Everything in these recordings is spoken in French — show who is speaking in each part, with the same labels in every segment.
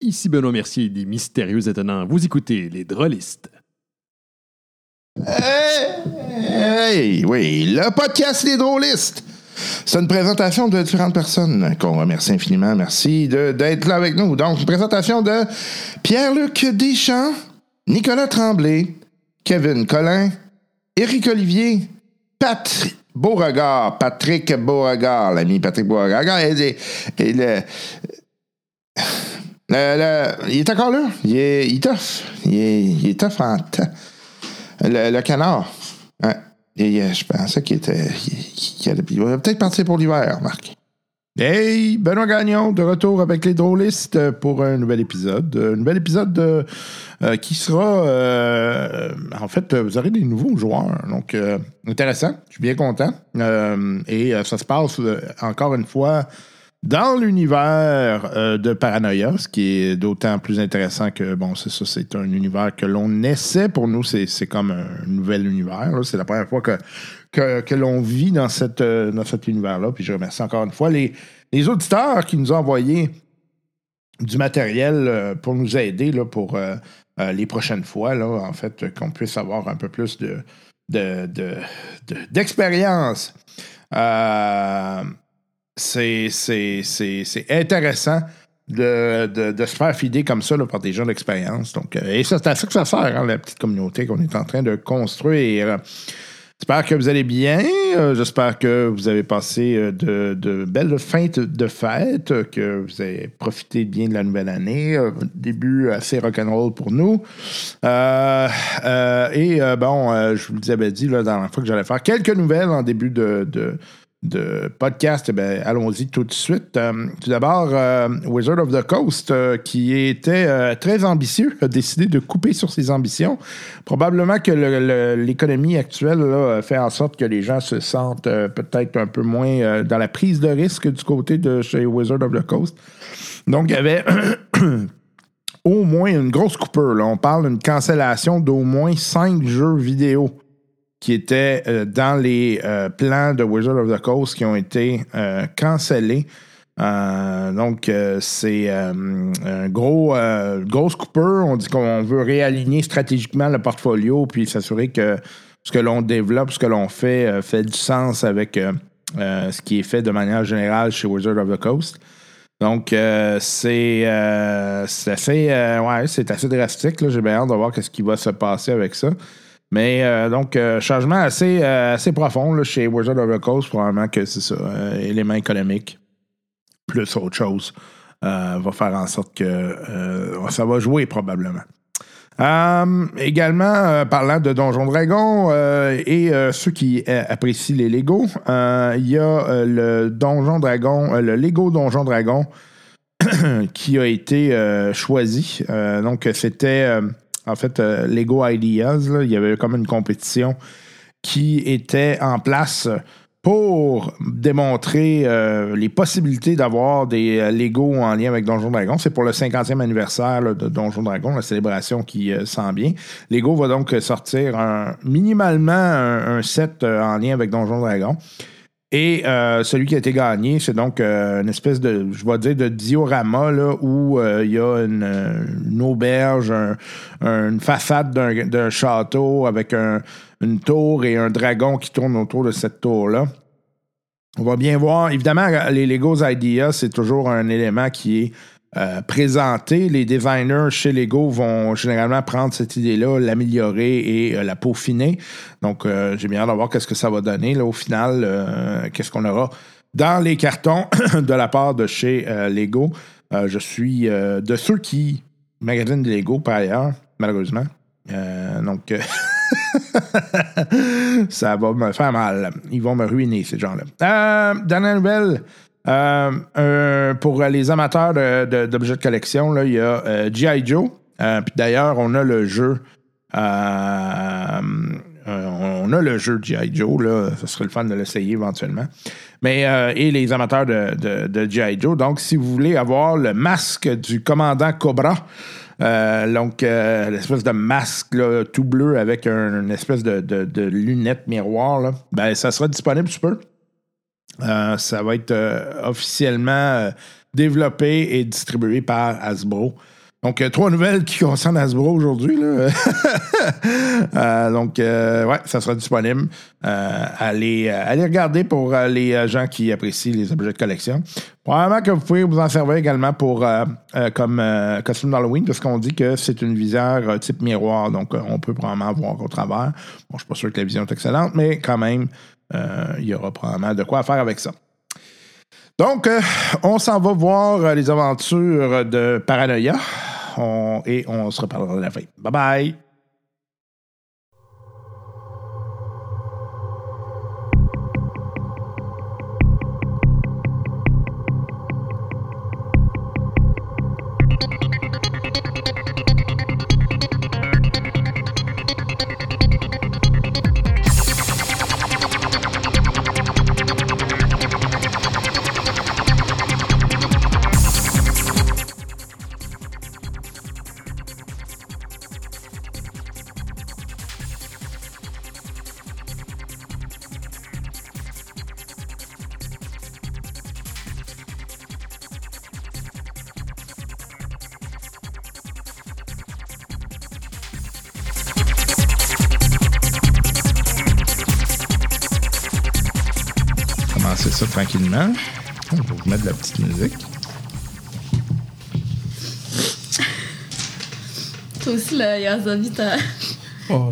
Speaker 1: Ici Benoît Mercier des Mystérieux Étonnants. Vous écoutez Les Drôlistes.
Speaker 2: Hey, hey, oui, le podcast Les Drôlistes. C'est une présentation de différentes personnes qu'on remercie infiniment. Merci de- d'être là avec nous. Donc, une présentation de Pierre-Luc Deschamps, Nicolas Tremblay, Kevin Collin, Éric Olivier, Patrick Beauregard, Patrick Beauregard, l'ami Patrick Beauregard, et, et le, euh, le- le- il est encore là. Il est, il est tough. Il est, il est tough en temps. Le, le canard. Ouais. Et, euh, je pensais qu'il était. qu'il- qu'il allait- il va peut-être partir pour l'hiver, Marc. Hey, Benoît Gagnon, de retour avec les drôlistes pour un nouvel épisode. Un nouvel épisode euh, euh, qui sera. euh, en fait, vous aurez des nouveaux joueurs. Donc, euh, intéressant. Je suis bien content. Euh, et euh, ça se passe euh, encore une fois dans l'univers euh, de Paranoia, ce qui est d'autant plus intéressant que, bon, c'est ça, c'est un univers que l'on essaie. Pour nous, c'est c'est comme un nouvel univers. là. C'est la première fois que, que, que l'on vit dans, cette, euh, dans cet univers-là. Puis je remercie encore une fois les, les auditeurs qui nous ont envoyé du matériel euh, pour nous aider là, pour euh, euh, les prochaines fois, là, en fait, euh, qu'on puisse avoir un peu plus de de- de- de- d'expérience. euh, c'est, c'est, c'est, c'est intéressant de, de- de se faire fider comme ça là, par des gens d'expérience. Donc, euh, et ça, c'est à ça que ça sert, hein, la petite communauté qu'on est en train de construire. J'espère que vous allez bien. Euh, J'espère que vous avez passé euh, de, de belles fins de- de fête, euh, que vous avez profité bien de la nouvelle année. Euh, début assez rock'n'roll pour nous. Euh, euh, et euh, bon, euh, je vous avais dit là, dans la dernière fois que j'allais faire quelques nouvelles en début de, de- de podcast. Eh bien, allons-y tout de suite. Euh, tout d'abord, euh, Wizard of the Coast, euh, qui était euh, très ambitieux, a décidé de couper sur ses ambitions. Probablement que le- le- l'économie actuelle là, fait en sorte que les gens se sentent euh, peut-être un peu moins euh, dans la prise de risque du côté de chez Wizard of the Coast. Donc, il y avait au moins une grosse coupure. là. On parle d'une cancellation d'au moins cinq jeux vidéo qui étaient euh, dans les euh, plans de Wizard of the Coast qui ont été euh, cancellés. Euh, donc, euh, c'est euh, un gros, euh, grosse coupure. On dit qu'on veut réaligner stratégiquement le portfolio puis s'assurer que ce que l'on développe, ce que l'on fait, euh, fait du sens avec euh, euh, ce qui est fait de manière générale chez Wizard of the Coast. Donc, euh, c'est euh, c'est assez, euh, ouais, c'est assez drastique. là. J'ai bien hâte de voir ce qui va se passer avec ça. Mais euh, donc, euh, changement assez, euh, assez profond là, chez Wizard of the Coast. Probablement que c'est ça, euh, élément économique plus autre chose euh, va faire en sorte que euh, ça va jouer probablement. Euh, également, euh, parlant de Donjon Dragon euh, et euh, ceux qui euh, apprécient les Lego, euh, il y a euh, le Donjon Dragon, euh, le Lego Donjon Dragon qui a été euh, choisi. Euh, donc, c'était euh, en fait euh, Lego Ideas. là. il y avait comme une compétition qui était en place pour démontrer euh, les possibilités d'avoir des euh, Lego en lien avec Donjon Dragon. C'est pour le 50e anniversaire là, de Donjon Dragon, la célébration qui euh, s'en vient. Lego va donc euh, sortir un- minimalement un, un set euh, en lien avec Donjon Dragon. Et euh, celui qui a été gagné, c'est donc euh, une espèce de, je vais dire, de diorama là, où euh, il y a une, euh, une auberge, un- un- une façade d'un d'un château avec un- une tour et un dragon qui tourne autour de cette tour-là. On va bien voir. Évidemment, les Legos Ideas, c'est toujours un élément qui est euh, présenté. Les designers chez Lego vont généralement prendre cette idée-là, l'améliorer et euh, la peaufiner. Donc, euh, j'ai bien hâte de voir qu'est-ce que ça va donner. Là, au final, euh, qu'est-ce qu'on aura dans les cartons de la part de chez euh, Lego? Euh, je suis euh, de ceux qui magasinent des Lego par ailleurs, malheureusement. Euh, donc, euh, ça va me faire mal. Ils vont me ruiner, ces gens-là. Euh, dernière nouvelle. euh, euh, pour les amateurs de- de- d'objets de, collection, là, il y a euh, G.I. Joe. Euh, puis D'ailleurs, on a le jeu. euh, euh, on a le jeu G.I. Joe. Là. Ce serait le fun de l'essayer éventuellement. Mais, euh, et les amateurs de, de- de G.I. Joe. Donc, si vous voulez avoir le masque du commandant Cobra, euh, donc, euh, l'espèce de masque là, tout bleu avec un- une espèce de, de- de lunette miroir, là, ben, ça sera disponible, tu peux. Euh, ça va être euh, officiellement euh, développé et distribué par Hasbro. Donc, euh, trois nouvelles qui concernent Hasbro aujourd'hui. là. Euh, donc, euh, ouais, ça sera disponible. Euh, allez, euh, allez regarder pour euh, les euh, gens qui apprécient les objets de collection. Probablement que vous pouvez vous en servir également pour euh, euh, comme euh, costume d'Halloween, parce qu'on dit que c'est une visière euh, type miroir, donc euh, on peut probablement voir au travers. Bon, je suis pas sûr que la vision est excellente, mais quand même, euh, il y aura probablement de quoi faire avec ça. Donc, euh, on s'en va voir euh, les aventures de Paranoia On- et on se reparlera à la fin. Bye bye! commencer ça tranquillement. Je vais vous mettre de la petite musique.
Speaker 3: Toi aussi, là, Yazavi, t'as.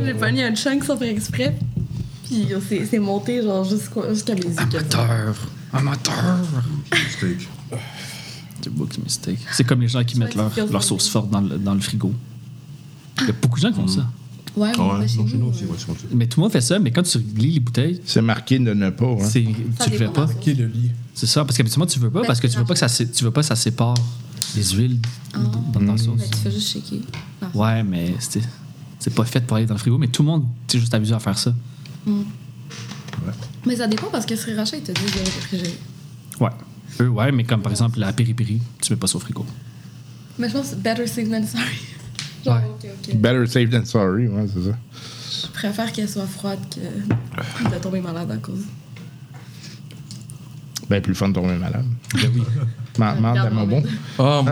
Speaker 3: J'ai pas mis un chunk sans faire exprès. Puis euh, c'est c'est monté, genre, jusqu'au- jusqu'à mes yeux. comme ça.
Speaker 4: Amateur. Amateur.
Speaker 5: Steak.
Speaker 4: C'est book mistake. C'est comme les gens qui mettent
Speaker 3: Ouais,
Speaker 4: leur,
Speaker 3: c'est
Speaker 4: leur sauce forte dans le, dans le frigo. Il y a beaucoup de gens qui font ça.
Speaker 3: Ouais,
Speaker 5: Ah
Speaker 3: on
Speaker 5: ouais,
Speaker 3: fait chez
Speaker 5: non, chez nous
Speaker 3: nous.
Speaker 5: aussi,
Speaker 3: euh,
Speaker 5: ouais, c'est comme ça.
Speaker 4: Mais tout le monde fait ça, mais quand tu lis les bouteilles,
Speaker 2: C'est marqué de ne pas. hein.
Speaker 4: c'est, tu le fais
Speaker 3: dépend
Speaker 4: pas.
Speaker 3: de la sauce.
Speaker 5: Qui le lit?
Speaker 4: C'est ça, parce qu'habituellement, tu veux pas,
Speaker 3: Ben,
Speaker 4: parce que tu veux
Speaker 3: c'est Ah.
Speaker 4: pas que ça, sé- tu veux pas que ça sépare les huiles dans
Speaker 5: Hmm.
Speaker 4: dans ta sauce.
Speaker 3: ben, Tu fais juste shaker. Ah.
Speaker 4: Ouais, mais c'est c'est pas fait pour aller dans le frigo, mais tout le monde t'es juste habitué à faire ça.
Speaker 3: Mais ça dépend parce que Sriracha, il te dit de réfrigérer.
Speaker 4: Ouais. Eux, ouais, mais comme par exemple la péripérie, tu mets pas ça au frigo.
Speaker 3: Mais je pense que better safe than sorry. Genre, ok, ok.
Speaker 2: Better safe than sorry, ouais, c'est ça.
Speaker 3: Je préfère qu'elle soit froide que de tomber malade à cause.
Speaker 2: Ben, plus fun de tomber malade.
Speaker 5: Ben
Speaker 2: Man- man,
Speaker 3: Regarde,
Speaker 2: d'amour
Speaker 3: mon
Speaker 2: bon.
Speaker 3: bébé.
Speaker 4: Oh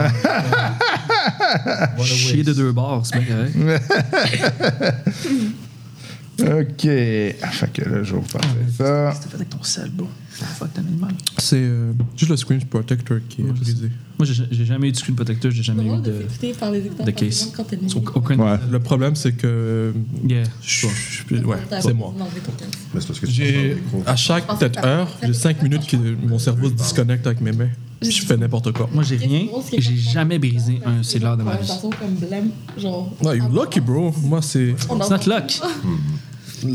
Speaker 4: mon Chier de deux bords, c'est bien correct.
Speaker 2: OK. Ah, Fait que là, je vais vous parler de ça.
Speaker 4: C'était fait avec ton sel, bro. Fuck, t'as mis mal.
Speaker 5: C'est euh, juste le screen protector qui est
Speaker 4: Ouais, je sais.
Speaker 5: brisé.
Speaker 4: Moi, j'ai j'ai jamais eu de screen protector, j'ai
Speaker 3: C'est
Speaker 4: jamais eu
Speaker 3: drôle de
Speaker 4: de.
Speaker 3: s'écouter par les écouteurs.
Speaker 4: de
Speaker 3: par exemple,
Speaker 4: case.
Speaker 3: Quand t'es le
Speaker 4: Au- Aucun.
Speaker 2: Ouais.
Speaker 5: Le problème, c'est que.
Speaker 4: Yeah.
Speaker 5: je- je- ouais, c'est moi.
Speaker 3: Moi,
Speaker 5: Mais c'est parce que j'ai. À chaque
Speaker 3: pense que
Speaker 5: peut-être
Speaker 3: t'as-
Speaker 5: heure, j'ai 5 minutes que mon cerveau se disconnecte avec mes mains. Puis Je fais n'importe quoi.
Speaker 4: Moi, j'ai rien et j'ai jamais brisé un cellulaire de ma vie.
Speaker 3: façon comme blême, genre.
Speaker 5: Non, Ah, you lucky, bro. Moi, c'est.
Speaker 3: On
Speaker 4: It's
Speaker 3: entend-
Speaker 4: not luck.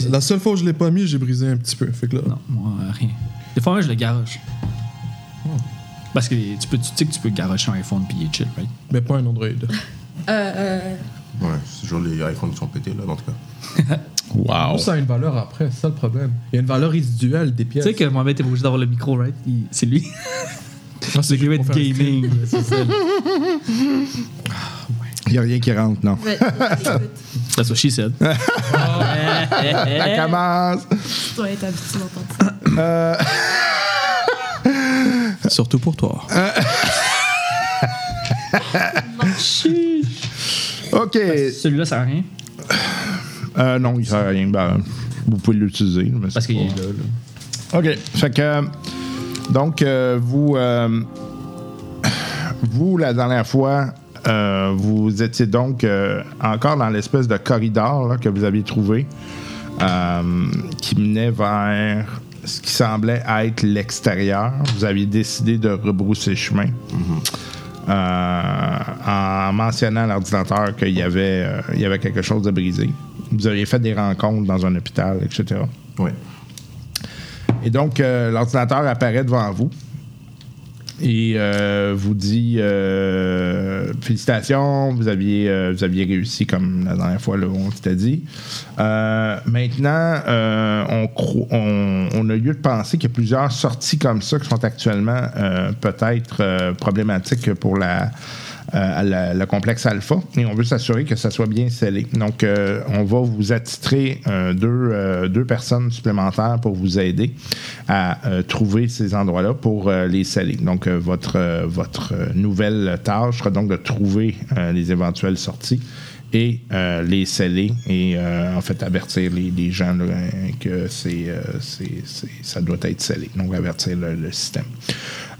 Speaker 5: La seule fois où je l'ai pas mis, j'ai brisé un petit peu. Fait que là.
Speaker 4: Non, moi, euh, rien. Des fois, moi, je le garoche. Parce que tu, peux, tu sais que tu peux garocher un iPhone puis il est chill, right?
Speaker 5: Mais pas un Android.
Speaker 3: Euh, euh,
Speaker 5: Ouais, c'est genre les iPhones qui sont pétés, là, en tout cas.
Speaker 2: Wow.
Speaker 6: Ça a une valeur après, c'est ça le problème. Il y a une valeur résiduelle des
Speaker 4: Tu
Speaker 6: pièces.
Speaker 4: sais que Mohamed était obligé d'avoir le micro, right? Il- C'est lui.
Speaker 6: Ah,
Speaker 4: C'est
Speaker 6: c'est
Speaker 4: lui
Speaker 6: juste
Speaker 4: être
Speaker 6: pour faire un stream.
Speaker 4: gaming. c'est ça.
Speaker 2: Il n'y a rien qui rentre, non.
Speaker 3: ouais, écoute,
Speaker 4: That's what she said.
Speaker 2: Ça commence.
Speaker 3: tu dois être habitué d'entendre ça.
Speaker 5: Surtout pour toi.
Speaker 2: OK.
Speaker 4: Celui-là, ça a rien.
Speaker 2: Euh, non, il sert à rien. Ben, vous pouvez l'utiliser. mais c'est
Speaker 4: Parce qu'il
Speaker 2: pas-
Speaker 4: est là. là.
Speaker 2: OK. Fait que. euh, Donc, euh, vous. euh, vous, la dernière fois, euh, vous étiez donc euh, encore dans l'espèce de corridor là, que vous aviez trouvé euh, qui menait vers ce qui semblait être l'extérieur. Vous aviez décidé de rebrousser chemin. Euh, en mentionnant à l'ordinateur qu'il y, avait, euh, il y avait quelque chose de brisé. Vous aviez fait des rencontres dans un hôpital, etc.
Speaker 5: Ouais.
Speaker 2: Et donc, euh, l'ordinateur apparaît devant vous et euh, vous dit euh, Félicitations, vous aviez, euh, vous aviez réussi comme la dernière fois, là, on t'a dit. Euh, maintenant, euh, on, cro- on, on a lieu de penser qu'il y a plusieurs sorties comme ça qui sont actuellement euh, peut-être euh, problématiques pour la, euh, à la- le complexe Alpha et on veut s'assurer que ça soit bien scellé. Donc, euh, on va vous attitrer euh, deux, euh, deux personnes supplémentaires pour vous aider à euh, trouver ces endroits-là pour euh, les sceller. Donc, euh, votre, euh, votre euh, nouvelle tâche sera donc de trouver euh, les éventuelles sorties et euh, les sceller et euh, en fait avertir les, les gens là, que c'est, euh, c'est- c'est- ça doit être scellé. Donc avertir le, le système.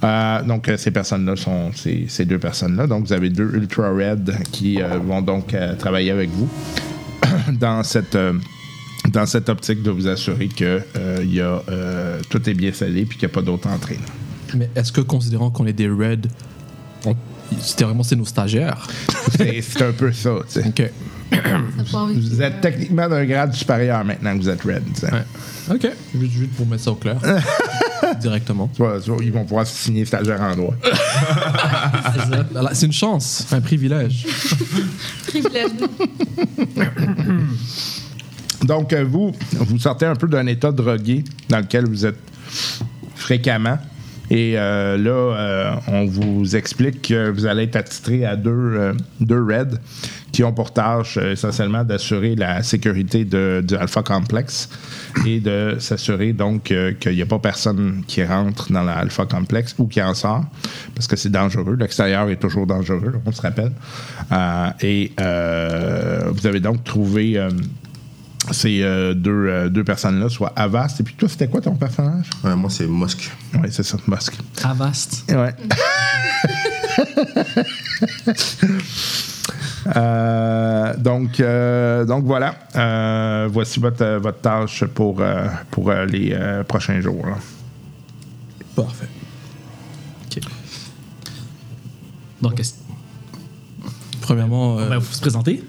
Speaker 2: Euh, donc euh, ces personnes-là sont ces, ces deux personnes-là. Donc vous avez deux ultra reds qui euh, vont donc euh, travailler avec vous dans cette euh, dans cette optique de vous assurer que euh, il y a, euh, tout est bien scellé puis qu'il n'y a pas d'autres entrées. là.
Speaker 5: Mais est-ce que, considérant qu'on est des Reds, on- c'était vraiment c'est nos stagiaires
Speaker 2: C'est, c'est un peu ça. tu sais.
Speaker 5: Ok.
Speaker 7: Ça peut envie
Speaker 2: Vous
Speaker 7: de-
Speaker 2: êtes techniquement d'un grade supérieur maintenant que vous êtes hein. red. tu sais.
Speaker 5: Ouais. Ok. Juste, juste pour mettre ça au clair. Directement.
Speaker 2: Tu vois, tu vois, ils vont pouvoir se signer stagiaire en droit.
Speaker 5: Voilà, Ah, C'est une chance, un privilège.
Speaker 7: privilège de-
Speaker 2: Donc, euh, vous, vous sortez un peu d'un état drogué dans lequel vous êtes fréquemment. Et euh, là, euh, on vous explique que vous allez être attitré à deux, euh, deux raids qui ont pour tâche euh, essentiellement d'assurer la sécurité de- du Alpha Complex et de s'assurer donc euh, qu'il n'y a pas personne qui rentre dans l'Alpha Complex ou qui en sort parce que c'est dangereux. L'extérieur est toujours dangereux, on se rappelle. Euh, et euh, vous avez donc trouvé. euh, ces euh, deux, euh, deux personnes-là, soit Avast, et puis toi, c'était quoi ton personnage?
Speaker 8: Ouais, moi, c'est Mosque.
Speaker 2: Oui, c'est ça, Musk.
Speaker 4: Avast.
Speaker 2: Ouais. Euh, donc, euh, donc voilà, Euh, voici votre, euh, votre tâche pour, euh, pour euh, les euh, prochains jours. là.
Speaker 5: Parfait.
Speaker 4: Donc, est-ce-
Speaker 5: Premièrement, euh,
Speaker 4: ben, vous vous présentez.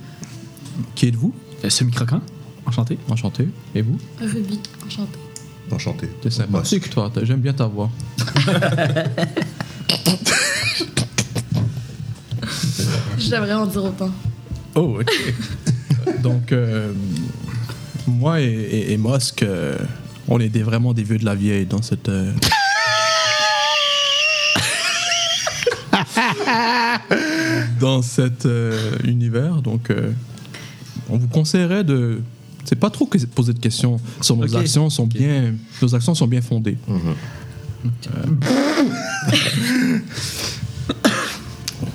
Speaker 5: qui êtes-vous
Speaker 4: Euh, Semi-croquant. Enchanté.
Speaker 5: Enchanté. Et vous
Speaker 7: Ruby, enchanté.
Speaker 8: Enchanté.
Speaker 5: T'es sympathique, Bah, toi. T'as- J'aime bien ta voix.
Speaker 7: J'aimerais en dire autant.
Speaker 5: Oh, ok. Donc, euh, moi et, et, et Mosk, euh, on est des- vraiment des vieux de la vieille dans cette. euh, dans cet euh, univers. Donc, euh, on vous conseillerait de. C'est pas trop que- poser de questions sur nos
Speaker 4: Ok. Hum.
Speaker 5: actions sont bien nos actions sont bien fondées.
Speaker 8: Ouais.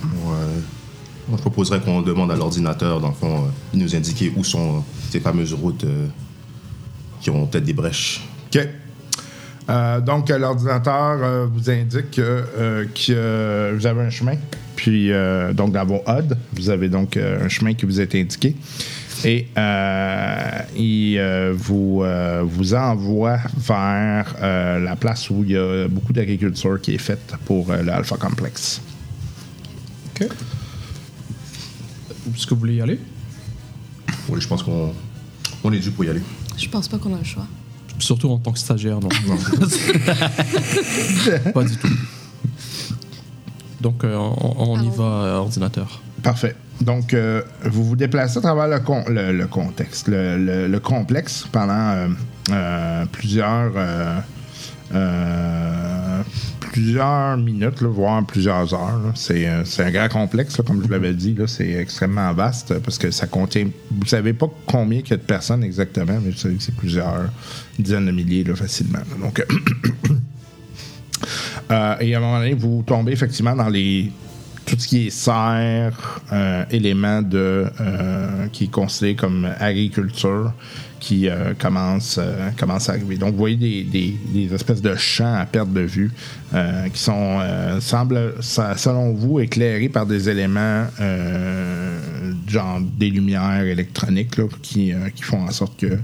Speaker 8: Moi, je proposerais qu'on demande à l'ordinateur, dans le fond, euh, de nous indiquer où sont euh, ces fameuses routes euh, qui ont peut-être des brèches.
Speaker 2: OK. Euh, donc, euh, l'ordinateur euh, vous indique euh, euh, que euh, vous avez un chemin. Puis, euh, donc, dans vos HUD, vous avez donc euh, un chemin qui vous est indiqué. Et euh, il euh, vous, euh, vous envoie vers euh, la place où il y a beaucoup d'agriculture qui est faite pour euh, l'Alpha Complex.
Speaker 5: Ok. Est-ce que vous voulez y aller
Speaker 8: Oui, je pense qu'on on est dû pour y aller.
Speaker 7: Je pense pas qu'on a le choix.
Speaker 5: Surtout en tant que stagiaire, non. Pas du tout. Donc, euh, on, on y
Speaker 7: Allons-y.
Speaker 5: va, euh, ordinateur.
Speaker 2: Parfait. Donc, euh, vous vous déplacez à travers le, con- le, le contexte, le, le- le complexe pendant euh, euh, plusieurs, euh, euh, plusieurs minutes, là, voire plusieurs heures. là. C'est euh, c'est un grand complexe, là, comme je vous l'avais dit. là. C'est extrêmement vaste euh, parce que ça contient. Vous savez pas combien il y a de personnes exactement, mais vous savez que c'est plusieurs dizaines de milliers là, facilement. là. Donc, euh, euh, et à un moment donné, vous tombez effectivement dans les tout ce qui est serre, euh, éléments de euh, qui est considéré comme agriculture, qui euh, commence, euh, commence à arriver. Donc, vous voyez des, des- des espèces de champs à perte de vue euh, qui sont euh, semblent, sa- selon vous, éclairés par des éléments euh, genre des lumières électroniques là, qui, euh, qui font en sorte que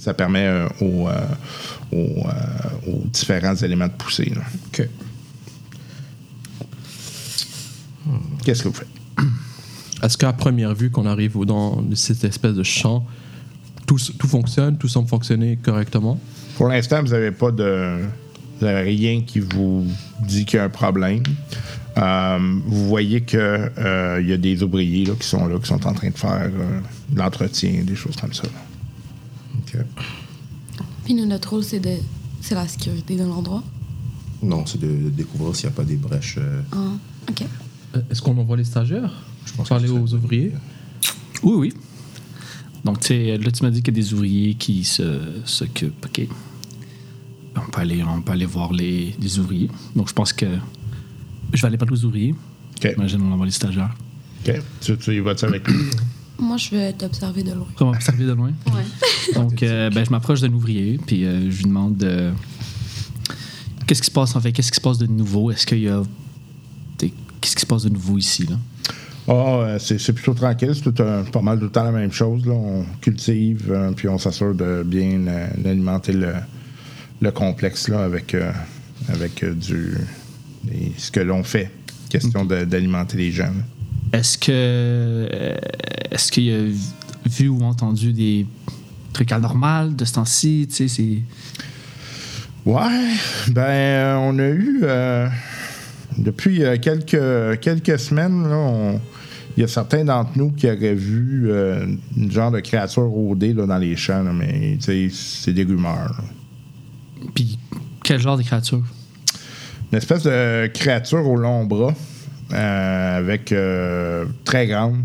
Speaker 2: ça permet euh, aux, euh, aux, euh, aux différents éléments de pousser. là.
Speaker 5: Ok.
Speaker 2: Qu'est-ce que vous faites?
Speaker 5: Est-ce qu'à première vue, qu'on arrive au- dans cette espèce de champ, tout, s- tout fonctionne, tout semble fonctionner correctement
Speaker 2: Pour l'instant, vous n'avez pas de. Vous n'avez rien qui vous dit qu'il y a un problème. Euh, vous voyez que euh, il y a des ouvriers là, qui sont là, qui sont en train de faire euh, de l'entretien, des choses comme ça.
Speaker 8: OK.
Speaker 7: Puis nous, notre rôle, c'est de. C'est la sécurité de l'endroit.
Speaker 8: Non, c'est de, de découvrir s'il n'y a pas des brèches. euh,
Speaker 7: Ah, ok.
Speaker 9: Euh, Est-ce qu'on envoie les stagiaires Je pense parler aux ouvriers.
Speaker 4: Oui, oui. Donc, tu sais, là, tu m'as dit qu'il y a des ouvriers qui se- s'occupent. OK. On peut aller, on peut aller voir les, les ouvriers. Donc, je pense que je vais aller parler aux ouvriers.
Speaker 2: OK.
Speaker 4: Imagine, on envoie les stagiaires.
Speaker 2: OK. Tu, tu y vas-tu avec lui?
Speaker 3: Moi, je vais t'observer de loin.
Speaker 4: Comment observer de loin?
Speaker 3: Ouais.
Speaker 4: Donc, euh, ben, je m'approche d'un ouvrier, puis euh, je lui demande euh, qu'est-ce qui se passe en fait, qu'est-ce qui se passe de nouveau? Est-ce qu'il y a. t'sais, Qu'est-ce qui se passe de nouveau ici? Là?
Speaker 2: Ah, euh, c'est c'est plutôt tranquille. C'est tout un- pas mal tout le temps la même chose. Là. On cultive, euh, puis on s'assure de bien euh, alimenter le, le complexe là, avec, euh, avec euh, du, des- ce que l'on fait. Question de- d'alimenter les jeunes.
Speaker 4: Est-ce que. euh, Est-ce qu'il y a vu ou entendu des trucs anormaux de ce temps-ci? Tu sais, c'est.
Speaker 2: Ouais, ben, euh, on a eu. euh, depuis euh, quelques, quelques semaines, là, on- il y a certains d'entre nous qui auraient vu euh, une genre de créature rôder là, dans les champs, là, mais tu sais, c'est des rumeurs. là.
Speaker 4: Puis, quel genre de créature?
Speaker 2: une espèce de créature au long bras, euh, avec euh, très grande,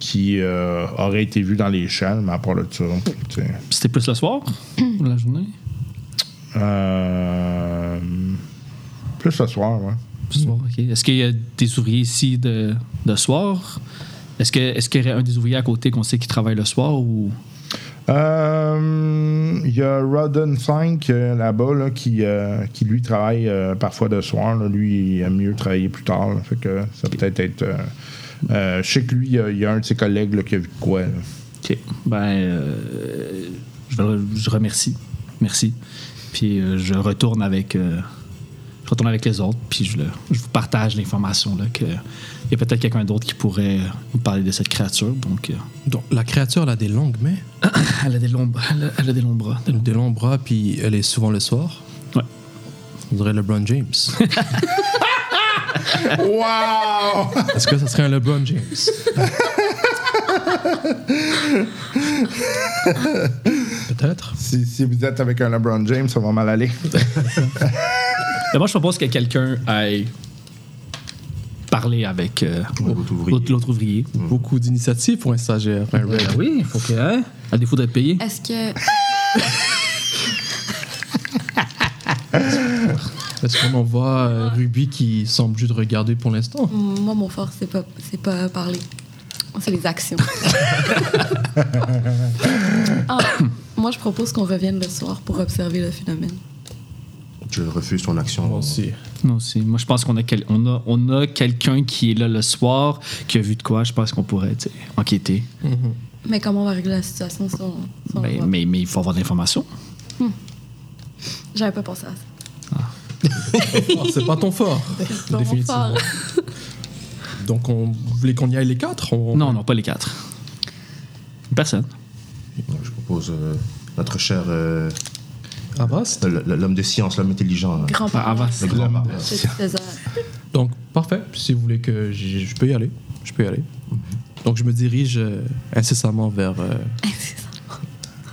Speaker 2: qui euh, aurait été vue dans les champs, mais à part le tour. tu sais.
Speaker 4: C'était plus le soir ou la journée?
Speaker 2: Euh, plus ce soir, ouais.
Speaker 4: Plus le soir, ok. Est-ce qu'il y a des ouvriers ici de, de soir? Est-ce que- est-ce qu'il y aurait un des ouvriers à côté qu'on sait qui travaille le soir ou.
Speaker 2: Euh, Il y a Rodden 5 euh, là-bas là, qui, euh, qui lui travaille euh, parfois de soir. là. Lui, il aime mieux travailler plus tard. là. Fait que ça peut être. être, euh, euh, je sais que lui, il y a, il y a un de ses collègues là, qui a vu de quoi. là.
Speaker 4: OK. Ben, euh, je, vais le- je remercie. Merci. Puis euh, je retourne avec euh, je retourne avec les autres, puis je, le- je vous partage l'information là que il y a peut-être quelqu'un d'autre qui pourrait nous parler de cette créature. Donc, euh,
Speaker 5: Donc, la créature, elle a des longues mains,
Speaker 4: elle, a des longs, bras- elle, a, elle a des longs bras. des longs-
Speaker 5: des longs bras, puis elle est souvent le soir.
Speaker 4: Ouais.
Speaker 5: On dirait LeBron James. wow! Est-ce que ça serait un LeBron James? Peut-être.
Speaker 2: Si, si vous êtes avec un LeBron James, ça va mal aller.
Speaker 4: D'abord, je propose que quelqu'un aille parler avec euh,
Speaker 8: L'autre ouvrier.
Speaker 4: l'autre l'autre ouvrier.
Speaker 5: Beaucoup d'initiatives pour un stagiaire. Un rep.
Speaker 4: Ben oui, il faut que. hein, à défaut d'être payé.
Speaker 3: Est-ce que.
Speaker 5: Est-ce qu'on en voit euh, Ruby qui semble juste regarder pour l'instant?
Speaker 3: Moi, mon fort, c'est pas, c'est pas parler. C'est les actions. Ah, moi, je propose qu'on revienne le soir pour observer le phénomène.
Speaker 8: Je refuse son action.
Speaker 5: Moi aussi.
Speaker 4: Non, c'est. Moi, je pense qu'on a, quel- on a, on a quelqu'un qui est là le soir, qui a vu de quoi. Je pense qu'on pourrait tu sais, enquêter.
Speaker 3: Mais comment on va régler la situation si on, si on le
Speaker 4: Ben,
Speaker 3: voit?
Speaker 4: mais, mais il faut avoir de l'information.
Speaker 3: J'avais pas pensé à ça.
Speaker 5: Oh, c'est pas ton fort.
Speaker 3: pas mon
Speaker 5: définitivement. Donc, on vous voulez qu'on y aille les quatre? On-
Speaker 4: Non, non, pas les quatre. Personne.
Speaker 8: Je propose euh, notre cher. euh,
Speaker 5: Ah, vaste.
Speaker 8: l- l- l'homme de science, l'homme intelligent. là.
Speaker 3: Grand
Speaker 4: Ah, avant.
Speaker 8: Le grand barbare.
Speaker 3: Je suis César.
Speaker 5: Donc, parfait. Si vous voulez que j'y- je peux y aller, je peux y aller. Donc, je me dirige euh, incessamment vers euh,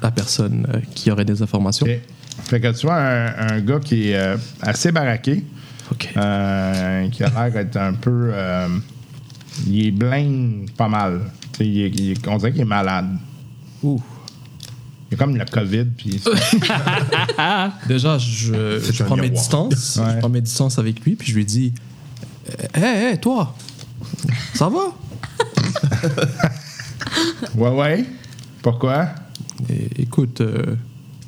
Speaker 5: la personne euh, qui aurait des informations.
Speaker 2: Ok. Fait que tu vois un, un gars qui est euh, assez baraqué,
Speaker 5: Ok.
Speaker 8: Ah.
Speaker 2: euh, qui a l'air d'être un peu. euh, il est blind pas mal. Tu sais, il est- il est- on dirait qu'il est malade.
Speaker 5: Ouh.
Speaker 2: Il est comme le COVID. Puis
Speaker 5: Déjà, je,
Speaker 8: C'est
Speaker 5: je
Speaker 8: un
Speaker 5: prends mes
Speaker 8: miroir.
Speaker 5: distances.
Speaker 2: Ouais.
Speaker 5: Je prends mes distances avec lui, puis je lui dis Hé, hé, toi Ça va
Speaker 2: ouais, ouais. Pourquoi?
Speaker 5: Et- Écoute, euh,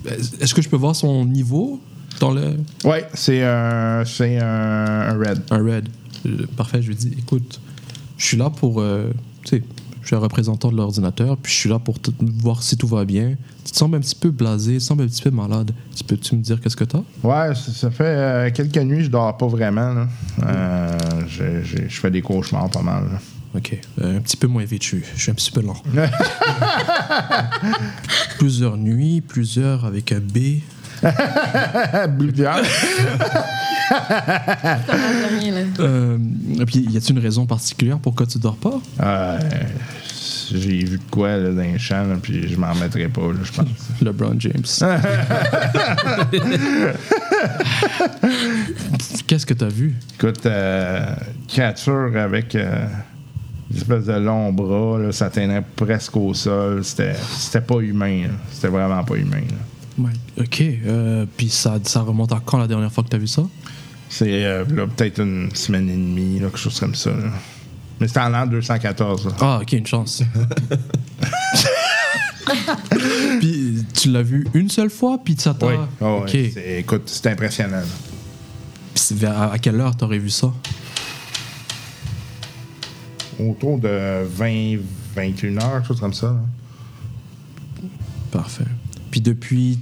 Speaker 5: est-ce que je peux voir son niveau dans le.
Speaker 2: Ouais, c'est un, c'est un, un red.
Speaker 5: Un raid. Euh, Parfait, je lui dis écoute, je suis là pour. euh, tu sais, je suis un représentant de l'ordinateur, puis je suis là pour te- voir si tout va bien. Tu te sembles un petit peu blasé, tu te sembles un petit peu malade. Tu peux-tu me dire qu'est-ce que t'as
Speaker 2: Ouais, ça, ça fait euh, quelques nuits, je dors pas vraiment. là. Euh, j'ai- j'ai- je fais des cauchemars pas mal. là.
Speaker 5: Ok. Euh, un petit peu moins vêtu, je suis un petit peu lent. plusieurs nuits, plusieurs avec un B.
Speaker 2: Plusieurs.
Speaker 3: Ça va rien, là.
Speaker 5: Euh, et puis, y a-t-il une raison particulière pourquoi tu dors pas
Speaker 2: Euh, j'ai vu de quoi là, dans les champs, là, puis je m'en remettrai pas, là, je pense.
Speaker 5: LeBron James. Qu'est-ce que t'as vu?
Speaker 2: Écoute, euh, créature avec euh, une espèce de long bras, là, ça tenait presque au sol. C'était c'était pas humain. là. C'était vraiment pas humain. là.
Speaker 5: Ouais, ok. euh, Puis ça, ça remonte à quand la dernière fois que t'as vu ça?
Speaker 2: C'est euh, là, peut-être une semaine et demie, là, quelque chose comme ça. là. Mais c'était en l'an 214. là.
Speaker 5: Ah, ok, une chance. Puis tu l'as vu une seule fois, puis ça t'a.
Speaker 2: Oui. Ah
Speaker 5: ok.
Speaker 2: ouais,
Speaker 5: Puis
Speaker 2: c'est- écoute, c'est impressionnant. là.
Speaker 5: c'est vers- à, à quelle heure t'aurais vu ça?
Speaker 2: Autour de 20, 21 heures, quelque chose comme ça. là.
Speaker 5: Parfait. Puis depuis,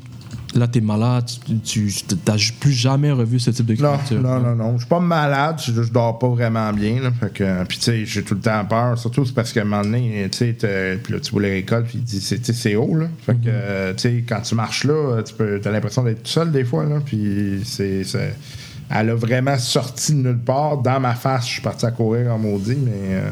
Speaker 5: là t'es malade, tu tu- t'as ju- plus jamais revu ce type de
Speaker 2: Non,
Speaker 5: créature.
Speaker 2: non, non, non. Je suis pas malade, je, je dors pas vraiment bien. Là, fait que, puis tu sais, j'ai tout le temps peur. Surtout c'est parce qu'à un moment donné, tu sais, t'es- puis là, tu vois les récoltes, puis il dit, c'est tu sais, c'est haut, là. Fait que, euh, tu sais, quand tu marches là, tu peux, as l'impression d'être tout seul des fois, là. Puis c'est, c'est- elle a vraiment sorti de nulle part dans ma face. Je suis parti à courir en maudit, mais euh,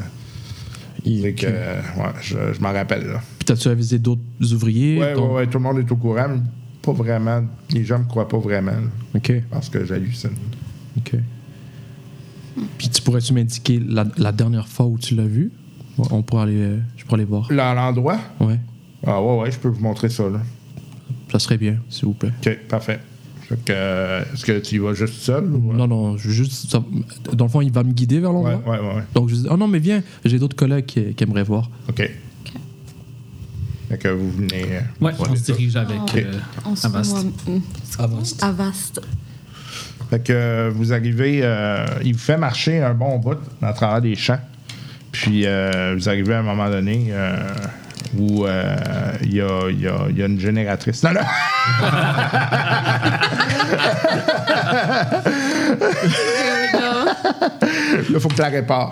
Speaker 2: c'est que, euh, ouais, je, je m'en rappelle. Là.
Speaker 5: Puis t'as-tu avisé d'autres ouvriers?
Speaker 2: Ouais,
Speaker 5: ton-
Speaker 2: ouais, ouais, tout le monde est au courant, mais pas vraiment. Les gens me croient pas vraiment. là.
Speaker 5: Ok,
Speaker 2: Je pense que j'hallucine.
Speaker 5: ok. Puis tu pourrais-tu m'indiquer la, la dernière fois où tu l'as vu? On- On pourrait aller, euh, je pourrais aller voir.
Speaker 2: Là, l'endroit.
Speaker 5: Ouais,
Speaker 2: Ah ouais, ouais, je peux vous montrer ça, là.
Speaker 5: ça serait bien, s'il vous plaît.
Speaker 2: OK, parfait. Fait que, euh, est-ce que tu y vas juste seul? Ou... euh?
Speaker 5: Non, non, je veux juste. ça- dans le fond, il va me guider vers
Speaker 2: Ouais,
Speaker 5: l'endroit.
Speaker 2: ouais, ouais. ouais.
Speaker 5: Donc je dis, oh non, mais viens, j'ai d'autres collègues qui, qui aimeraient voir.
Speaker 2: OK. Fait que vous venez... euh,
Speaker 4: Ouais,
Speaker 2: voir
Speaker 4: on
Speaker 2: les
Speaker 4: se dirige avec
Speaker 3: Ah, Ok.
Speaker 4: euh,
Speaker 3: On se
Speaker 4: Avast.
Speaker 3: voit-
Speaker 4: Avast.
Speaker 3: Hmm. Avast.
Speaker 2: Fait que euh, vous arrivez, euh, il vous fait marcher un bon bout à travers des champs. Puis euh, vous arrivez à un moment donné euh, où euh, il y, a, il y a- il y a une génératrice. Non, non! Là, faut que tu la répare.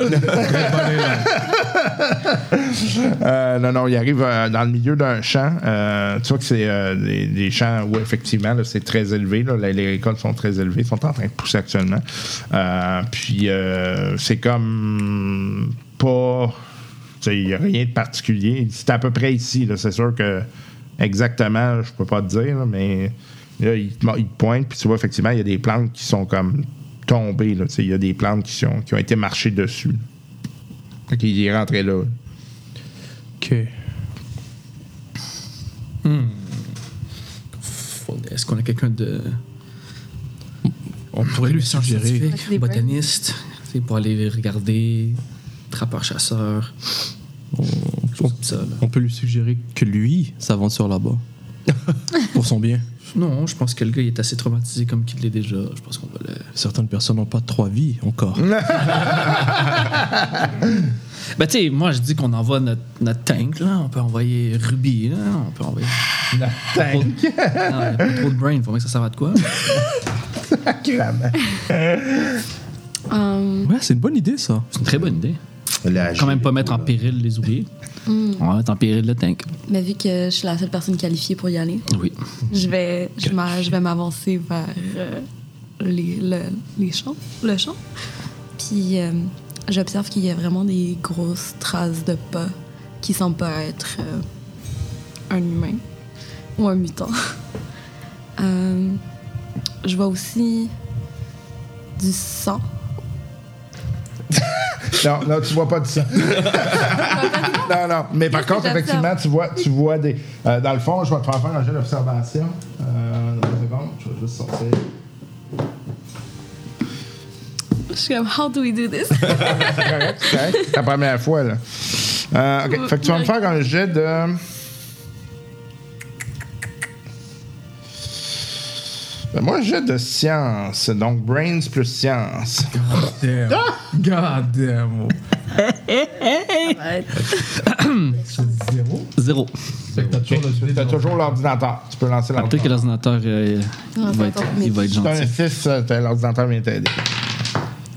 Speaker 2: Euh, non, non, il arrive euh, dans le milieu d'un champ. Euh, tu vois que c'est euh, des, des champs où, effectivement, là, c'est très élevé. là. les, les récoltes sont très élevées, sont en train de pousser actuellement. Euh, puis, euh, c'est comme pas. tu sais, Il n'y a rien de particulier. C'est à peu près ici. là. C'est sûr que exactement, je peux pas te dire, là, mais là, il te, mo- il te pointe, puis tu vois, effectivement, il y a des plantes qui sont comme tombées. là. Tu sais, Il y a des plantes qui, sont, qui ont été marchées dessus. Fait qu'il est rentré là.
Speaker 5: Ok.
Speaker 4: Faut- Est-ce qu'on a quelqu'un de.
Speaker 5: Ah,
Speaker 4: On pourrait lui suggérer.
Speaker 3: Des brains.
Speaker 4: Botaniste, tu sais, pour aller regarder, trappeur-chasseur,
Speaker 5: On,
Speaker 4: comme ça. là.
Speaker 5: on peut lui suggérer que lui s'aventure là-bas. Pour son bien.
Speaker 4: Non, je pense que le gars il est assez traumatisé comme qu'il l'est déjà. Je pense qu'on va le.
Speaker 5: Certaines personnes n'ont pas trois vies encore.
Speaker 4: Ben, tu sais, moi, je dis qu'on envoie notre, notre tank, là. On peut envoyer Ruby, là. On peut envoyer. Notre tank. Non, y a pas trop de brain. Faut bien que ça serve à de quoi.
Speaker 3: Hum,
Speaker 5: Ouais, c'est une bonne idée ça.
Speaker 4: C'est une très bonne idée.
Speaker 8: La
Speaker 4: Quand même pas mettre en péril les ouvriers. On va mettre en péril le tank.
Speaker 3: mais vu que je suis la seule personne qualifiée pour y aller,
Speaker 4: Oui.
Speaker 3: je vais, je m'a- je vais m'avancer vers euh, les, le- les champs, le champ. Puis euh, j'observe qu'il y a vraiment des grosses traces de pas qui semblent pas être euh, un humain ou un mutant. Euh, je vois aussi du sang.
Speaker 2: Non, non, tu vois pas de ça. non, non. Mais par contre,
Speaker 3: J'observe.
Speaker 2: effectivement, tu vois, tu vois des. euh, dans le fond, je vais te faire faire un jeu d'observation. Euh, deux secondes, je vais juste sortir.
Speaker 3: Je suis comme, how do we do this?
Speaker 2: C'est correct, c'est correct. C'est la première fois, là. Euh, ok. Fait que tu vas me faire un jet de. Ben, moi, jet de science. Donc, brains plus science.
Speaker 9: Damn.
Speaker 5: Ah!
Speaker 9: God damn. oh. Zéro.
Speaker 4: Zéro.
Speaker 9: Fait que t'as toujours le
Speaker 2: T'as toujours l'ordinateur. Tu peux lancer
Speaker 4: Ah, Peut-être que
Speaker 2: l'ordinateur.
Speaker 4: l'ordinateur, euh, il, va être, il va être
Speaker 2: Si t'as
Speaker 4: gentil.
Speaker 2: un 6, l'ordinateur vient t'aider.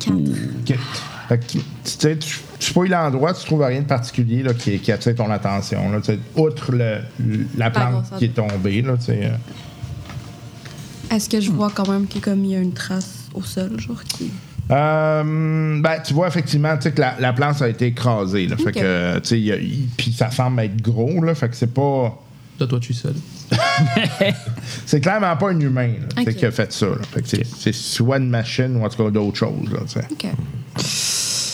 Speaker 2: OK. Fait que tu, tu sais, tu, tu fouilles l'endroit, tu trouves rien de particulier là, qui, qui attire ton attention. Là, tu sais, outre le- la
Speaker 3: Pas
Speaker 2: plante
Speaker 3: grand chose.
Speaker 2: qui est tombée. Là, tu sais, euh.
Speaker 3: Est-ce que je vois quand même que comme il y a une trace au sol, genre qui.
Speaker 2: Euh, ben, tu vois, effectivement, tu sais que la, la planche a été écrasée. Là, Fait
Speaker 3: Ok.
Speaker 2: que, tu sais, il y a- il- puis ça semble être gros, là. Fait que c'est pas.
Speaker 5: Là, toi, tu es seul.
Speaker 2: C'est clairement pas un humain, là, tu sais,
Speaker 3: Ok.
Speaker 2: qui a fait ça, là. Fait que c'est- c'est soit une machine ou en tout cas d'autres choses, là, tu sais.
Speaker 3: OK.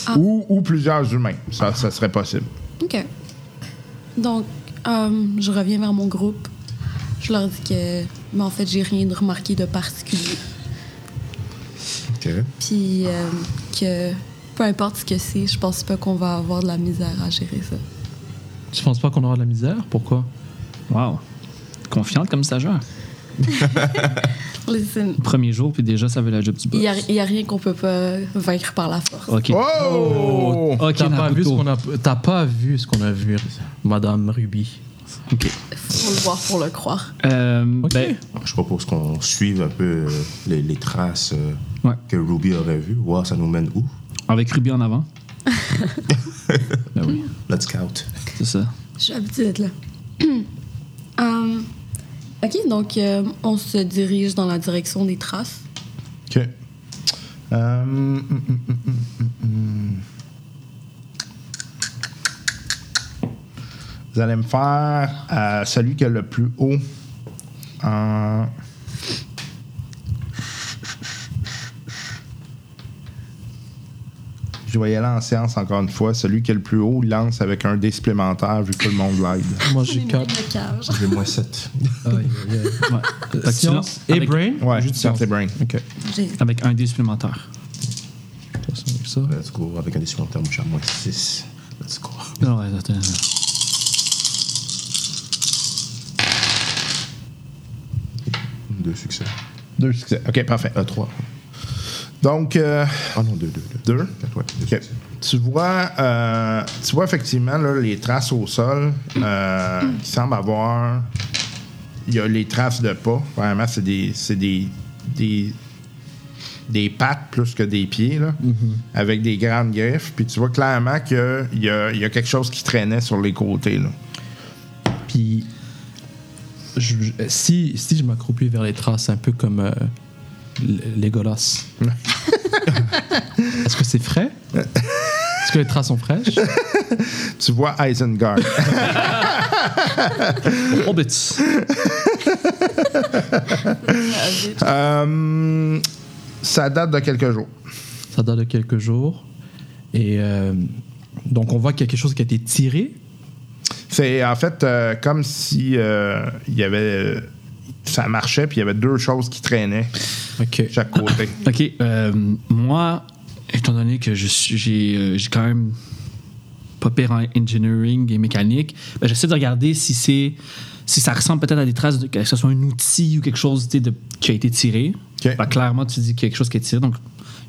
Speaker 3: Ah.
Speaker 2: Ou, ou plusieurs humains. Ça, ça serait possible.
Speaker 3: OK. Donc, euh, je reviens vers mon groupe. Je leur dis que, mais en fait, j'ai rien de remarqué de particulier.
Speaker 8: OK.
Speaker 3: Puis euh, que, peu importe ce que c'est, je pense pas qu'on va avoir de la misère à gérer ça.
Speaker 5: Tu penses pas qu'on aura de la misère? Pourquoi?
Speaker 4: Wow. Confiante comme stagiaire.
Speaker 3: Listen,
Speaker 4: Premier jour, puis déjà, ça veut la job du
Speaker 3: il
Speaker 4: boss.
Speaker 3: y a, il y a rien qu'on peut pas vaincre par la force.
Speaker 4: OK.
Speaker 2: Oh!
Speaker 4: OK,
Speaker 5: T'as pas, vu ce
Speaker 4: Naruto.
Speaker 5: qu'on a... t'as pas vu ce qu'on a vu, Madame Ruby.
Speaker 4: OK.
Speaker 3: Faut le voir pour le croire.
Speaker 4: Euh, ben,
Speaker 8: Je propose qu'on suive un peu euh, les, les traces euh,
Speaker 4: Ouais.
Speaker 8: que Ruby aurait vues, voir ça nous mène où.
Speaker 4: avec Ruby en avant,
Speaker 8: Let's scout.
Speaker 4: c'est ça.
Speaker 3: Je suis habituée d'être là. Hum, OK, donc, euh, on se dirige dans la direction des traces.
Speaker 2: OK. Euh, mm, mm, mm, mm, mm, mm. Vous allez me faire euh, celui qui est le plus haut en. Je vais y aller en séance encore une fois. Celui qui est le plus haut lance avec un dé supplémentaire vu que tout le monde l'aide.
Speaker 5: Moi, j'ai quatre.
Speaker 3: Le cage.
Speaker 8: J'ai moins 7.
Speaker 4: Ouais. Fait que tu
Speaker 5: Science
Speaker 4: lances
Speaker 5: et
Speaker 4: avec,
Speaker 5: brain?
Speaker 2: Ouais,
Speaker 5: Juste
Speaker 2: science et brain.
Speaker 5: Ok.
Speaker 3: J'ai-
Speaker 4: avec un dé supplémentaire.
Speaker 5: Ça, ça, ça.
Speaker 8: Let's go. Avec un des supplémentaires, moi, j'ai à moins 6. Let's go.
Speaker 4: Non, ouais, attends.
Speaker 8: Deux succès.
Speaker 2: Deux succès. OK, parfait.
Speaker 8: Euh, trois.
Speaker 2: Donc. euh,
Speaker 8: Ah non, deux, deux, deux.
Speaker 2: Deux?
Speaker 8: Quatre, ouais. Deux
Speaker 2: Ok.
Speaker 8: succès.
Speaker 2: Tu vois, euh, tu vois effectivement là, les traces au sol euh, qui semblent avoir. Il y a les traces de pas. Vraiment, c'est des, c'est des, des, des pattes plus que des pieds, là,
Speaker 8: Mm-hmm.
Speaker 2: avec des grandes griffes. Puis tu vois clairement qu'il y a, il y a quelque chose qui traînait sur les côtés. Là.
Speaker 5: Puis, je- je- si, si je m'accroupis vers les traces, un peu comme euh, L- Legolas, est-ce que c'est frais Est-ce que les traces sont fraîches
Speaker 2: Tu vois Isengard.
Speaker 4: Hobbits.
Speaker 2: Euh, ça date de quelques jours.
Speaker 5: Ça date de quelques jours. Et euh, donc, on voit qu'il y a quelque chose qui a été tiré.
Speaker 2: C'est en fait euh, comme si euh, il y avait. euh, ça marchait, puis il y avait deux choses qui traînaient
Speaker 5: Ok.
Speaker 2: de chaque côté.
Speaker 4: OK. euh, moi, étant donné que je suis- j'ai euh, j'ai quand même pas pire en engineering et mécanique, ben, j'essaie de regarder si c'est si ça ressemble peut-être à des traces, de, que ce soit un outil ou quelque chose tu sais, de, qui a été tiré.
Speaker 2: OK.
Speaker 4: Ben, clairement, tu dis qu'il y a quelque chose qui est tiré, donc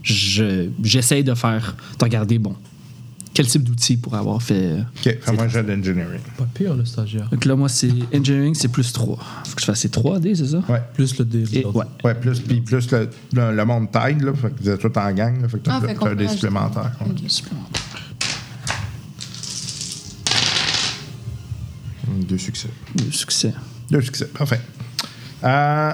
Speaker 4: je- j'essaie de faire, de regarder, bon, quel type d'outil pourrait avoir fait. euh.
Speaker 2: OK, fais-moi un jeu d'engineering.
Speaker 5: Pas pire, le stagiaire.
Speaker 4: Donc là, moi, c'est engineering, c'est plus 3. Faut que je fasse ces 3D, c'est ça?
Speaker 2: Ouais.
Speaker 5: Plus le dé.
Speaker 4: Et, ouais.
Speaker 2: Ouais, plus, puis plus le, le- le monde t'aide, là. Fait que vous êtes tout en gang, là. Fait que t'as
Speaker 3: Ah, fait qu'on
Speaker 2: t'as des
Speaker 3: peut ajouter.
Speaker 2: supplémentaires. ouais.
Speaker 8: Deux succès.
Speaker 4: Le succès.
Speaker 2: Deux succès, parfait. Euh,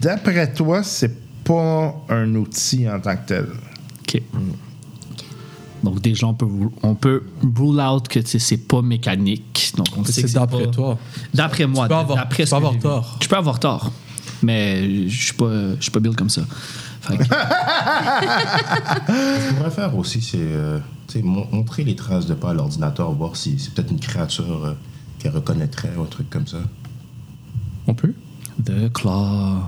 Speaker 2: D'après toi, c'est pas un outil en tant que tel.
Speaker 4: OK. Donc, déjà, on peut, rule- on peut rule out que tu sais, c'est pas mécanique. Donc, on sait que
Speaker 5: C'est d'après
Speaker 4: pas-
Speaker 5: toi.
Speaker 4: D'après moi.
Speaker 5: peux avoir-
Speaker 4: d'après
Speaker 5: tu
Speaker 4: ce
Speaker 5: peux
Speaker 4: que
Speaker 5: avoir
Speaker 4: j'ai vu.
Speaker 5: tort.
Speaker 4: Je peux avoir tort. Mais je suis pas, je suis pas build comme ça. Fait que-
Speaker 8: Ce qu'on pourrait faire aussi, c'est euh, tu sais, mon- montrer les traces de pas à l'ordinateur, voir si c'est peut-être une créature euh, qu'elle reconnaîtrait ou un truc comme ça.
Speaker 5: On peut
Speaker 4: The claw.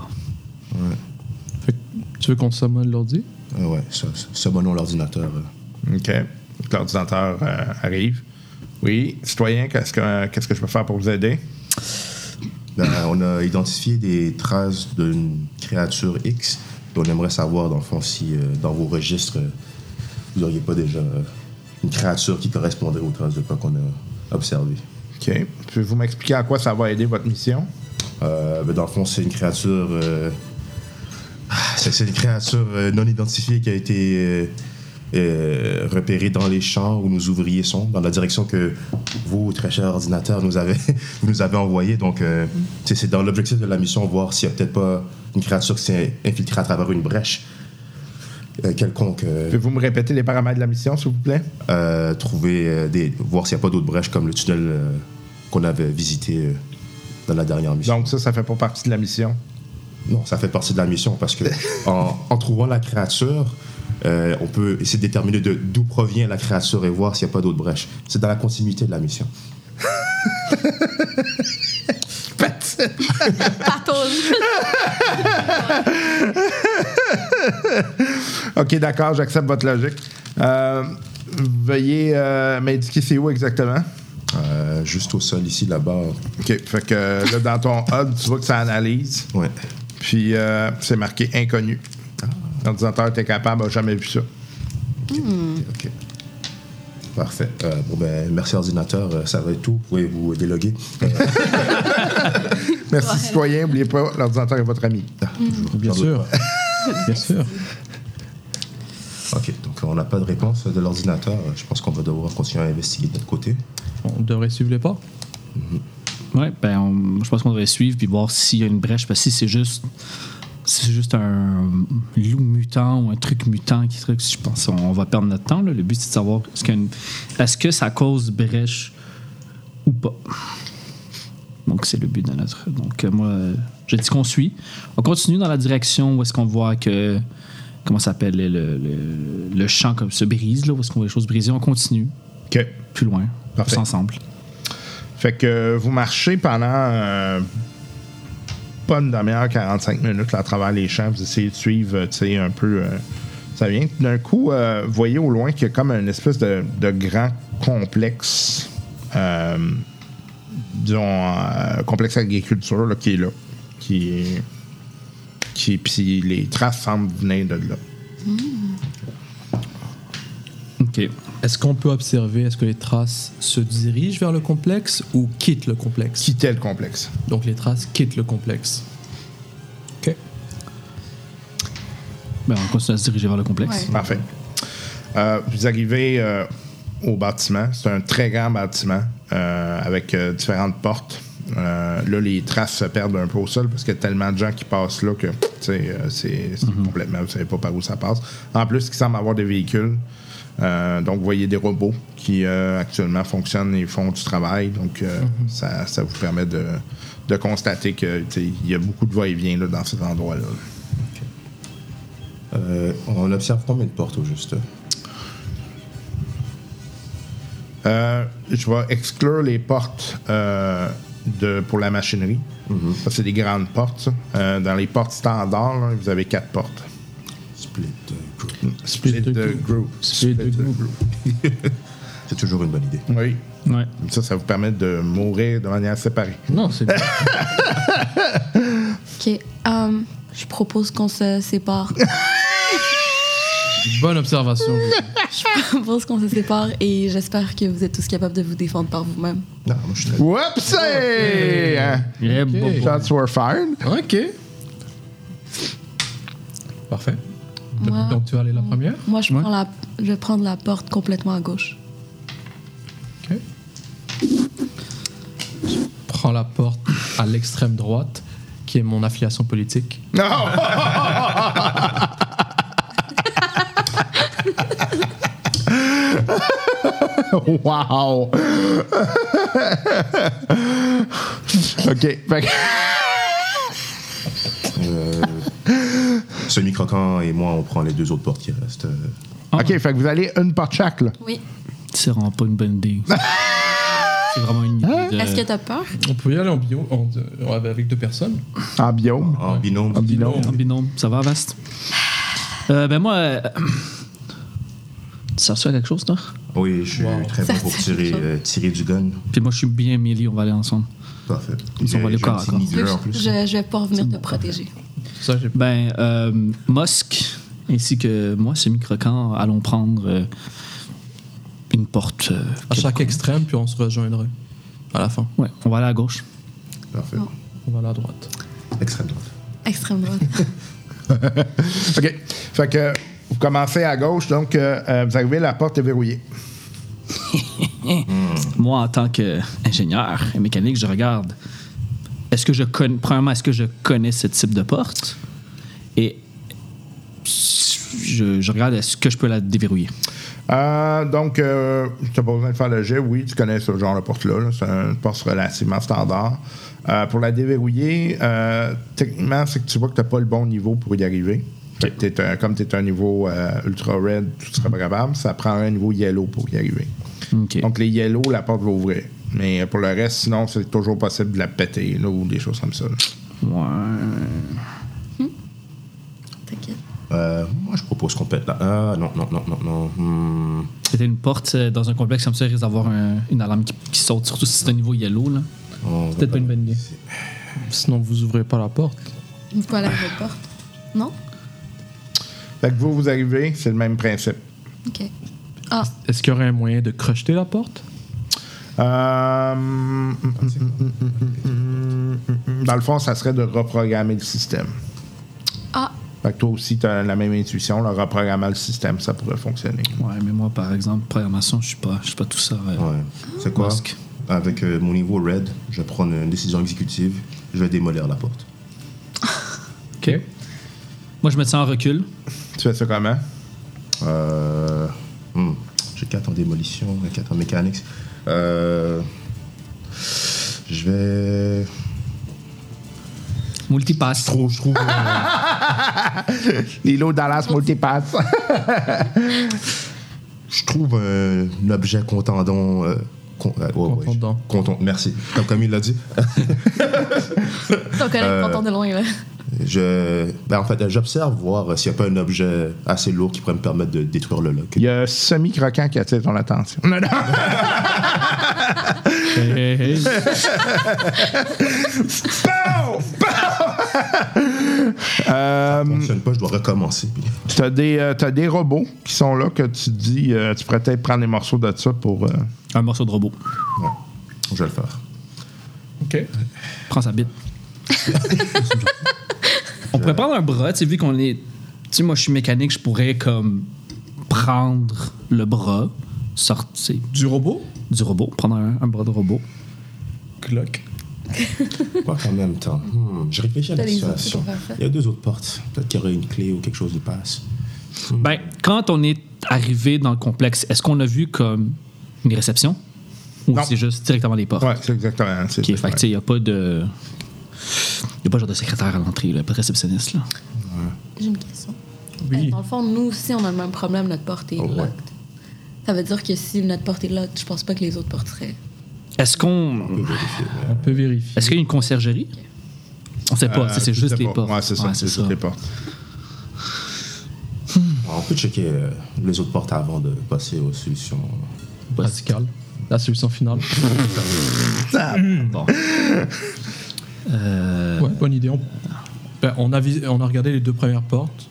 Speaker 5: Fait que Tu veux qu'on somme l'ordi
Speaker 8: Ah ouais, ça, ça, summonnons l'ordinateur. euh.
Speaker 2: OK. L'ordinateur euh, arrive. Oui, citoyen, qu'est-ce que, qu'est-ce que je peux faire pour vous aider?
Speaker 8: Ben, on a identifié des traces d'une créature X. Et on aimerait savoir, dans le fond, si euh, dans vos registres, euh, vous n'auriez pas déjà euh, une créature qui correspondrait aux traces de pas qu'on a observées.
Speaker 2: OK. Pouvez-vous m'expliquer à quoi ça va aider votre mission?
Speaker 8: Euh, ben, dans le fond, c'est une créature. euh, ah, C'est c'est une créature euh, non identifiée qui a été euh, euh, repérés dans les champs où nos ouvriers sont, dans la direction que vous, très cher ordinateur, nous avez, vous nous avez envoyé. Donc, euh, tu sais, c'est dans l'objectif de la mission, voir s'il n'y a peut-être pas une créature qui s'est infiltrée à travers une brèche euh, quelconque. euh,
Speaker 2: Pouvez-vous me répéter les paramètres de la mission, s'il vous plaît?
Speaker 8: euh, trouver euh, des, voir s'il n'y a pas d'autres brèches comme le tunnel euh, qu'on avait visité euh, dans la dernière mission.
Speaker 2: Donc, ça, ça fait pas partie de la mission.
Speaker 8: Non, ça fait partie de la mission parce que en, en trouvant la créature, euh, on peut essayer de déterminer de- d'où provient la créature et voir s'il n'y a pas d'autres brèches. C'est dans la continuité de la mission.
Speaker 2: OK, d'accord, j'accepte votre logique. Euh, veuillez euh, m'indiquer c'est où exactement.
Speaker 8: Euh, juste au sol ici, là-bas.
Speaker 2: OK, fait que euh, là, dans ton hub, tu vois que ça analyse.
Speaker 8: Ouais.
Speaker 2: Puis euh, c'est marqué inconnu. L'ordinateur était capable, a jamais vu ça.
Speaker 8: Ok. Parfait. Euh, bon ben, merci ordinateur, Euh, ça va être tout. Vous pouvez vous déloguer. Euh,
Speaker 2: Merci, citoyen. N'oubliez pas, l'ordinateur est votre ami.
Speaker 5: Bien sûr. Bien sûr.
Speaker 8: ok, donc on n'a pas de réponse de l'ordinateur. Euh, Je pense qu'on va devoir continuer à investiguer de notre côté.
Speaker 5: On devrait suivre les pas.
Speaker 4: Ouais, ben, on- je pense qu'on devrait suivre puis voir s'il y a une brèche. Parce que si c'est juste, si c'est juste un loup mutant ou un truc mutant qui serait, je pense qu'on va perdre notre temps. là. Le but, c'est de savoir est-ce, qu'il y a une- est-ce que ça cause brèche ou pas. Donc, c'est le but de notre. Donc, euh, moi, euh, je dis qu'on suit. On continue dans la direction où est-ce qu'on voit que. Comment ça s'appelle le, le, le- le champ comme se brise, là, où est-ce qu'on voit les choses briser. On continue
Speaker 2: OK.
Speaker 4: plus loin,
Speaker 2: Parfait.
Speaker 4: tous ensemble.
Speaker 2: Fait que vous marchez pendant euh, pas une demi-heure, 45 minutes là, à travers les champs. Vous essayez de suivre, euh, tu sais, un peu. euh, ça vient. Puis D'un coup, euh, vous voyez au loin qu'il y a comme une espèce de, de grand complexe. euh, disons, euh, complexe agriculture là, qui est là. Qui est. Qui, puis les traces semblent venir de là.
Speaker 4: OK.
Speaker 5: Est-ce qu'on peut observer, est-ce que les traces se dirigent vers le complexe ou quittent le complexe
Speaker 2: Quittez le complexe.
Speaker 5: Donc les traces quittent le complexe. Ok.
Speaker 4: Ben, on continue à se diriger vers le complexe.
Speaker 2: Parfait. Euh, vous arrivez euh, au bâtiment. C'est un très grand bâtiment euh, avec euh, différentes portes. Euh, là, les traces se perdent un peu au sol parce qu'il y a tellement de gens qui passent là que tu sais, euh, c'est c'est complètement, vous savez pas par où ça passe. En plus, il semble avoir des véhicules. Euh, donc, vous voyez des robots qui euh, actuellement fonctionnent et font du travail. Donc, euh, ça, ça vous permet de, de constater qu'il y a beaucoup de va-et-vient là, dans cet endroit-là.
Speaker 8: Euh, on observe combien de portes au juste
Speaker 2: Euh, je vais exclure les portes euh, de, pour la machinerie. Ça, c'est des grandes portes. ça. Euh, dans les portes standards, là, vous avez quatre portes.
Speaker 8: Split. euh, group.
Speaker 2: Split
Speaker 5: de
Speaker 2: the
Speaker 5: group.
Speaker 2: group.
Speaker 5: Split the
Speaker 2: the
Speaker 5: group.
Speaker 8: C'est toujours une bonne idée.
Speaker 2: Oui.
Speaker 4: Ouais.
Speaker 2: Ça, ça vous permet de mourir de manière séparée.
Speaker 5: Non, c'est
Speaker 4: Eh,
Speaker 3: Ok. hum, je propose qu'on se sépare.
Speaker 5: une bonne observation.
Speaker 3: Je propose qu'on se sépare et j'espère que vous êtes tous capables de vous défendre par vous-même.
Speaker 8: Non, moi je suis très.
Speaker 2: Whoops! hey! Hein?
Speaker 4: Eh, bon, bon.
Speaker 2: Shots were fired.
Speaker 5: ok. Parfait. Donc,
Speaker 3: Moi-
Speaker 5: donc tu vas aller la première
Speaker 3: Moi, je,
Speaker 4: Ouais.
Speaker 3: prends la, je vais prendre la porte complètement à gauche.
Speaker 5: Ok. Prends la porte à l'extrême droite, qui est mon affiliation politique.
Speaker 2: Non! wow! OK. fait que-
Speaker 8: Ce microcan Euh, et moi, on prend les deux autres portes qui restent. euh,
Speaker 2: OK, fait que vous allez une par chaque, là.
Speaker 3: Oui.
Speaker 4: C'est vraiment pas une bonne idée. c'est vraiment une idée.
Speaker 8: Euh,
Speaker 4: de-
Speaker 3: Est-ce que t'as peur?
Speaker 9: On peut y aller en bio, en deux- avec deux personnes.
Speaker 2: En biome.
Speaker 8: En Ah, binôme.
Speaker 2: En binôme.
Speaker 4: En Ah, binôme, ça va, Vaste? Euh, ben moi. euh, Tu sers-tu à quelque chose, toi?
Speaker 8: Oui, je suis très bon pour tirer, euh, tirer du gun.
Speaker 4: Puis moi, je suis bien mêlé, on va aller ensemble.
Speaker 8: Parfait.
Speaker 4: Ils sont
Speaker 8: J'ai-
Speaker 4: pas les
Speaker 8: j'ai
Speaker 4: corps
Speaker 8: un
Speaker 4: à
Speaker 8: petit
Speaker 4: corps.
Speaker 8: niveleur en
Speaker 3: Je,
Speaker 8: plus.
Speaker 3: je vais pas revenir te protéger.
Speaker 5: Ça, j'ai
Speaker 4: Ben, euh, Mosk, ainsi que moi, ce micro-camp, allons prendre euh, une porte. euh,
Speaker 5: À chaque extrême, puis on se rejoindra à la fin.
Speaker 4: Ouais, on va aller à gauche.
Speaker 8: Parfait.
Speaker 5: On va aller à droite.
Speaker 8: Extrême droite.
Speaker 3: Extrême droite.
Speaker 2: OK. Fait que Vous commencez à gauche, donc euh, euh, vous arrivez, la porte est verrouillée.
Speaker 4: Moi, en tant qu'ingénieur et mécanique, je regarde. Est-ce que je connais. Premièrement, est-ce que je connais ce type de porte? Et je, je regarde est-ce que je peux la déverrouiller.
Speaker 2: Euh, donc, euh, tu pas besoin de faire le jet. Oui, tu connais ce genre de porte-là. là. C'est une porte relativement standard. Euh, pour la déverrouiller, euh, techniquement, c'est que tu vois que tu n'as pas le bon niveau pour y arriver. Fait que t'es un- comme tu es un niveau euh, ultra red, tu seras pas capable. Ça prend un niveau yellow pour y arriver.
Speaker 4: OK.
Speaker 2: Donc, les yellow, la porte va ouvrir. Mais euh, pour le reste, sinon, c'est toujours possible de la péter là, ou des choses comme ça. là.
Speaker 4: Ouais.
Speaker 3: T'inquiète.
Speaker 8: Euh, moi, je propose qu'on pète là. Ah, non, non, non, non, non. Hmm.
Speaker 4: C'était une porte euh, dans un complexe comme ça, il risque d'avoir un- une alarme qui, qui saute, surtout si c'est un niveau yellow. Là.
Speaker 8: On
Speaker 4: Peut-être pas une bonne idée.
Speaker 5: Sinon, vous ouvrez pas la porte.
Speaker 3: Vous pouvez aller à votre porte. Non?
Speaker 2: Fait que vous, vous arrivez, c'est le même principe.
Speaker 3: OK. Ah,
Speaker 5: Est-ce qu'il y aurait un moyen de crocheter la porte
Speaker 2: Euh, mm, mm, mm, mm, mm, mm, mm. dans le fond, ça serait de reprogrammer le système.
Speaker 3: ah,
Speaker 2: Fait que toi aussi, tu as la même intuition, là, reprogrammer le système, ça pourrait fonctionner.
Speaker 4: Ouais, mais moi, par exemple, programmation, je suis pas, je suis pas tout ça. euh,
Speaker 8: Ouais. C'est quoi
Speaker 4: Masque.
Speaker 8: Avec euh, mon niveau red, je prends une décision exécutive. Je vais démolir la porte.
Speaker 4: OK. Moi, je me tiens en recul.
Speaker 2: Tu fais ça comment?
Speaker 8: Euh, hmm, J'ai 4 en démolition, 4 en mécanique. Euh, je vais.
Speaker 4: Multipass. Trop, je trouve.
Speaker 2: Lilo Dallas Multipass.
Speaker 8: Je trouve euh, un objet contendant. Euh, con- euh, ouais, ouais,
Speaker 5: Contendant.
Speaker 8: je- content- merci. Comme, comme il l'a dit.
Speaker 3: ton
Speaker 8: Euh.
Speaker 3: collègue t'entend de loin, là.
Speaker 8: Je, ben, en fait, j'observe voir euh, s'il n'y a pas un objet assez lourd qui pourrait me permettre de détruire le lock.
Speaker 2: Il y a un semi-croquant qui attire ton attention. Non, non,
Speaker 8: Ça fonctionne pas, je dois recommencer.
Speaker 2: t'as des, euh, t'as des robots qui sont là que tu te dis, euh, tu pourrais peut-être prendre des morceaux de ça pour. euh,
Speaker 4: Un morceau de robot.
Speaker 8: Ouais, je vais le faire.
Speaker 5: Ok.
Speaker 4: Prends sa bite. On pourrait prendre un bras, tu sais, vu qu'on est. Tu sais, moi, je suis mécanique, je pourrais comme prendre le bras, sortir
Speaker 9: Du robot?
Speaker 4: du robot, prendre un, un bras de robot.
Speaker 9: Clock.
Speaker 8: Quoi qu'en même temps, hmm, je réfléchis à
Speaker 3: T'as
Speaker 8: la
Speaker 3: les autres,
Speaker 8: situation.
Speaker 3: c'est parfait.
Speaker 8: Il y a deux autres portes. Peut-être qu'il y aurait une clé ou quelque chose qui passe.
Speaker 2: Mm.
Speaker 4: Ben, quand on est arrivé dans le complexe, est-ce qu'on a vu comme une réception ou
Speaker 2: Non.
Speaker 4: c'est juste directement les portes?
Speaker 2: Ouais, c'est exactement. c'est
Speaker 4: Ah. Ok,
Speaker 2: ça,
Speaker 4: fait que, tu sais, il n'y a pas de. Il a pas genre de secrétaire à l'entrée, là, pas de réceptionniste. Là.
Speaker 3: J'ai une question.
Speaker 5: Oui.
Speaker 3: Euh, Dans le fond, nous aussi, on a le même problème, notre porte est
Speaker 8: Oh, ouais.
Speaker 3: locked. Ça veut dire que si notre porte est locked, je pense pas que les autres portes seraient.
Speaker 4: Est-ce qu'on.
Speaker 5: On peut vérifier.
Speaker 4: Est-ce qu'il y a une conciergerie? On sait pas,
Speaker 2: Euh,
Speaker 4: tu sais, c'est
Speaker 2: tu
Speaker 4: juste
Speaker 2: sais
Speaker 4: les
Speaker 2: pas.
Speaker 4: portes.
Speaker 2: Ouais, c'est ça, c'est juste les portes.
Speaker 8: On peut checker euh, les autres portes avant de passer aux solutions.
Speaker 5: Radical. La solution finale.
Speaker 4: Ah, Bon. Euh,
Speaker 5: Ouais, bonne idée. On, ben, on, a vis- on a regardé les deux premières portes.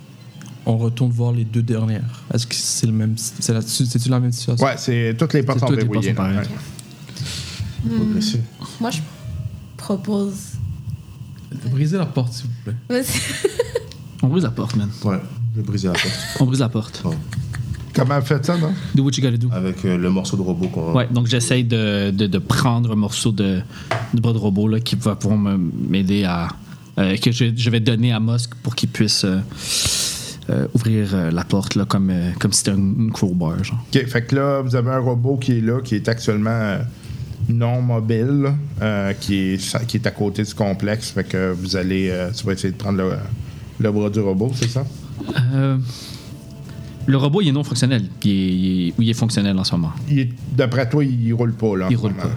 Speaker 5: On retourne voir les deux dernières. Est-ce que c'est le même c'est la, c'est-tu la même situation
Speaker 2: Ouais, c'est toutes les portes
Speaker 4: C'est
Speaker 2: sont
Speaker 4: toutes les portes
Speaker 2: verrouillées.
Speaker 4: sont
Speaker 2: là,
Speaker 4: pareilles.
Speaker 2: ouais.
Speaker 3: Hmm.
Speaker 8: Progresser.
Speaker 3: Moi, je propose.
Speaker 5: Brisez la porte, s'il vous plaît.
Speaker 3: Vas-y.
Speaker 4: On brise la porte, man.
Speaker 8: Ouais, je vais briser la porte.
Speaker 4: On brise la porte.
Speaker 2: Comment vous faites ça, non?
Speaker 4: Do what you gotta do.
Speaker 8: Avec euh, le morceau de robot qu'on.
Speaker 4: Ouais, donc j'essaye de, de- de prendre un morceau de, de bras de robot là, qui va pouvoir me- m'aider à. euh, que je, je vais donner à Musk pour qu'il puisse euh, euh, ouvrir euh, la porte là, comme, euh, comme si c'était une, une crowbar. Genre.
Speaker 2: OK, fait que là, vous avez un robot qui est là, qui est actuellement euh, non mobile, euh, qui, est, sa- qui est à côté du complexe. Fait que vous allez, euh, tu vas essayer de prendre le, le bras du robot, c'est ça?
Speaker 4: Euh, le robot, il est non fonctionnel. Il est, il est- oui, il est fonctionnel en ce moment.
Speaker 2: Il est- D'après toi, il roule pas, là. en
Speaker 4: Il
Speaker 2: ce
Speaker 4: roule
Speaker 2: moment.
Speaker 4: pas.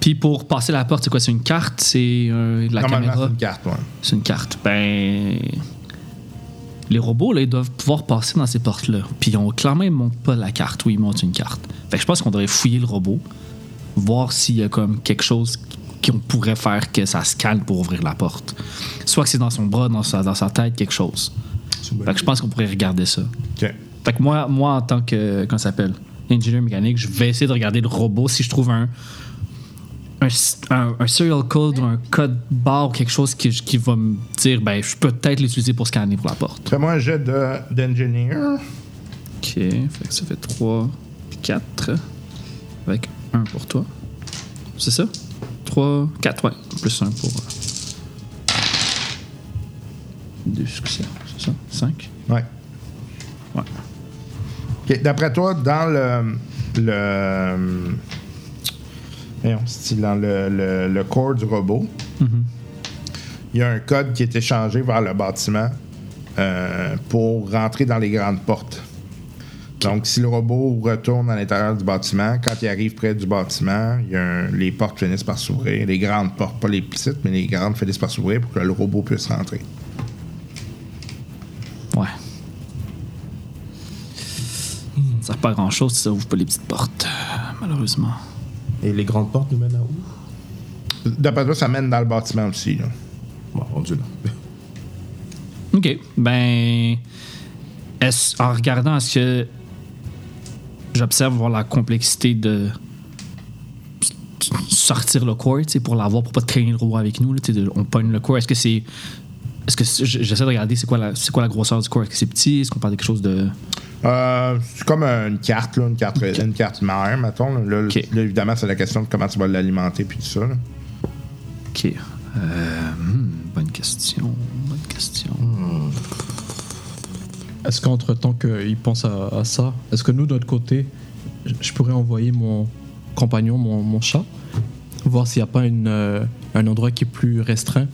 Speaker 4: Puis pour passer la porte, c'est quoi C'est une carte C'est euh, la
Speaker 2: Normalement, c'est
Speaker 4: caméra
Speaker 2: une carte, ouais.
Speaker 4: C'est une carte. Ben. Les robots, là, ils doivent pouvoir passer dans ces portes-là. Puis ils ont clairement, ils montent pas la carte. Oui, ils montent une carte. Fait que je pense qu'on devrait fouiller le robot, voir s'il y a comme quelque chose qu'on pourrait faire que ça se calme pour ouvrir la porte. Soit que c'est dans son bras, dans sa, dans sa tête, quelque chose. Fait que je pense qu'on pourrait regarder ça.
Speaker 2: OK.
Speaker 4: Fait que moi, moi en tant que. Qu'on s'appelle Ingénieur mécanique, je vais essayer de regarder le robot si je trouve un. un, un- un serial code ou un code barre ou quelque chose qui, qui va me dire, ben, je peux peut-être l'utiliser pour scanner pour la porte.
Speaker 2: Fais-moi un jet de- d'engineer.
Speaker 4: Ok, fait que ça fait 3, 4, avec 1 pour toi. C'est ça? 3, 4, ouais, plus 1 pour. 2 succès, c'est ça? 5?
Speaker 2: Ouais.
Speaker 4: Ouais.
Speaker 2: Ok, D'après toi, dans le. le voyons, c'est-tu dans le, le- le corps du robot, il y a un code qui est échangé vers le bâtiment euh, pour rentrer dans les grandes portes. Donc, si le robot retourne à l'intérieur du bâtiment, quand il arrive près du bâtiment, il y a un- les portes finissent par s'ouvrir. Les grandes portes, pas les petites, mais les grandes finissent par s'ouvrir pour que le robot puisse rentrer.
Speaker 4: Ouais. Hmm, Ça sert pas à grand chose si ça ouvre pas les petites portes, euh, malheureusement.
Speaker 8: Et les grandes portes nous mènent à où
Speaker 2: D'après toi, ça mène dans le bâtiment aussi. là.
Speaker 8: Bon, on dit là.
Speaker 4: Ok, ben. est-ce- en regardant, est-ce que j'observe voir la complexité de sortir le corps, tu sais, pour l'avoir, pour pas traîner le robot avec nous, là, tu sais, de- on pogne le corps. Est-ce que c'est. Est-ce que c'est- j- j'essaie de regarder c'est quoi, la, c'est quoi la grosseur du corps? Est-ce que c'est petit? Est-ce qu'on parle de quelque chose de.
Speaker 2: Euh, c'est comme une carte, là, une carte, une carte mère, mettons. Là, Là,
Speaker 4: Ok.
Speaker 2: là, évidemment, c'est la question de comment tu vas l'alimenter puis tout ça. là.
Speaker 4: Ok. Euh, hmm, bonne question. Bonne question.
Speaker 5: Est-ce qu'entre-temps qu'ils pensent à, à ça, est-ce que nous, de notre côté, je- je pourrais envoyer mon compagnon, mon, mon chat, voir s'il n'y a pas une, euh, un endroit qui est plus restreint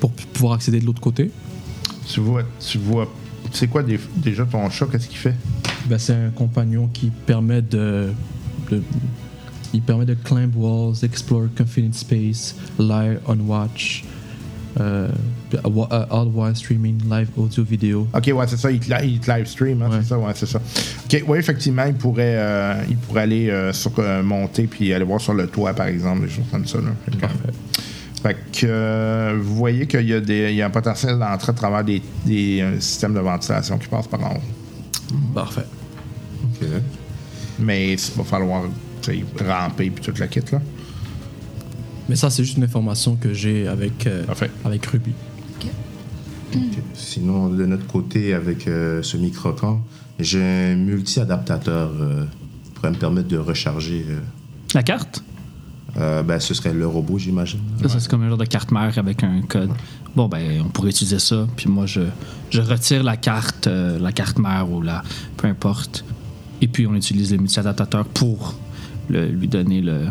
Speaker 5: pour p- pouvoir accéder de l'autre côté
Speaker 2: Tu vois, tu vois. C'est quoi des- déjà ton chat, qu'est-ce qu'il fait?
Speaker 5: ben, C'est un compagnon qui permet de, de- Il permet de climb walls, explore confined space, live on watch, euh, wa- euh, all while streaming live audio vidéo.
Speaker 2: Ok, ouais, c'est ça, il te, li- il te live stream, hein,
Speaker 5: Ouais.
Speaker 2: c'est ça, ouais, c'est ça. Ok, ouais, effectivement, il pourrait, euh, il pourrait aller euh, sur, euh, monter puis aller voir sur le toit, par exemple, des choses comme ça. là. Fait que- Fait que euh, vous voyez qu'il y, a des- il y a un potentiel d'entrée à travers des, des, euh, systèmes de ventilation qui passent par en haut.
Speaker 5: Parfait.
Speaker 8: Ok.
Speaker 2: Mais il va falloir tu sais, ramper puis toute la kit, là.
Speaker 5: Mais ça, c'est juste une information que j'ai avec, euh,
Speaker 2: Parfait.
Speaker 5: avec Ruby.
Speaker 8: Sinon, de notre côté, avec euh, ce micro-camp, j'ai un multi-adaptateur euh, qui pourrait me permettre de recharger. euh,
Speaker 4: La carte?
Speaker 8: euh, ben, ce serait le robot, j'imagine.
Speaker 4: Ça, ça, c'est comme un genre de carte mère avec un code. Bon, ben, on pourrait utiliser ça. Puis moi, je, je retire la carte, euh, la carte mère ou la. peu importe. Et puis, on utilise le multi-adaptateur pour le- lui donner le-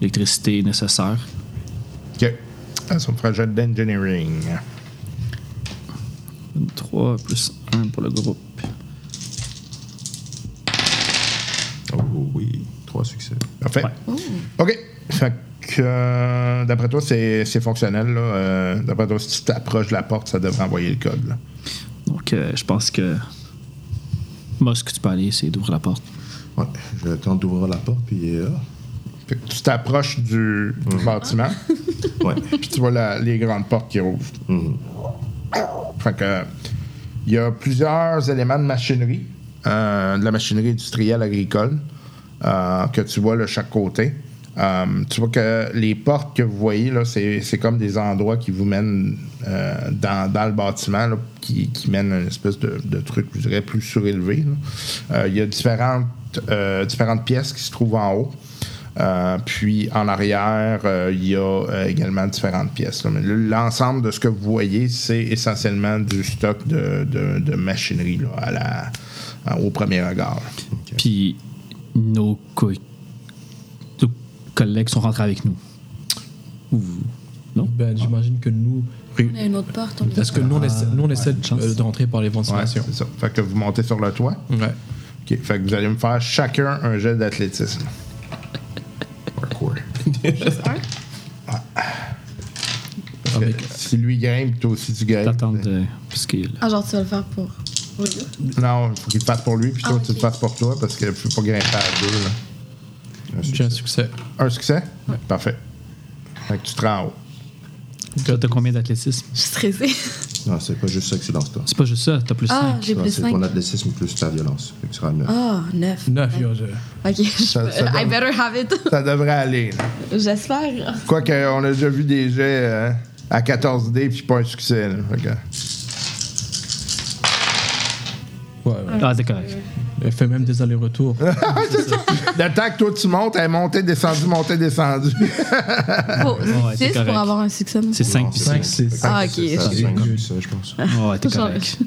Speaker 4: l'électricité nécessaire.
Speaker 2: Ok. Ah, Ça me fera un jet d'engineering.
Speaker 4: 3 plus 1 pour le groupe.
Speaker 8: Oh oui, trois succès.
Speaker 2: Parfait. Ok. Fait que, euh, d'après toi, c'est c'est fonctionnel, là. Euh, d'après toi, si tu t'approches de la porte, ça devrait envoyer le code, là.
Speaker 4: Donc, euh, je pense que. Moi, ce que tu peux aller, c'est d'ouvrir la porte.
Speaker 8: Ouais, je tente d'ouvrir la porte, puis. euh,
Speaker 2: Fait que tu t'approches du, du bâtiment,
Speaker 8: ouais.
Speaker 2: puis tu vois la- les grandes portes qui ouvrent. Fait que, il y a plusieurs éléments de machinerie, euh, de la machinerie industrielle agricole, euh, que tu vois de chaque côté. Euh, tu vois que les portes que vous voyez, là, c'est, c'est comme des endroits qui vous mènent euh, dans, dans le bâtiment, là, qui, qui mènent à une espèce de, de truc, je dirais, plus surélevé. là. Euh, Il y a différentes, euh, différentes pièces qui se trouvent en haut. Euh, puis en arrière, euh, il y a euh, également différentes pièces. là. Mais le- l'ensemble de ce que vous voyez, c'est essentiellement du stock de, de- de machinerie là, à la- à- au premier regard.
Speaker 4: Puis, nos, co- nos collègues sont rentrés avec nous.
Speaker 5: Ben, j'imagine que nous.
Speaker 3: On a une autre porte. On les
Speaker 5: Parce que nous, on essaie, nous, on essaie de, euh, de rentrer par les
Speaker 2: Ouais,
Speaker 5: ventilations.
Speaker 2: c'est ça. Fait que vous montez sur le toit.
Speaker 5: Ouais.
Speaker 2: OK. Fait que vous allez me faire chacun un jet d'athlétisme.
Speaker 8: Parkour.
Speaker 5: Avec-
Speaker 2: Si lui grimpe, toi aussi tu grimpes.
Speaker 4: T'attends de. Parce que
Speaker 7: Ah, genre, tu vas le faire pour. Oui.
Speaker 2: Non, il faut qu'il te fasse pour lui, puis toi,
Speaker 7: Ah,
Speaker 2: tu le
Speaker 7: ok.
Speaker 2: fasses pour toi, parce que tu peux pas grimper à deux. là.
Speaker 5: J'ai un succès.
Speaker 2: Un succès? Parfait. Fait que tu te rends en haut.
Speaker 4: Toi, T'as combien d'athlétisme?
Speaker 7: Je suis stressée.
Speaker 8: Non, c'est pas juste ça que tu lances, toi.
Speaker 4: C'est pas juste ça, t'as plus
Speaker 3: Ah,
Speaker 4: cinq.
Speaker 3: j'ai
Speaker 8: Non,
Speaker 3: plus
Speaker 8: C'est
Speaker 3: 5.
Speaker 8: ton athlétisme plus ta violence. Fait que tu seras à neuf.
Speaker 3: Ah, 9.
Speaker 2: Neuf, yo, je-
Speaker 3: Ok, je
Speaker 2: Ça- ça
Speaker 3: peux- I
Speaker 2: donne-
Speaker 3: better have it.
Speaker 2: ça devrait aller. là.
Speaker 7: J'espère.
Speaker 2: Quoique, on a déjà vu des jets euh, à 14 dés, puis pas un succès. là. Fait que-
Speaker 9: Ouais, ouais.
Speaker 4: Ah, c'est correct.
Speaker 9: Elle fait même des allers-retours.
Speaker 2: Le temps que toi tu montes, elle est montée, descendue, montée, descendue.
Speaker 3: Faut
Speaker 4: Ouais, c'est
Speaker 3: 6 pour
Speaker 4: correct.
Speaker 3: avoir un succès.
Speaker 4: C'est 5 puis 5.
Speaker 9: six.
Speaker 3: Ah, ok.
Speaker 8: C'est ça,
Speaker 3: excusez.
Speaker 8: cinq comme ça, je pense.
Speaker 4: Ouais, t'es
Speaker 3: Ça,
Speaker 4: correct.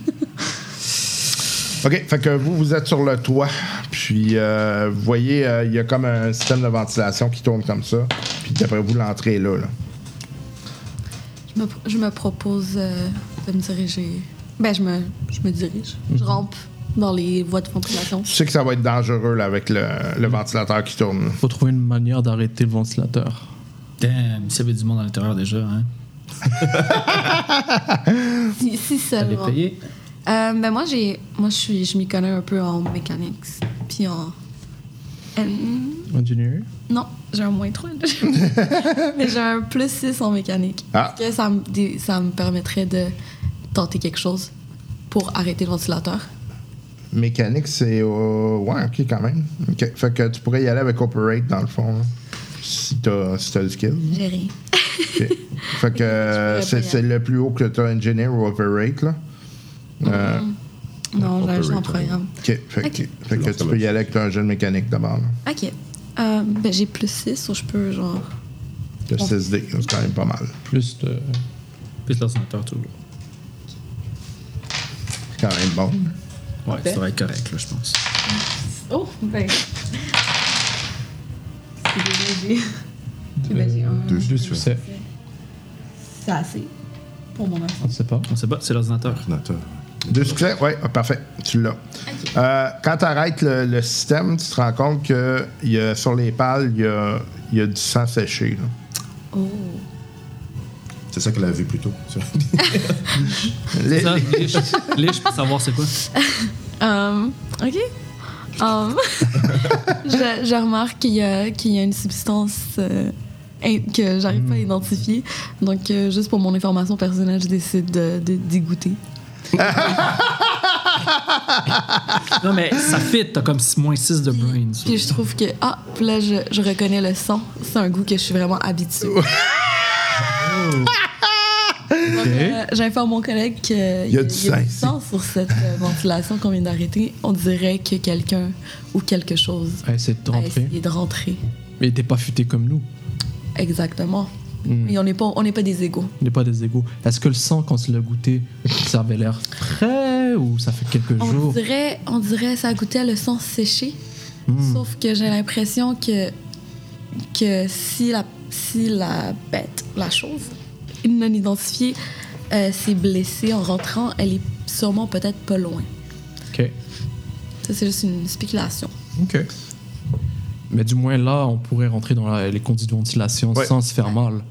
Speaker 2: OK, fait que vous, vous êtes sur le toit, puis euh, vous voyez, euh, il y a comme un système de ventilation qui tourne comme ça, puis d'après vous, l'entrée est là. là.
Speaker 3: Je me, je me propose euh, de me diriger. Ben, je me, je me dirige.
Speaker 4: Mhm.
Speaker 3: Je rampe dans les voies de ventilation.
Speaker 2: Tu sais que ça va être dangereux là, avec le, le ventilateur qui tourne. là.
Speaker 5: Faut trouver une manière d'arrêter le ventilateur.
Speaker 4: Damn, il savait du monde à l'intérieur déjà, hein.
Speaker 3: Si, si
Speaker 4: T'allais
Speaker 3: seulement.
Speaker 4: payer.
Speaker 3: Euh, ben, moi, j'ai, moi je, suis, je m'y connais un peu en mécanique. Puis en. en-
Speaker 5: Engineer.
Speaker 3: non, j'ai un moins 3. Mais j'ai un plus 6 en mécanique.
Speaker 2: Ah.
Speaker 3: Parce que ça me, dé- ça me permettrait de tenter quelque chose pour arrêter le ventilateur.
Speaker 2: Mécanique, c'est. euh, ouais, OK, quand même. OK, fait que tu pourrais y aller avec Operate dans le fond, là, si t'as si t'as le skill.
Speaker 3: J'ai rien.
Speaker 2: Fait que euh,
Speaker 3: pourrais
Speaker 2: c'est
Speaker 3: pas y
Speaker 2: c'est le plus haut que t'as Engineer ou Operate, là. Euh,
Speaker 3: Non, j'ai un jeu en
Speaker 8: Operator.
Speaker 3: programme.
Speaker 2: OK, fait,
Speaker 3: Mm-hmm. Ok.
Speaker 2: que- fait que tu peux y aller avec ton jeu de mécanique d'abord, là.
Speaker 3: Ok. Euh, ben, j'ai plus 6 ou je peux, genre.
Speaker 2: T'as 6D, là, c'est quand même pas mal.
Speaker 5: Plus de.
Speaker 4: Plus l'ordinateur, toujours.
Speaker 2: C'est quand même bon.
Speaker 4: Ouais, ça va être correct, là, je pense.
Speaker 7: Oh, ben. C'est léger. Eh ben, j'ai un-
Speaker 8: Deux succès.
Speaker 5: C'est.
Speaker 7: C'est assez pour mon enfant.
Speaker 5: On sait pas.
Speaker 4: On sait pas, c'est l'ordinateur.
Speaker 8: Ordinateur.
Speaker 2: Deux succès, oui, parfait, tu l'as. Euh, quand tu arrêtes le, le système, tu te rends compte que il y a- sur les pales, il y a, il y a du sang séché. là.
Speaker 3: Oh.
Speaker 8: C'est ça qu'elle a vu plus tôt. ça.
Speaker 2: Les-
Speaker 4: Ça, Lich, Lich, pour savoir c'est quoi.
Speaker 3: Euh, ok. Euh, je, je remarque qu'il y, a- qu'il y a une substance euh, in- que j'arrive
Speaker 2: Hmm.
Speaker 3: pas à identifier. Donc, euh, juste pour mon information personnelle, je décide de, de, d'y goûter.
Speaker 4: Non, mais ça fit, t'as comme six- moins 6 de brains.
Speaker 3: Puis je trouve que. Ah, puis là, je, je reconnais le sang. C'est un goût que je suis vraiment habituée. Donc, euh, J'informe mon collègue qu'il y
Speaker 2: a du sang ici.
Speaker 3: sang sur cette euh, ventilation qu'on vient d'arrêter. On dirait que quelqu'un ou quelque chose
Speaker 5: Ah, c'est de
Speaker 3: a
Speaker 5: rentrer.
Speaker 3: essayé de rentrer.
Speaker 5: Mais t'es pas futé comme nous.
Speaker 3: Exactement. Mais on n'est pas, on n'est pas des égaux.
Speaker 5: On n'est pas des égaux. Est-ce que le sang, quand tu l'as goûté, ça avait l'air frais ou ça fait quelques
Speaker 3: On
Speaker 5: jours
Speaker 3: dirait, on dirait ça goûtait à le sang séché.
Speaker 2: Mm.
Speaker 3: Sauf que j'ai l'impression que, que si, la, si la bête, la chose, non identifiée, euh, s'est blessée en rentrant, elle est sûrement peut-être pas loin.
Speaker 5: Ok.
Speaker 3: Ça, c'est juste une spéculation.
Speaker 5: Ok. Mais du moins là, on pourrait rentrer dans la- les conduits de ventilation
Speaker 2: Ouais.
Speaker 5: sans se faire mal.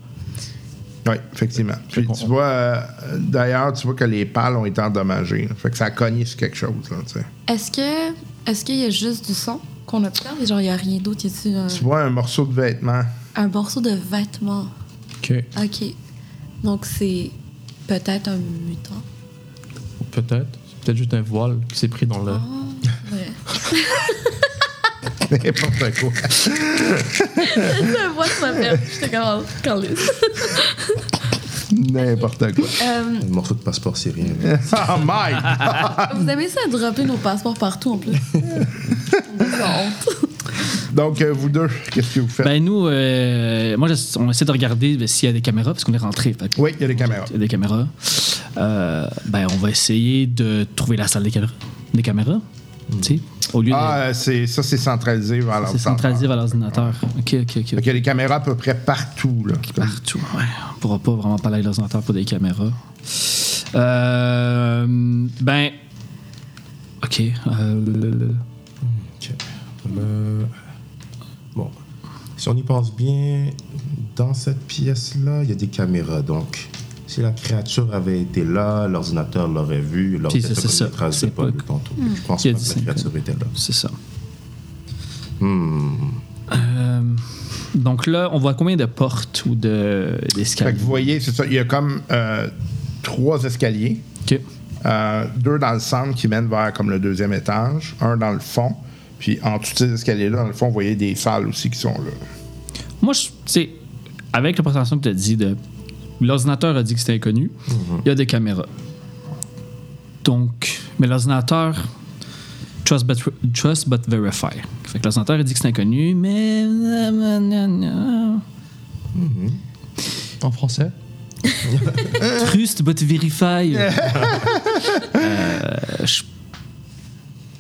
Speaker 2: oui, effectivement. Puis
Speaker 5: qu'on-
Speaker 2: tu vois, euh, d'ailleurs, tu vois que les pales ont été endommagées. là. Fait que ça a cogné sur quelque chose. là, tu sais.
Speaker 3: Est-ce que est-ce qu'il y a juste du sang qu'on observe? Genre, il n'y a rien d'autre. Y a-t-il un,
Speaker 2: Tu vois un morceau de vêtement.
Speaker 3: un morceau de vêtement?
Speaker 5: Ok.
Speaker 3: OK. Donc, c'est peut-être un mutant.
Speaker 5: Peut-être. C'est peut-être juste un voile qui s'est pris dans le.
Speaker 3: Ouais.
Speaker 2: N'importe quoi.
Speaker 7: Je vois que ma perte. J'étais
Speaker 3: oh,
Speaker 7: comme Carlis.
Speaker 2: N'importe quoi.
Speaker 3: Euh,
Speaker 8: Un morceau de passeport syrien.
Speaker 2: oh, Mike!
Speaker 3: vous avez ça à dropper nos passeports partout en plus. On a honte.
Speaker 2: Donc, euh, vous deux, qu'est-ce que vous faites?
Speaker 4: Ben nous, euh, moi, je- on essaie de regarder ben, s'il y a des caméras, parce qu'on est rentré. fait que-
Speaker 2: oui, il y a des caméras.
Speaker 4: Il y a des caméras. Euh, ben, on va essayer de trouver la salle des caméras. Des caméras, tu sais, au lieu
Speaker 2: Hmm. Ah, euh, c'est- ça, c'est centralisé vers
Speaker 4: de.
Speaker 2: l'ordinateur.
Speaker 4: C'est centralisé vers l'ordinateur. Ok, ok, ok.
Speaker 2: Fait qu'il y a des caméras à peu près partout. Là.
Speaker 4: Partout, ouais. On pourra pas vraiment parler avec l'ordinateur pour des caméras. Euh, ben. Ok. euh, le- le-
Speaker 8: Ok. Euh, bon. Si on y pense bien, dans cette pièce-là, il y a des caméras. Donc, si la créature avait été là, l'ordinateur l'aurait vu.
Speaker 4: Puis c'est-
Speaker 8: L'ordinateur
Speaker 4: c'est ça.
Speaker 8: reconnaîtrait
Speaker 4: C'est
Speaker 8: pas
Speaker 4: pas-
Speaker 8: de tantôt. Je pense
Speaker 4: Il y
Speaker 8: pas
Speaker 4: a
Speaker 8: que
Speaker 4: du
Speaker 8: la
Speaker 4: cinq,
Speaker 8: créature était là.
Speaker 4: C'est ça.
Speaker 8: Hmm.
Speaker 4: Euh, donc là, on voit combien de portes ou de-
Speaker 2: Fait
Speaker 4: d'escaliers
Speaker 2: que vous voyez, c'est ça. Il y a comme euh, trois escaliers.
Speaker 4: OK.
Speaker 2: Euh, deux dans le centre qui mènent vers comme le deuxième étage, un dans le fond. Puis en dessous de ces escaliers-là, dans le fond, vous voyez des salles aussi qui sont là.
Speaker 4: Moi, je- tu sais, avec la présentation que tu as dit, de, l'ordinateur a dit que c'était inconnu. Il y a des caméras. Donc, mais l'ordinateur, trust but, trust but verify. Fait que l'ordinateur a dit que c'était inconnu, mais.
Speaker 5: En français
Speaker 4: Trust but verify. Euh, je-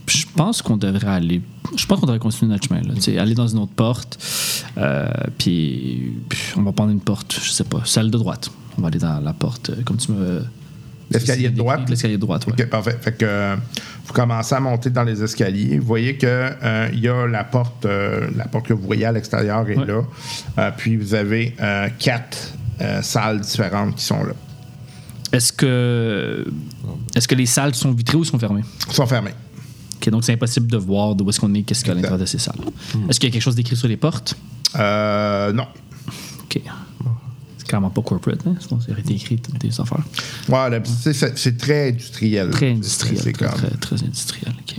Speaker 4: je pense qu'on devrait aller. Je pense qu'on devrait continuer notre chemin. Là, Tu sais, aller dans une autre porte. euh, puis puis on va prendre une porte, je sais pas, salle de droite. On va aller dans la porte, euh, comme tu me.
Speaker 2: L'escalier de droite?
Speaker 4: L'escalier de droite, ouais.
Speaker 2: Ok, parfait. Fait que euh, vous commencez à monter dans les escaliers. Vous voyez que euh, il y a la porte, euh, la porte que vous voyez à l'extérieur est
Speaker 4: Ouais.
Speaker 2: là. Euh, puis vous avez euh, quatre euh, salles différentes qui sont là.
Speaker 4: Est-ce que. Est-ce que les salles sont vitrées ou sont fermées?
Speaker 2: Elles sont fermées.
Speaker 4: Ok, donc c'est impossible de voir d'où est-ce qu'on est, qu'est-ce qu'il y a à l'intérieur de ces salles. Est-ce qu'il y a quelque chose d'écrit sur les portes?
Speaker 2: Euh, non.
Speaker 4: Ok. C'est clairement pas corporate, hein? Sinon, ça aurait été écrit toutes des affaires.
Speaker 2: Ouais, le- c'est- c'est c'est très industriel.
Speaker 4: Très
Speaker 2: C'est-
Speaker 4: industriel.
Speaker 2: c'est
Speaker 4: très,
Speaker 2: comme-
Speaker 4: très, très industriel. OK.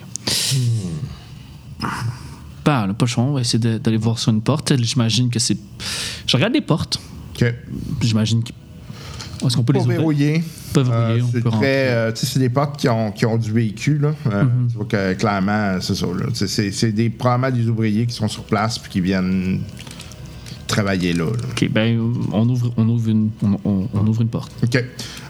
Speaker 4: Bah, le pochon, on va essayer de- d'aller voir sur une porte. J'imagine que c'est. Je regarde les portes.
Speaker 2: Ok.
Speaker 4: J'imagine que. Est-ce qu'on peut les
Speaker 2: Pas
Speaker 4: ouvrir?
Speaker 2: verrouillé.
Speaker 4: Pas verrouillé,
Speaker 2: Euh,
Speaker 4: on
Speaker 2: c'est
Speaker 4: peut
Speaker 2: très.
Speaker 4: rentrer. Mhm.
Speaker 2: euh, tu sais, c'est des portes qui ont, qui ont du vécu, là. Euh, Tu vois que clairement, c'est ça, là. Tu sais, C'est c'est des, probablement des ouvriers qui sont sur place puis qui viennent travailler là. là.
Speaker 4: OK, ben, on ouvre, on ouvre, une, on, on- on ouvre une porte.
Speaker 2: OK.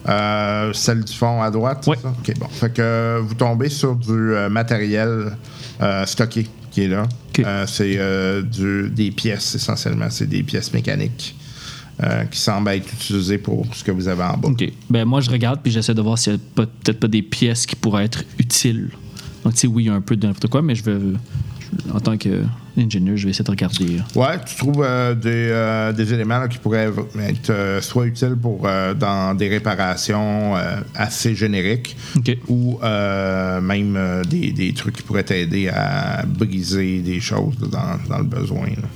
Speaker 2: Euh, celle du fond à droite,
Speaker 4: Ouais.
Speaker 2: c'est ça? OK, bon. Fait que euh, vous tombez sur du euh, matériel euh, stocké qui est là.
Speaker 4: OK.
Speaker 2: Euh, c'est euh, du- des pièces, essentiellement. C'est des pièces mécaniques euh, qui semblent être utilisées pour ce que vous avez en bas.
Speaker 4: OK. Ben, moi, je regarde puis j'essaie de voir s'il y a pas- peut-être pas des pièces qui pourraient être utiles. Donc, tu sais, oui, il y a un peu de n'importe quoi, mais je vais. je- En tant qu'ingénieur, je vais essayer de regarder. là.
Speaker 2: Ouais, tu trouves euh, des, euh, des éléments là, qui pourraient être euh, soit utiles pour euh, dans des réparations euh, assez génériques
Speaker 4: OK.
Speaker 2: ou euh, même euh, des, des trucs qui pourraient t'aider à briser des choses là, dans, dans le besoin. là.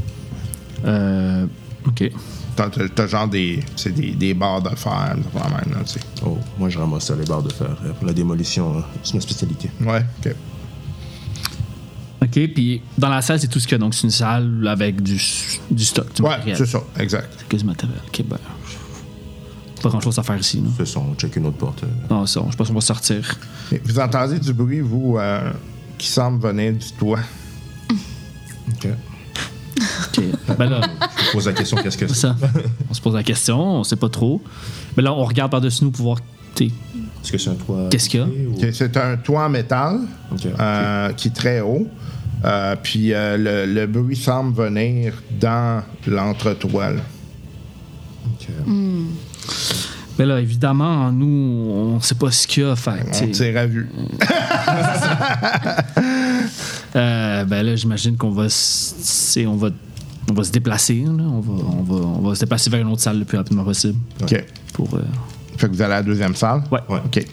Speaker 4: Euh, OK.
Speaker 2: T'as, t'as- t'as genre des, c'est des, des barres de fer, des affaires même, là, tu sais.
Speaker 8: Oh, moi, je ramasse ça, les barres de fer. euh, Pour la démolition, hein. c'est ma spécialité.
Speaker 2: Ouais, ok.
Speaker 4: OK, puis dans la salle, c'est tout ce qu'il y a. Donc, c'est une salle avec du, du stock, du
Speaker 2: Ouais,
Speaker 4: matériel.
Speaker 2: c'est ça, exact.
Speaker 4: Que du matériel. OK, ben. Pas grand chose à faire ici, non?
Speaker 8: De toute façon, on check une autre porte. euh.
Speaker 4: Non, ça, je pense qu'on va sortir.
Speaker 2: Et vous entendez du bruit, vous, euh, qui semble venir du toit.
Speaker 8: OK.
Speaker 4: OK. ben là,
Speaker 8: Je pose la question, qu'est-ce que
Speaker 4: c'est
Speaker 8: c'est?
Speaker 4: ça. On se pose la question, on sait pas trop. Mais là, on regarde par-dessus nous pour voir. t'sais,
Speaker 8: Est-ce que c'est un toit...
Speaker 4: Qu'est-ce qu'il y a?
Speaker 8: ou-
Speaker 2: Ok, C'est un toit en métal
Speaker 8: Ok.
Speaker 2: euh, qui est très haut. Euh, puis euh, le, le bruit semble venir dans l'entretoit. là.
Speaker 8: Ok.
Speaker 4: Ben là, évidemment, nous, on sait pas ce qu'il y a. Fait, que,
Speaker 2: On
Speaker 4: t'sais,
Speaker 2: tire à vue.
Speaker 4: Euh, ben là, j'imagine qu'on va, s- c'est- on va, on va se déplacer. là. On, va, on, va, on va se déplacer vers une autre salle le plus rapidement possible.
Speaker 2: Ok.
Speaker 4: Pour, euh,
Speaker 2: Fait que vous allez à la deuxième salle?
Speaker 4: Ouais.
Speaker 8: Ouais.
Speaker 2: OK.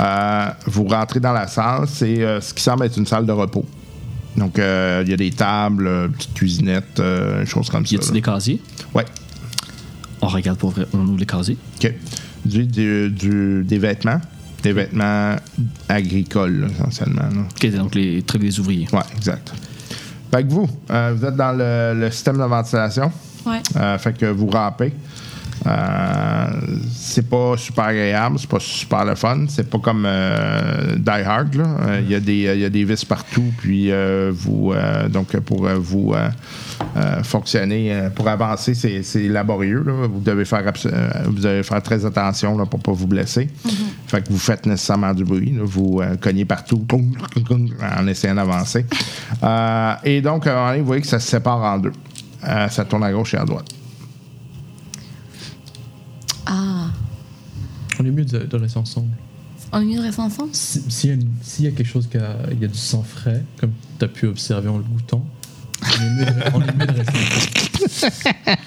Speaker 2: Euh, vous rentrez dans la salle, c'est euh, ce qui semble être une salle de repos. Donc, euh, il y a des tables, euh, petites cuisinettes, euh, des choses comme ça.
Speaker 4: y a-t-il
Speaker 2: là.
Speaker 4: des casiers?
Speaker 2: Ouais.
Speaker 4: On regarde pour vrai, on ouvre les casiers.
Speaker 2: OK. Du, du- du- des vêtements. Des vêtements agricoles, là, essentiellement. là.
Speaker 4: Ok, donc les trucs des ouvriers.
Speaker 2: Ouais, exact. Fait que vous, euh, vous êtes dans le, le système de ventilation.
Speaker 3: Ouais.
Speaker 2: Euh, fait que vous rampez. Euh, c'est pas super agréable, c'est pas super le fun. C'est pas comme euh, Die Hard. là. Euh, Il y a des, euh, il y a des vis partout, puis euh, vous, euh, donc pour euh, vous euh, euh, fonctionner, euh, pour avancer, c'est c'est laborieux. là. Vous devez faire abs- euh, vous devez faire très attention là, pour pas vous blesser. Fait que vous faites nécessairement du bruit. là. Vous euh, cognez partout clong, clong, clong, en essayant d'avancer. Euh, et donc, à un moment donné, vous voyez que ça se sépare en deux. Euh, ça tourne à gauche et à droite.
Speaker 3: Ah.
Speaker 5: On est mieux de, de rester ensemble.
Speaker 3: On est mieux de rester ensemble?
Speaker 5: Si- S'il y, a une- s'il y a quelque chose qui a, il y a du sang frais, comme tu as pu observer en le goûtant, on est mieux de, on est mieux de rester ensemble.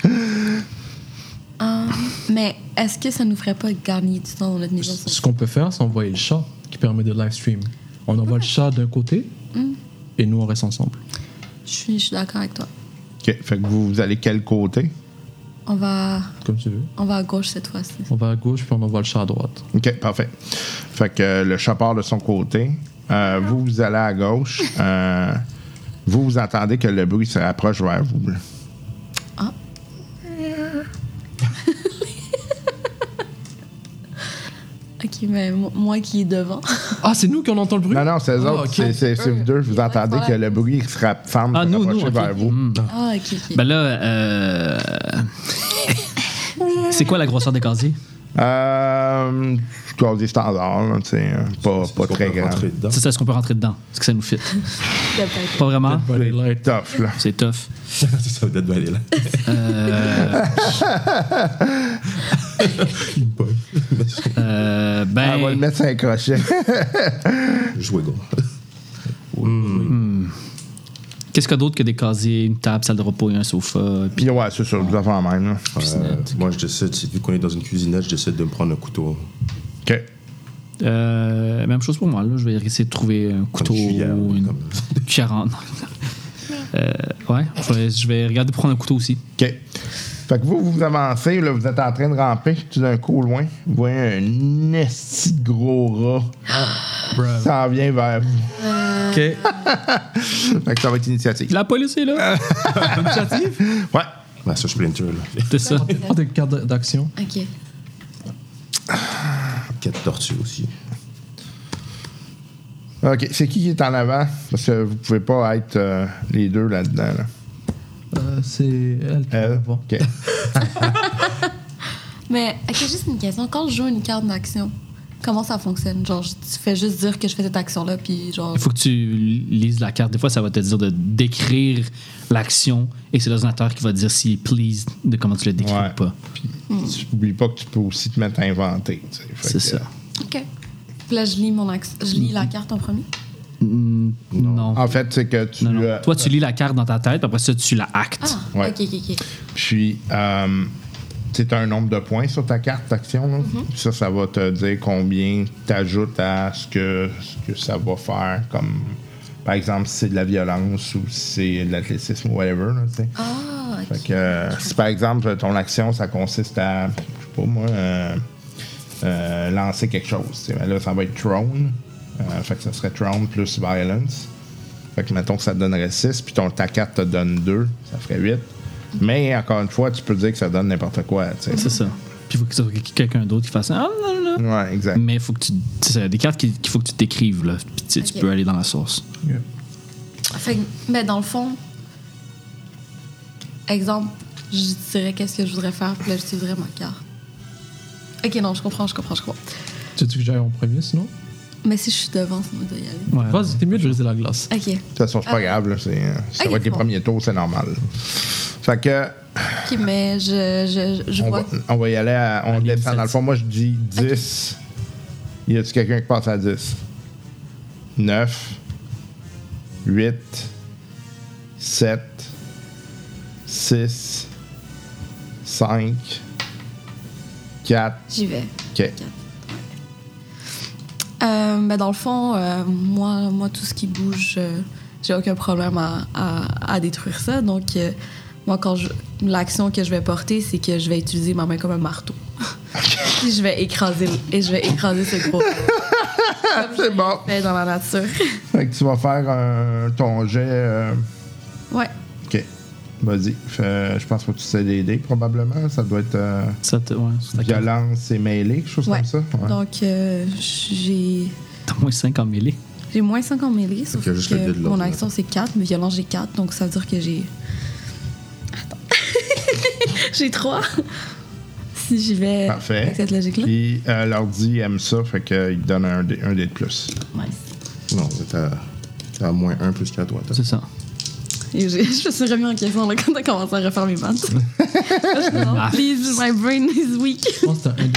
Speaker 3: Ah. Mais est-ce que ça nous ferait pas gagner du temps dans notre maison?
Speaker 5: Ce qu'on peut faire, c'est envoyer le chat qui permet de live stream. On envoie le chat d'un côté et nous on reste ensemble.
Speaker 3: Je suis, je suis d'accord avec toi.
Speaker 2: OK. Fait que vous, vous allez quel côté?
Speaker 3: On va,
Speaker 5: comme tu veux.
Speaker 3: on va à gauche cette fois-ci.
Speaker 5: On va à gauche, puis on envoie le chat à droite.
Speaker 2: OK, parfait. Fait que euh, le chat part de son côté. Euh, vous, vous allez à gauche. Euh, vous, vous entendez que le bruit se rapproche vers vous. là.
Speaker 3: Ok, mais mo- moi qui est devant.
Speaker 5: Ah, c'est nous qu'on entend le bruit?
Speaker 2: Non, non, c'est eux
Speaker 5: Ah,
Speaker 2: autres.
Speaker 5: ok.
Speaker 2: c'est- C'est c'est vous deux. Vous entendez que le bruit se rap- semble
Speaker 4: Ah,
Speaker 2: se
Speaker 4: nous, nous.
Speaker 2: rapprocher
Speaker 4: ok.
Speaker 2: vers vous.
Speaker 4: Hmm.
Speaker 3: Ah, ok, ok.
Speaker 4: Ben là, euh... c'est quoi la grosseur des casiers?
Speaker 2: Euh, je dois dire standard, là, tu sais, hein, pas, pas très grand.
Speaker 8: rentrer dedans.
Speaker 4: C'est ça, est-ce qu'on peut rentrer dedans? Est-ce que ça nous fit? Pas vraiment?
Speaker 9: Body light.
Speaker 2: Tough, là.
Speaker 4: C'est tough.
Speaker 8: C'est ça, Dead Valley, là. Il bug.
Speaker 4: Euh,
Speaker 2: Ah, on va le
Speaker 4: ben,
Speaker 2: mettre sur un crochet.
Speaker 8: Jouer gros.
Speaker 4: qu'est-ce qu'il y a d'autre que des casiers, une table, salle de repos et un sofa? Puis
Speaker 2: Puis ouais, c'est sûr, vous avez en même. là.
Speaker 8: Euh, moi, je décide, vu qu'on est dans une cuisinette, je décide de me prendre un couteau.
Speaker 2: OK.
Speaker 4: Euh, même chose pour moi. Là. Je vais essayer de trouver un couteau
Speaker 8: Comme Julien,
Speaker 4: ou une
Speaker 8: comme-
Speaker 4: cuillère en- Euh, ouais, je vais, je vais regarder pour prendre un couteau aussi.
Speaker 2: OK. Fait que vous, vous avancez, là, vous êtes en train de ramper, tout d'un coup, au loin, vous voyez un esti de gros rat s'en vient vers vous.
Speaker 9: OK.
Speaker 2: Fait que ça va être initiative.
Speaker 4: La police est là!
Speaker 2: Ouais.
Speaker 8: Ah, ça, je Splinter, là.
Speaker 4: C'est ça.
Speaker 5: Prends des cartes d'a- d'action.
Speaker 3: Ok.
Speaker 8: Quatre tortues aussi.
Speaker 2: OK, c'est qui qui est en avant? Parce que vous pouvez pas être euh, les deux là-dedans, là.
Speaker 5: Euh, c'est elle qui va
Speaker 2: Elle?
Speaker 5: l'avoir.
Speaker 2: OK.
Speaker 3: Mais, ok, juste une question. Quand je joue une carte d'action, comment ça fonctionne? Genre, je- tu fais juste dire que je fais cette action-là, puis genre.
Speaker 4: Il faut que tu lises la carte. Des fois, ça va te dire de décrire l'action et c'est l'ordinateur qui va te dire s'il est pleased de comment tu le décris
Speaker 2: Ouais.
Speaker 4: ou pas.
Speaker 2: Tu oublies pas que tu peux aussi te mettre à inventer, tu sais. Fait
Speaker 4: C'est
Speaker 2: que,
Speaker 4: ça.
Speaker 3: Ok. Puis là, je lis, mon action. je lis la carte en premier.
Speaker 4: Mm, non.
Speaker 2: euh, En fait, c'est que tu...
Speaker 4: Non, non.
Speaker 2: euh,
Speaker 4: Toi, tu lis la carte dans ta tête, puis après ça, tu la
Speaker 3: Ah,
Speaker 4: actes.
Speaker 2: Ouais.
Speaker 3: ok, ok, ok.
Speaker 2: Puis, euh, tu as un nombre de points sur ta carte d'action. là. Ça, ça va te dire combien tu ajoutes à ce que, ce que ça va faire. Comme, par exemple, si c'est de la violence ou si c'est de l'athlétisme ou whatever. là, tu sais.
Speaker 3: Ah, ok.
Speaker 2: Fait que, euh, si par exemple, ton action, ça consiste à, je sais pas moi, euh, euh, lancer quelque chose. tu sais, ben là, ça va être Throne. Euh, fait que ça serait Throne plus Violence. Fait que mettons que ça te donnerait 6, puis ton, ta 4 te donne 2, ça ferait 8. Mais encore une fois, tu peux dire que ça donne n'importe quoi. tu sais.
Speaker 4: C'est ça. Puis il faut que ça soit quelqu'un d'autre qui fasse. Ah, non, non, non.
Speaker 2: Ouais, exact.
Speaker 4: Mais faut que tu. C'est des cartes qu'il qu'il faut que tu décrives, là. Puis tu, tu
Speaker 3: Ok.
Speaker 4: peux aller dans la source.
Speaker 3: Fait que, mais dans le fond, exemple, je dirais qu'est-ce que je voudrais faire, puis là, j'utiliserais ma carte. Ok, non, je comprends, je comprends, je comprends.
Speaker 5: Tu veux que j'aille en premier, sinon?
Speaker 3: Mais si je suis devant, ça me doit y aller.
Speaker 4: Ouais.
Speaker 5: Vas-y, t'es mieux de briser la glace.
Speaker 3: Ok,
Speaker 2: De toute façon,
Speaker 4: Ah.
Speaker 2: c'est pas grave. là, c'est- euh, ça
Speaker 3: Ok,
Speaker 2: va être les
Speaker 3: bon.
Speaker 2: premiers tours, c'est normal. Fait que,
Speaker 3: ok, mais je, je, je
Speaker 2: on
Speaker 3: vois.
Speaker 2: va, on va y aller à. On descend. Dans le
Speaker 4: sept.
Speaker 2: fond, moi, je dis 10. Y a-tu quelqu'un qui passe à 10 9, 8, 7, 6, 5, 4.
Speaker 3: J'y vais.
Speaker 2: Ok.
Speaker 3: Euh, ben, dans le fond, euh, moi, moi, tout ce qui bouge, euh, j'ai aucun problème à, à- à détruire ça. Donc, euh, moi, quand je- l'action que je vais porter, c'est que je vais utiliser ma main comme un marteau. Puis je vais écraser, et je vais écraser ce gros. Ah,
Speaker 2: C'est bon.
Speaker 3: fait dans la nature.
Speaker 2: Fait que tu vas faire un- ton jet. euh,
Speaker 3: ouais.
Speaker 2: ok. Vas-y. Fais- euh, Je pense que tu sais les dés, probablement. Ça doit être euh,
Speaker 4: Ça te. Ouais, c'est ta carte.
Speaker 2: violence et mêlée, quelque chose
Speaker 3: Ouais.
Speaker 2: comme ça. Ouais.
Speaker 3: Donc, euh, j'ai.
Speaker 4: T'as moins 5 en mêlée.
Speaker 3: J'ai moins 5 en mêlée,
Speaker 8: Ok,
Speaker 3: sauf
Speaker 8: juste le dé
Speaker 3: que
Speaker 8: de
Speaker 3: mon
Speaker 8: l'ordinateur.
Speaker 3: action c'est 4, mais violent j'ai 4, donc ça veut dire que j'ai. Attends. j'ai 3. si j'y vais
Speaker 2: Parfait.
Speaker 3: avec cette logique-là.
Speaker 2: Puis euh, l'ordi aime ça, fait qu'il te donne un dé, un dé de plus.
Speaker 3: Nice.
Speaker 8: Non, t'es à, t'es à moins 1 plus 4, ouais. t'as-
Speaker 4: C'est ça.
Speaker 3: Et j'ai- je me suis remis en question là, quand t'as commencé à refaire mes maths. Non, Please, my brain is weak.
Speaker 5: Je pense que t'as un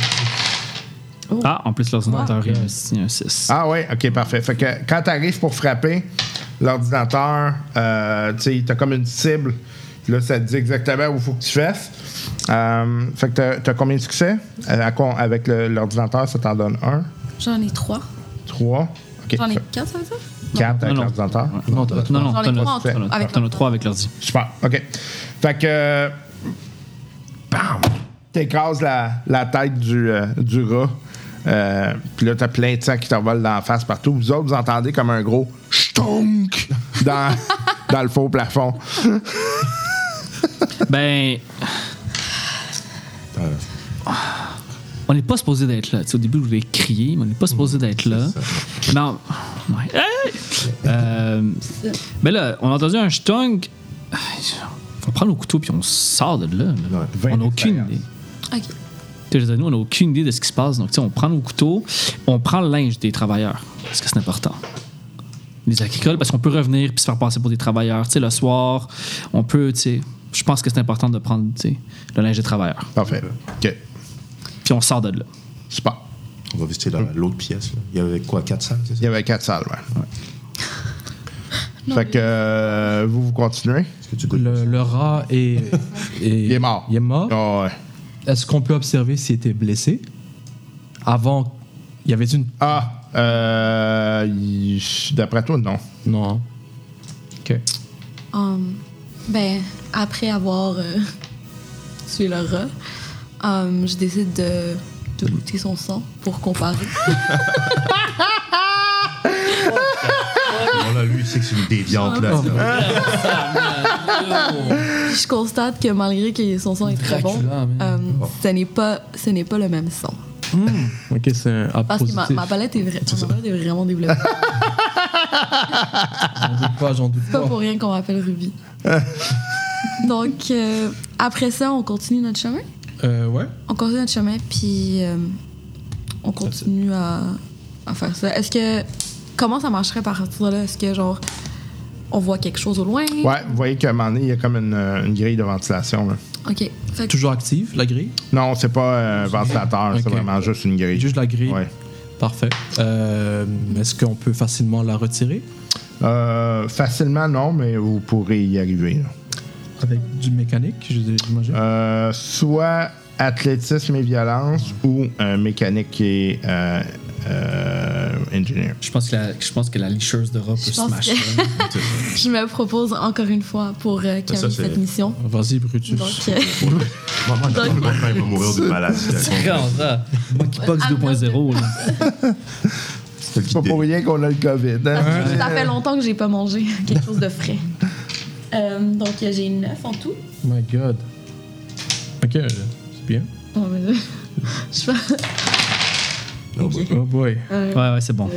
Speaker 5: des-
Speaker 4: Ah, en plus, l'ordinateur, il y a un- il y a un 6.
Speaker 2: Ah ouais, ok, parfait. Fait que quand t'arrives pour frapper, l'ordinateur, euh, tu sais, t'as comme une cible. Là, ça te dit exactement où il faut que tu fasses. Euh, fait que t'as- t'as combien de succès? Euh, à con- Avec le- l'ordinateur, ça t'en donne un,
Speaker 3: J'en ai 3.
Speaker 2: trois. Ok,
Speaker 3: J'en ai
Speaker 2: fait
Speaker 3: 4, ça veut dire?
Speaker 2: quatre avec
Speaker 4: Non, non.
Speaker 2: l'ordinateur.
Speaker 4: Non, t'en as- non, non,
Speaker 3: J'en ai
Speaker 4: t'en
Speaker 3: trois
Speaker 4: as-
Speaker 3: en tout.
Speaker 4: t'en as-
Speaker 3: Avec
Speaker 4: t'en as 3 avec l'ordi.
Speaker 2: Super. OK. Fait que. euh, bam! T'écrases la, la tête du, euh, du rat. Euh, Puis là, t'as plein de sang qui t'envolent dans la face partout. Vous autres, vous entendez comme un gros stonk dans, dans le faux plafond.
Speaker 4: Ben. On n'est pas supposé d'être là. Tu sais, au début, je voulais crier, mais on n'est pas
Speaker 2: Mm,
Speaker 4: supposé d'être là. Non. Ouais. Hey! Euh, mais là, on a entendu un stung. On prend nos couteaux puis on sort de là. là.
Speaker 2: vingt
Speaker 4: on n'a aucune
Speaker 2: expériences.
Speaker 4: idée.
Speaker 3: Ok.
Speaker 4: Tu sais, je veux dire, nous, on n'a aucune idée de ce qui se passe. Donc, tu sais, on prend nos couteaux, on prend le linge des travailleurs, parce que c'est important. Les agricoles, parce qu'on peut revenir puis se faire passer pour des travailleurs. Tu sais, le soir, on peut, tu sais, je pense que c'est important de prendre, tu sais, le linge des travailleurs.
Speaker 2: Parfait. OK.
Speaker 4: Puis on sort de là.
Speaker 2: Super.
Speaker 8: On va visiter la- l'autre pièce. là. Il y avait quoi, 400, c'est
Speaker 2: Il
Speaker 8: ça?
Speaker 2: y avait quatre salles, ouais. fait que euh, vous, vous continuez?
Speaker 8: Est-ce que tu goûtes?
Speaker 5: Le, le rat est, est-
Speaker 2: Il est mort.
Speaker 5: Il est mort.
Speaker 2: Ah ouais.
Speaker 5: Est-ce qu'on peut observer s'il était blessé Avant, il y avait une.
Speaker 2: Ah, euh, il- d'après toi, non.
Speaker 5: Non. hein? Ok.
Speaker 3: Um, ben, après avoir euh, tué le rat, um, je décide de, de goûter son sang pour comparer.
Speaker 8: Non, Oh, là, lui, il sait que c'est une déviante, là.
Speaker 3: je constate que malgré que son sang est très bon,
Speaker 9: Dracula, man.
Speaker 3: um, ce n'est pas ce n'est pas le même sang.
Speaker 5: Ok, c'est un A
Speaker 3: Parce que Ah, ma,
Speaker 5: positif.
Speaker 3: ma palette est, vra- ma palette est vraiment développée.
Speaker 9: J'en doute pas, j'en doute
Speaker 3: C'est pas
Speaker 9: pas.
Speaker 3: pour rien qu'on m'appelle Ruby. Donc euh, après ça, on continue notre chemin.
Speaker 9: Euh, ouais.
Speaker 3: On continue notre chemin, puis euh, on continue à, à faire ça. Est-ce que. Comment ça marcherait par partir de là? Est-ce que, genre, on voit quelque chose au loin?
Speaker 2: Ouais, vous voyez qu'à un moment donné, il y a comme une, euh, une grille de ventilation. là.
Speaker 3: OK. Fait que
Speaker 5: Toujours active, la grille
Speaker 2: Non, c'est pas euh, un ventilateur, c'est
Speaker 5: Ok.
Speaker 2: vraiment juste une grille.
Speaker 5: Juste la grille.
Speaker 2: Ouais.
Speaker 5: Parfait. Euh, Est-ce qu'on peut facilement la retirer
Speaker 2: Euh, facilement, non, mais vous pourrez y arriver. là.
Speaker 5: Avec du mécanique, je veux dire, j'imagine.
Speaker 2: Euh, soit athlétisme et violence ou euh, mécanique et euh, euh, engineer.
Speaker 4: Je pense que la, je pense que la licheuse de rat peut
Speaker 3: Je
Speaker 4: se
Speaker 3: pense
Speaker 4: mâcher.
Speaker 3: je me propose encore une fois pour euh, carrer
Speaker 8: ça, c'est-
Speaker 3: cette mission.
Speaker 5: Vas-y, Brutus.
Speaker 3: Donc, euh,
Speaker 8: Maman, j'ai mon frère, il va mourir de maladie. Ah, C'est
Speaker 4: Quand ça? Monkeypox 2.0, là.
Speaker 8: le
Speaker 2: C'est pas pour rien qu'on a le COVID.
Speaker 5: Ah.
Speaker 2: hein?
Speaker 3: ça fait longtemps que j'ai pas mangé quelque chose de frais. Euh, donc, euh, j'ai 9 en tout.
Speaker 5: My God. Ok, euh, c'est bien.
Speaker 3: Oh, mon Dieu. Je fais
Speaker 5: Oh boy.
Speaker 3: 1,
Speaker 4: Ouais, ouais, c'est bon.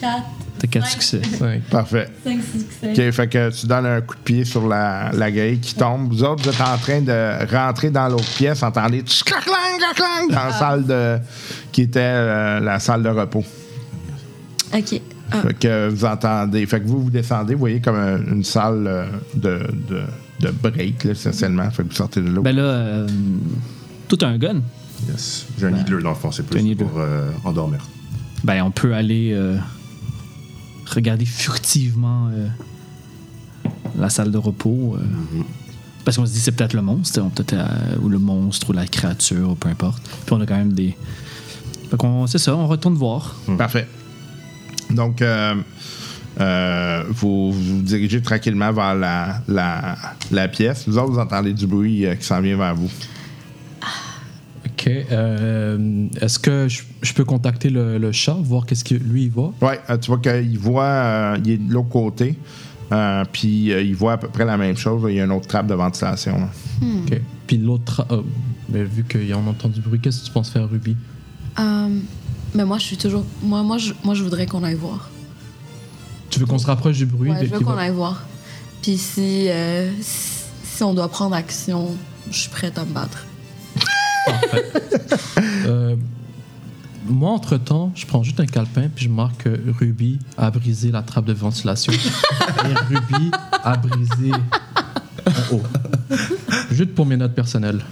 Speaker 7: 4,
Speaker 4: T'as quatre succès.
Speaker 5: Cinq.
Speaker 2: Parfait.
Speaker 7: 5 succès.
Speaker 2: OK, fait que tu donnes un coup de pied sur la, la grille qui tombe. Vous autres, vous êtes en train de rentrer dans l'autre pièce, entendez tch, clac, clang, clac, clang
Speaker 5: Ah.
Speaker 2: dans la salle de qui était euh, la salle de repos.
Speaker 3: OK. Ah,
Speaker 2: Fait que vous entendez. Fait que vous, vous descendez, vous voyez comme un- une salle euh, de, de, de break, là, essentiellement. Fait que vous sortez de là.
Speaker 4: Ben là, euh, tout un gun.
Speaker 8: Yes. J'ai un nidleur dans le fond, c'est
Speaker 4: T'as un
Speaker 8: plus
Speaker 4: needler.
Speaker 8: pour euh, endormir.
Speaker 4: Ben, on peut aller euh, regarder furtivement euh, la salle de repos. euh, Parce qu'on se dit, c'est peut-être le monstre, on peut être ou le monstre, ou la créature, ou peu importe. Puis on a quand même des. Fait qu'on, c'est ça, on retourne voir.
Speaker 2: Parfait. Hmm. Donc, euh, euh, vous vous dirigez tranquillement vers la, la, la pièce. Vous autres, vous entendez du bruit euh, qui s'en vient vers vous.
Speaker 5: Ok. euh, Est-ce que je, je peux contacter le, le chat, voir qu'est-ce que lui il voit
Speaker 2: Oui, tu vois qu'il voit, euh, il est de l'autre côté, euh, puis euh, il voit à peu près la même chose. là. Il y a une autre trappe de ventilation. là.
Speaker 3: Hmm.
Speaker 5: Ok. Puis l'autre. ah, mais vu qu'il en entend du bruit, qu'est-ce que tu penses faire, Ruby
Speaker 3: euh, mais moi, je suis toujours. Moi, moi, je, moi, je voudrais qu'on aille voir.
Speaker 5: Tu veux qu'on se rapproche du bruit
Speaker 3: ouais,
Speaker 5: dès
Speaker 3: je veux
Speaker 5: qu'il
Speaker 3: qu'on
Speaker 5: va-
Speaker 3: aille voir. Puis si, euh, si, si on doit prendre action, je suis prête à me battre.
Speaker 5: Euh, moi, entre-temps, je prends juste un calepin puis je marque que Ruby a brisé la trappe de ventilation. et Ruby a brisé en haut. Juste pour mes notes personnelles.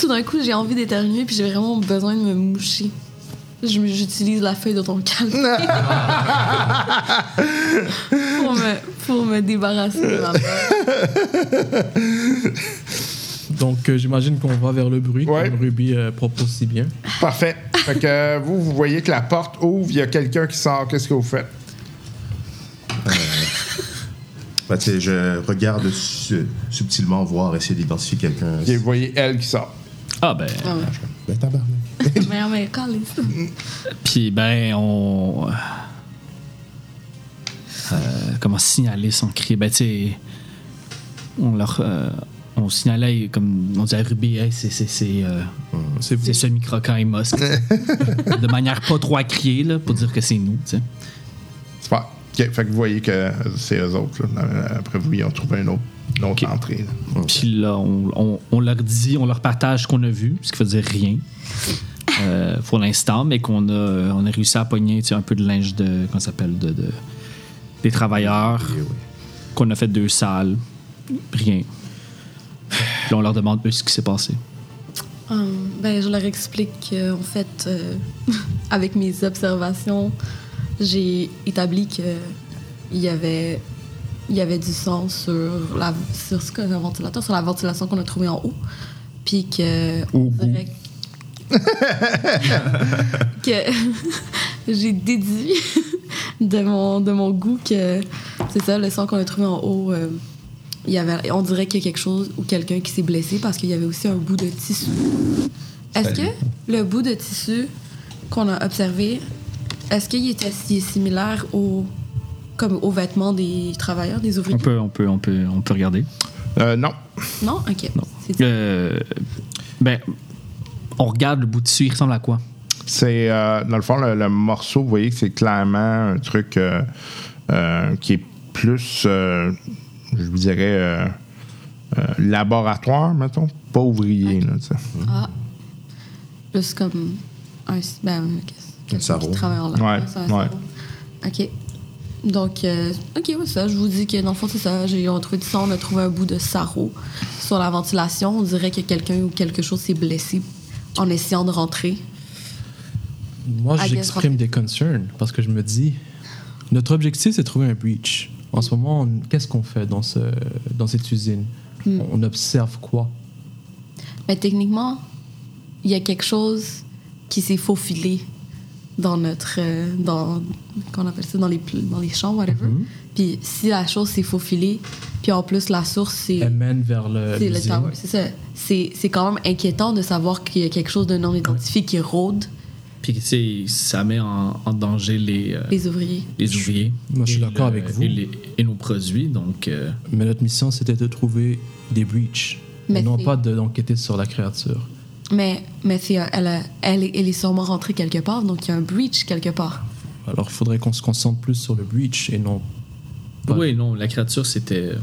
Speaker 3: Tout d'un coup, j'ai envie d'éternuer puis j'ai vraiment besoin de me moucher. Je me- J'utilise la feuille de ton calme. pour, me, pour me débarrasser de ma peur.
Speaker 5: Donc, euh, j'imagine qu'on va vers le bruit
Speaker 2: Ouais.
Speaker 5: comme Ruby euh, propose si bien.
Speaker 2: Parfait. fait que euh, vous, vous voyez que la porte ouvre, il y a quelqu'un qui sort. Qu'est-ce que vous faites?
Speaker 8: Fait que c'est- Bah, je regarde su- subtilement, voir, essayer d'identifier quelqu'un.
Speaker 2: Et vous voyez elle qui sort.
Speaker 4: Ah, ben.
Speaker 8: Ben, tabarnak.
Speaker 3: Mais non, mais quand les-
Speaker 4: Puis, ben, on. Euh, comment signaler sans crier? Ben, tu sais, on leur. euh, on signalait, comme on disait à Ruby, Hey, c'est c'est- c'est, euh,
Speaker 5: C'est vous.
Speaker 4: c'est semi-croquant et mosque. de manière pas trop à crier, là, pour dire que c'est nous, tu sais.
Speaker 2: Super. OK, fait que vous voyez que c'est eux autres. là. Euh, Après vous, ils ont trouvé une autre, une autre
Speaker 4: Ok.
Speaker 2: entrée. là.
Speaker 4: Puis là, on, on- on leur dit, on leur partage ce qu'on a vu, ce qui veut dire rien euh, pour l'instant, mais qu'on a, on a réussi à pogner tu sais, un peu de linge de, qu'on s'appelle, de, de- des travailleurs, qu'on a fait deux salles, rien. Puis là, on leur demande eux ce qui s'est passé.
Speaker 3: Hum, ben, je leur explique qu'en fait, euh, avec mes observations, j'ai établi que il y avait il y avait du sang sur la sur ce qu'on a ventilateur, sur la ventilation qu'on a trouvée en haut, puis que euh, on dirait que j'ai déduit de mon de mon goût que c'est ça le sang qu'on a trouvé en haut. euh, il y avait, on dirait qu'il y a quelque chose ou quelqu'un qui s'est blessé parce qu'il y avait aussi un bout de tissu. Est-ce que le bout de tissu qu'on a observé, est-ce qu'il était si- similaire au, comme aux vêtements des travailleurs, des
Speaker 4: On
Speaker 3: ouvriers?
Speaker 4: peut, on peut, on peut, on peut regarder.
Speaker 2: Euh, non.
Speaker 3: Non? OK. C'est-
Speaker 4: Euh, ben, on regarde le bout de dessus, il ressemble à quoi?
Speaker 2: C'est, euh, dans le fond, le, le morceau, vous voyez que c'est clairement un truc euh, euh, qui est plus, euh, je vous dirais, euh, euh, laboratoire, mettons, pas ouvrier. Là, tu sais.
Speaker 3: Ah. Plus comme un... Ben, qu'est-ce-
Speaker 8: Un sarrau.
Speaker 3: qui travaille en lin.
Speaker 2: Ouais,
Speaker 3: C'est un
Speaker 2: ouais.
Speaker 3: sarrau. OK. Donc, euh, OK, ouais, ça, je vous dis que dans le fond, c'est ça. J'ai, on a trouvé du sang, on a trouvé un bout de sarrau sur la ventilation. On dirait que quelqu'un ou quelque chose s'est blessé en essayant de rentrer.
Speaker 5: Moi,
Speaker 3: I guess
Speaker 5: j'exprime
Speaker 3: what-
Speaker 5: des concerns parce que je me dis, notre objectif, c'est de trouver un breach. En ce moment, on- qu'est-ce qu'on fait dans, ce, dans cette usine
Speaker 3: Hmm.
Speaker 5: On observe quoi
Speaker 3: Mais techniquement, il y a quelque chose qui s'est faufilé dans notre. euh, dans, qu'on appelle ça, dans les, pl- dans les champs, whatever. Puis si la chose s'est faufilée, puis en plus la source, c'est.
Speaker 5: Elle mène vers le.
Speaker 3: C'est le
Speaker 5: l'usine.
Speaker 3: tower, c'est ça. C'est, c'est quand même inquiétant de savoir qu'il y a quelque chose de non identifié qui rôde
Speaker 4: Puis, tu sais, ça met en, en danger les, euh,
Speaker 3: les ouvriers.
Speaker 4: les ouvriers.
Speaker 5: Moi, je suis
Speaker 4: Et
Speaker 5: d'accord
Speaker 4: le-
Speaker 5: avec vous.
Speaker 4: Et, les- et nos produits, donc. euh,
Speaker 5: Mais notre mission, c'était de trouver des breaches.
Speaker 3: Mais
Speaker 5: et non
Speaker 3: c'est-
Speaker 5: pas de- d'enquêter sur la créature.
Speaker 3: Mais, mais c'est, euh, elle, a- elle, est- elle est sûrement rentrée quelque part, donc il y a un breach quelque part.
Speaker 5: Alors, il faudrait qu'on se concentre plus sur le breach et non. Pas-
Speaker 4: Oui, non, la créature, c'était. euh,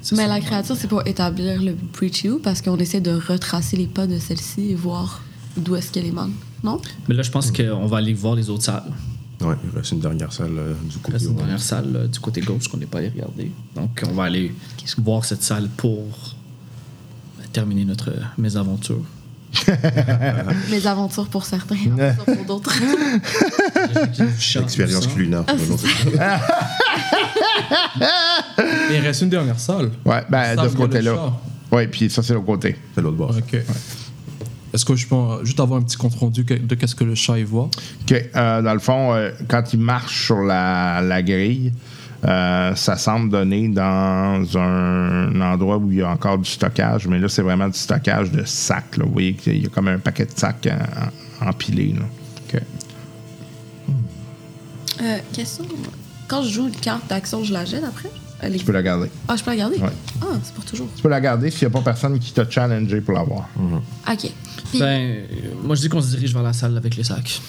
Speaker 4: c'est
Speaker 3: Mais
Speaker 4: ça.
Speaker 3: la créature, c'est pour établir le breach où parce qu'on essaie de retracer les pas de celle-ci et voir d'où est-ce qu'elle émane. Non?
Speaker 4: Mais là, je pense qu'on va aller voir les autres salles.
Speaker 8: Ouais, il reste une dernière salle euh, du côté.
Speaker 4: C'est une
Speaker 8: ouais.
Speaker 4: dernière salle euh, du côté gauche qu'on n'est pas allé regarder. Donc, on va aller voir cette salle pour terminer notre euh, mésaventure.
Speaker 3: Les aventures pour certains, aventures pour d'autres.
Speaker 8: Expérience culinaire. pour un autre.
Speaker 5: Mais il reste une dernière salle.
Speaker 2: Ouais, ben,
Speaker 5: Ça,
Speaker 2: de ce
Speaker 5: il y a le
Speaker 2: côté-là.
Speaker 5: char.
Speaker 2: Oui, puis ça, c'est l'autre côté.
Speaker 8: C'est l'autre bord.
Speaker 5: Ok. Est-ce que je peux euh, juste avoir un petit compte rendu que- de qu'est-ce que le chat y voit
Speaker 2: OK. Euh, dans le fond, euh, quand il marche sur la, la grille, euh, ça semble donner dans un endroit où il y a encore du stockage, mais là, c'est vraiment du stockage de sacs. là. Vous voyez qu'il y a comme un paquet de sacs euh, empilés. là.
Speaker 3: Euh, question. Quand je joue une carte d'action, je la jette après? Elle est-
Speaker 2: Tu peux la garder.
Speaker 3: Ah, je peux la garder?
Speaker 2: Ouais.
Speaker 3: Ah, c'est pour toujours.
Speaker 2: Tu peux la garder s'il n'y a pas personne qui t'a challengé pour l'avoir.
Speaker 3: OK. Puis-
Speaker 4: Ben, euh, moi, je dis qu'on se dirige vers la salle avec les sacs.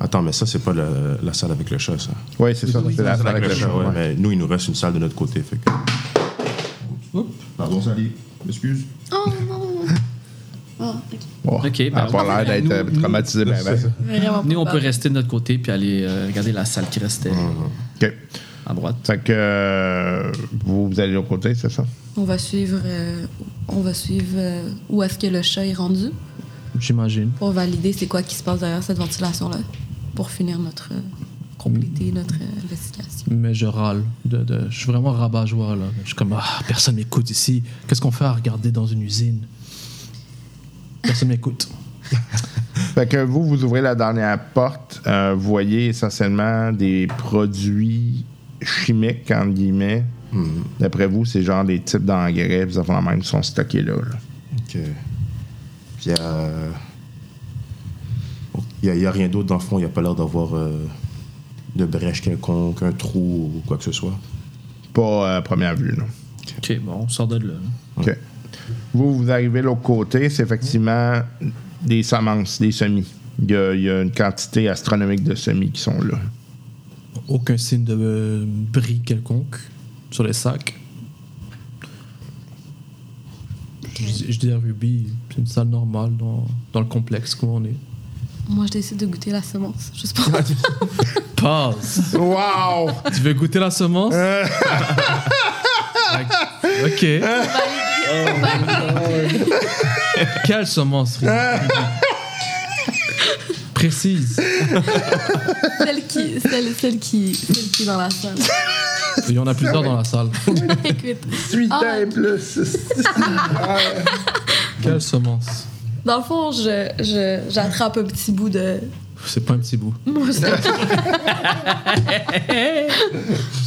Speaker 8: Attends, mais ça, c'est pas la, la salle avec le chat, ça.
Speaker 2: Oui, c'est ça. C'est la salle avec le
Speaker 8: Avec le
Speaker 2: chat,
Speaker 8: chat, ouais,
Speaker 2: ouais.
Speaker 8: Mais nous, il nous reste une salle de notre côté. Fait que... Pardon, Sally. Excuse.
Speaker 3: Oh non! Ah, ok.
Speaker 2: Oh,
Speaker 4: Ok,
Speaker 2: elle a
Speaker 4: ben,
Speaker 2: pas
Speaker 4: on-
Speaker 2: l'air d'être euh, traumatisée. ben, ben.
Speaker 3: Vraiment
Speaker 4: Nous, on
Speaker 3: pas.
Speaker 4: peut rester de notre côté puis aller euh, regarder la salle qui restait
Speaker 2: OK.
Speaker 4: à droite.
Speaker 2: Fait que euh, vous, vous allez de l'autre côté, c'est ça?
Speaker 3: On va suivre, euh, on va suivre euh, où est-ce que le chat est rendu
Speaker 5: J'imagine.
Speaker 3: pour valider c'est quoi qui se passe derrière cette ventilation-là pour finir notre. euh,
Speaker 5: Hmm.
Speaker 3: compléter notre euh, investigation.
Speaker 5: Mais je râle. De, de- je suis vraiment rabat-joie, là. Je suis comme, ah, personne m'écoute ici. Qu'est-ce qu'on fait à regarder dans une usine Personne m'écoute.
Speaker 2: Fait que vous, vous ouvrez la dernière porte, euh, vous voyez essentiellement des produits chimiques, entre guillemets, d'après vous, c'est genre des types d'engrais, puis avant même, qui sont stockés là. là.
Speaker 8: Ok. Puis il n'y a, y a rien d'autre dans le fond. Il n'y a pas l'air d'avoir euh, de brèche quelconque, un trou ou quoi que ce soit.
Speaker 2: Pas euh, à première vue, non.
Speaker 4: Ok, bon, on sort de là.
Speaker 2: OK. Vous, vous arrivez de l'autre côté, c'est effectivement des semences, des semis. Il y, a, il y a une quantité astronomique de semis qui sont là.
Speaker 5: Aucun signe de euh, bris quelconque sur les sacs. Je, dis- je dis à Ruby, c'est une salle normale dans, dans le complexe où on est.
Speaker 3: Moi, je décide de goûter la semence. Juste pour.
Speaker 5: Pause!
Speaker 2: Wow!
Speaker 5: tu veux goûter la semence? ok. Quelle semence? Ruby? Précise.
Speaker 3: celle, qui, celle, celle, qui, celle qui est dans la salle.
Speaker 5: Il y en a plusieurs dans la salle.
Speaker 3: Écoute.
Speaker 2: Huit
Speaker 3: Ah.
Speaker 2: ans et plus!
Speaker 5: Quelle semence?
Speaker 3: Dans le fond, je, je, j'attrape un petit bout de.
Speaker 5: C'est pas un petit bout.
Speaker 3: Moi, je... je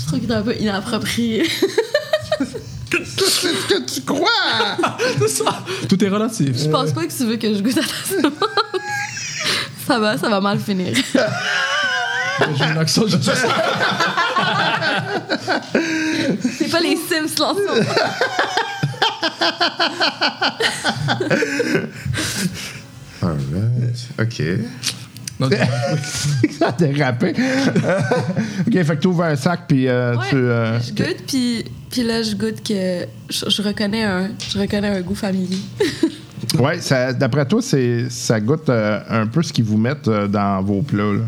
Speaker 3: trouve qu'il est un peu inapproprié.
Speaker 2: tu crois?
Speaker 5: Tout est relatif.
Speaker 3: Je pense pas que tu veux que je goûte à ta semence. Ça va, ça va mal finir.
Speaker 5: J'ai un accent, je
Speaker 3: C'est pas les Sims l'ensemble.
Speaker 8: Alright. OK.
Speaker 5: Non,
Speaker 2: Ça a dérapé. ok, fait que tu ouvres un sac, puis euh,
Speaker 3: Ouais,
Speaker 2: tu. euh,
Speaker 3: Je goûte, puis, puis là, je goûte que je, je reconnais, un, je reconnais un goût familier.
Speaker 2: ouais, ça- d'après toi, c'est, ça goûte euh, un peu ce qu'ils vous mettent euh, dans vos plats. là.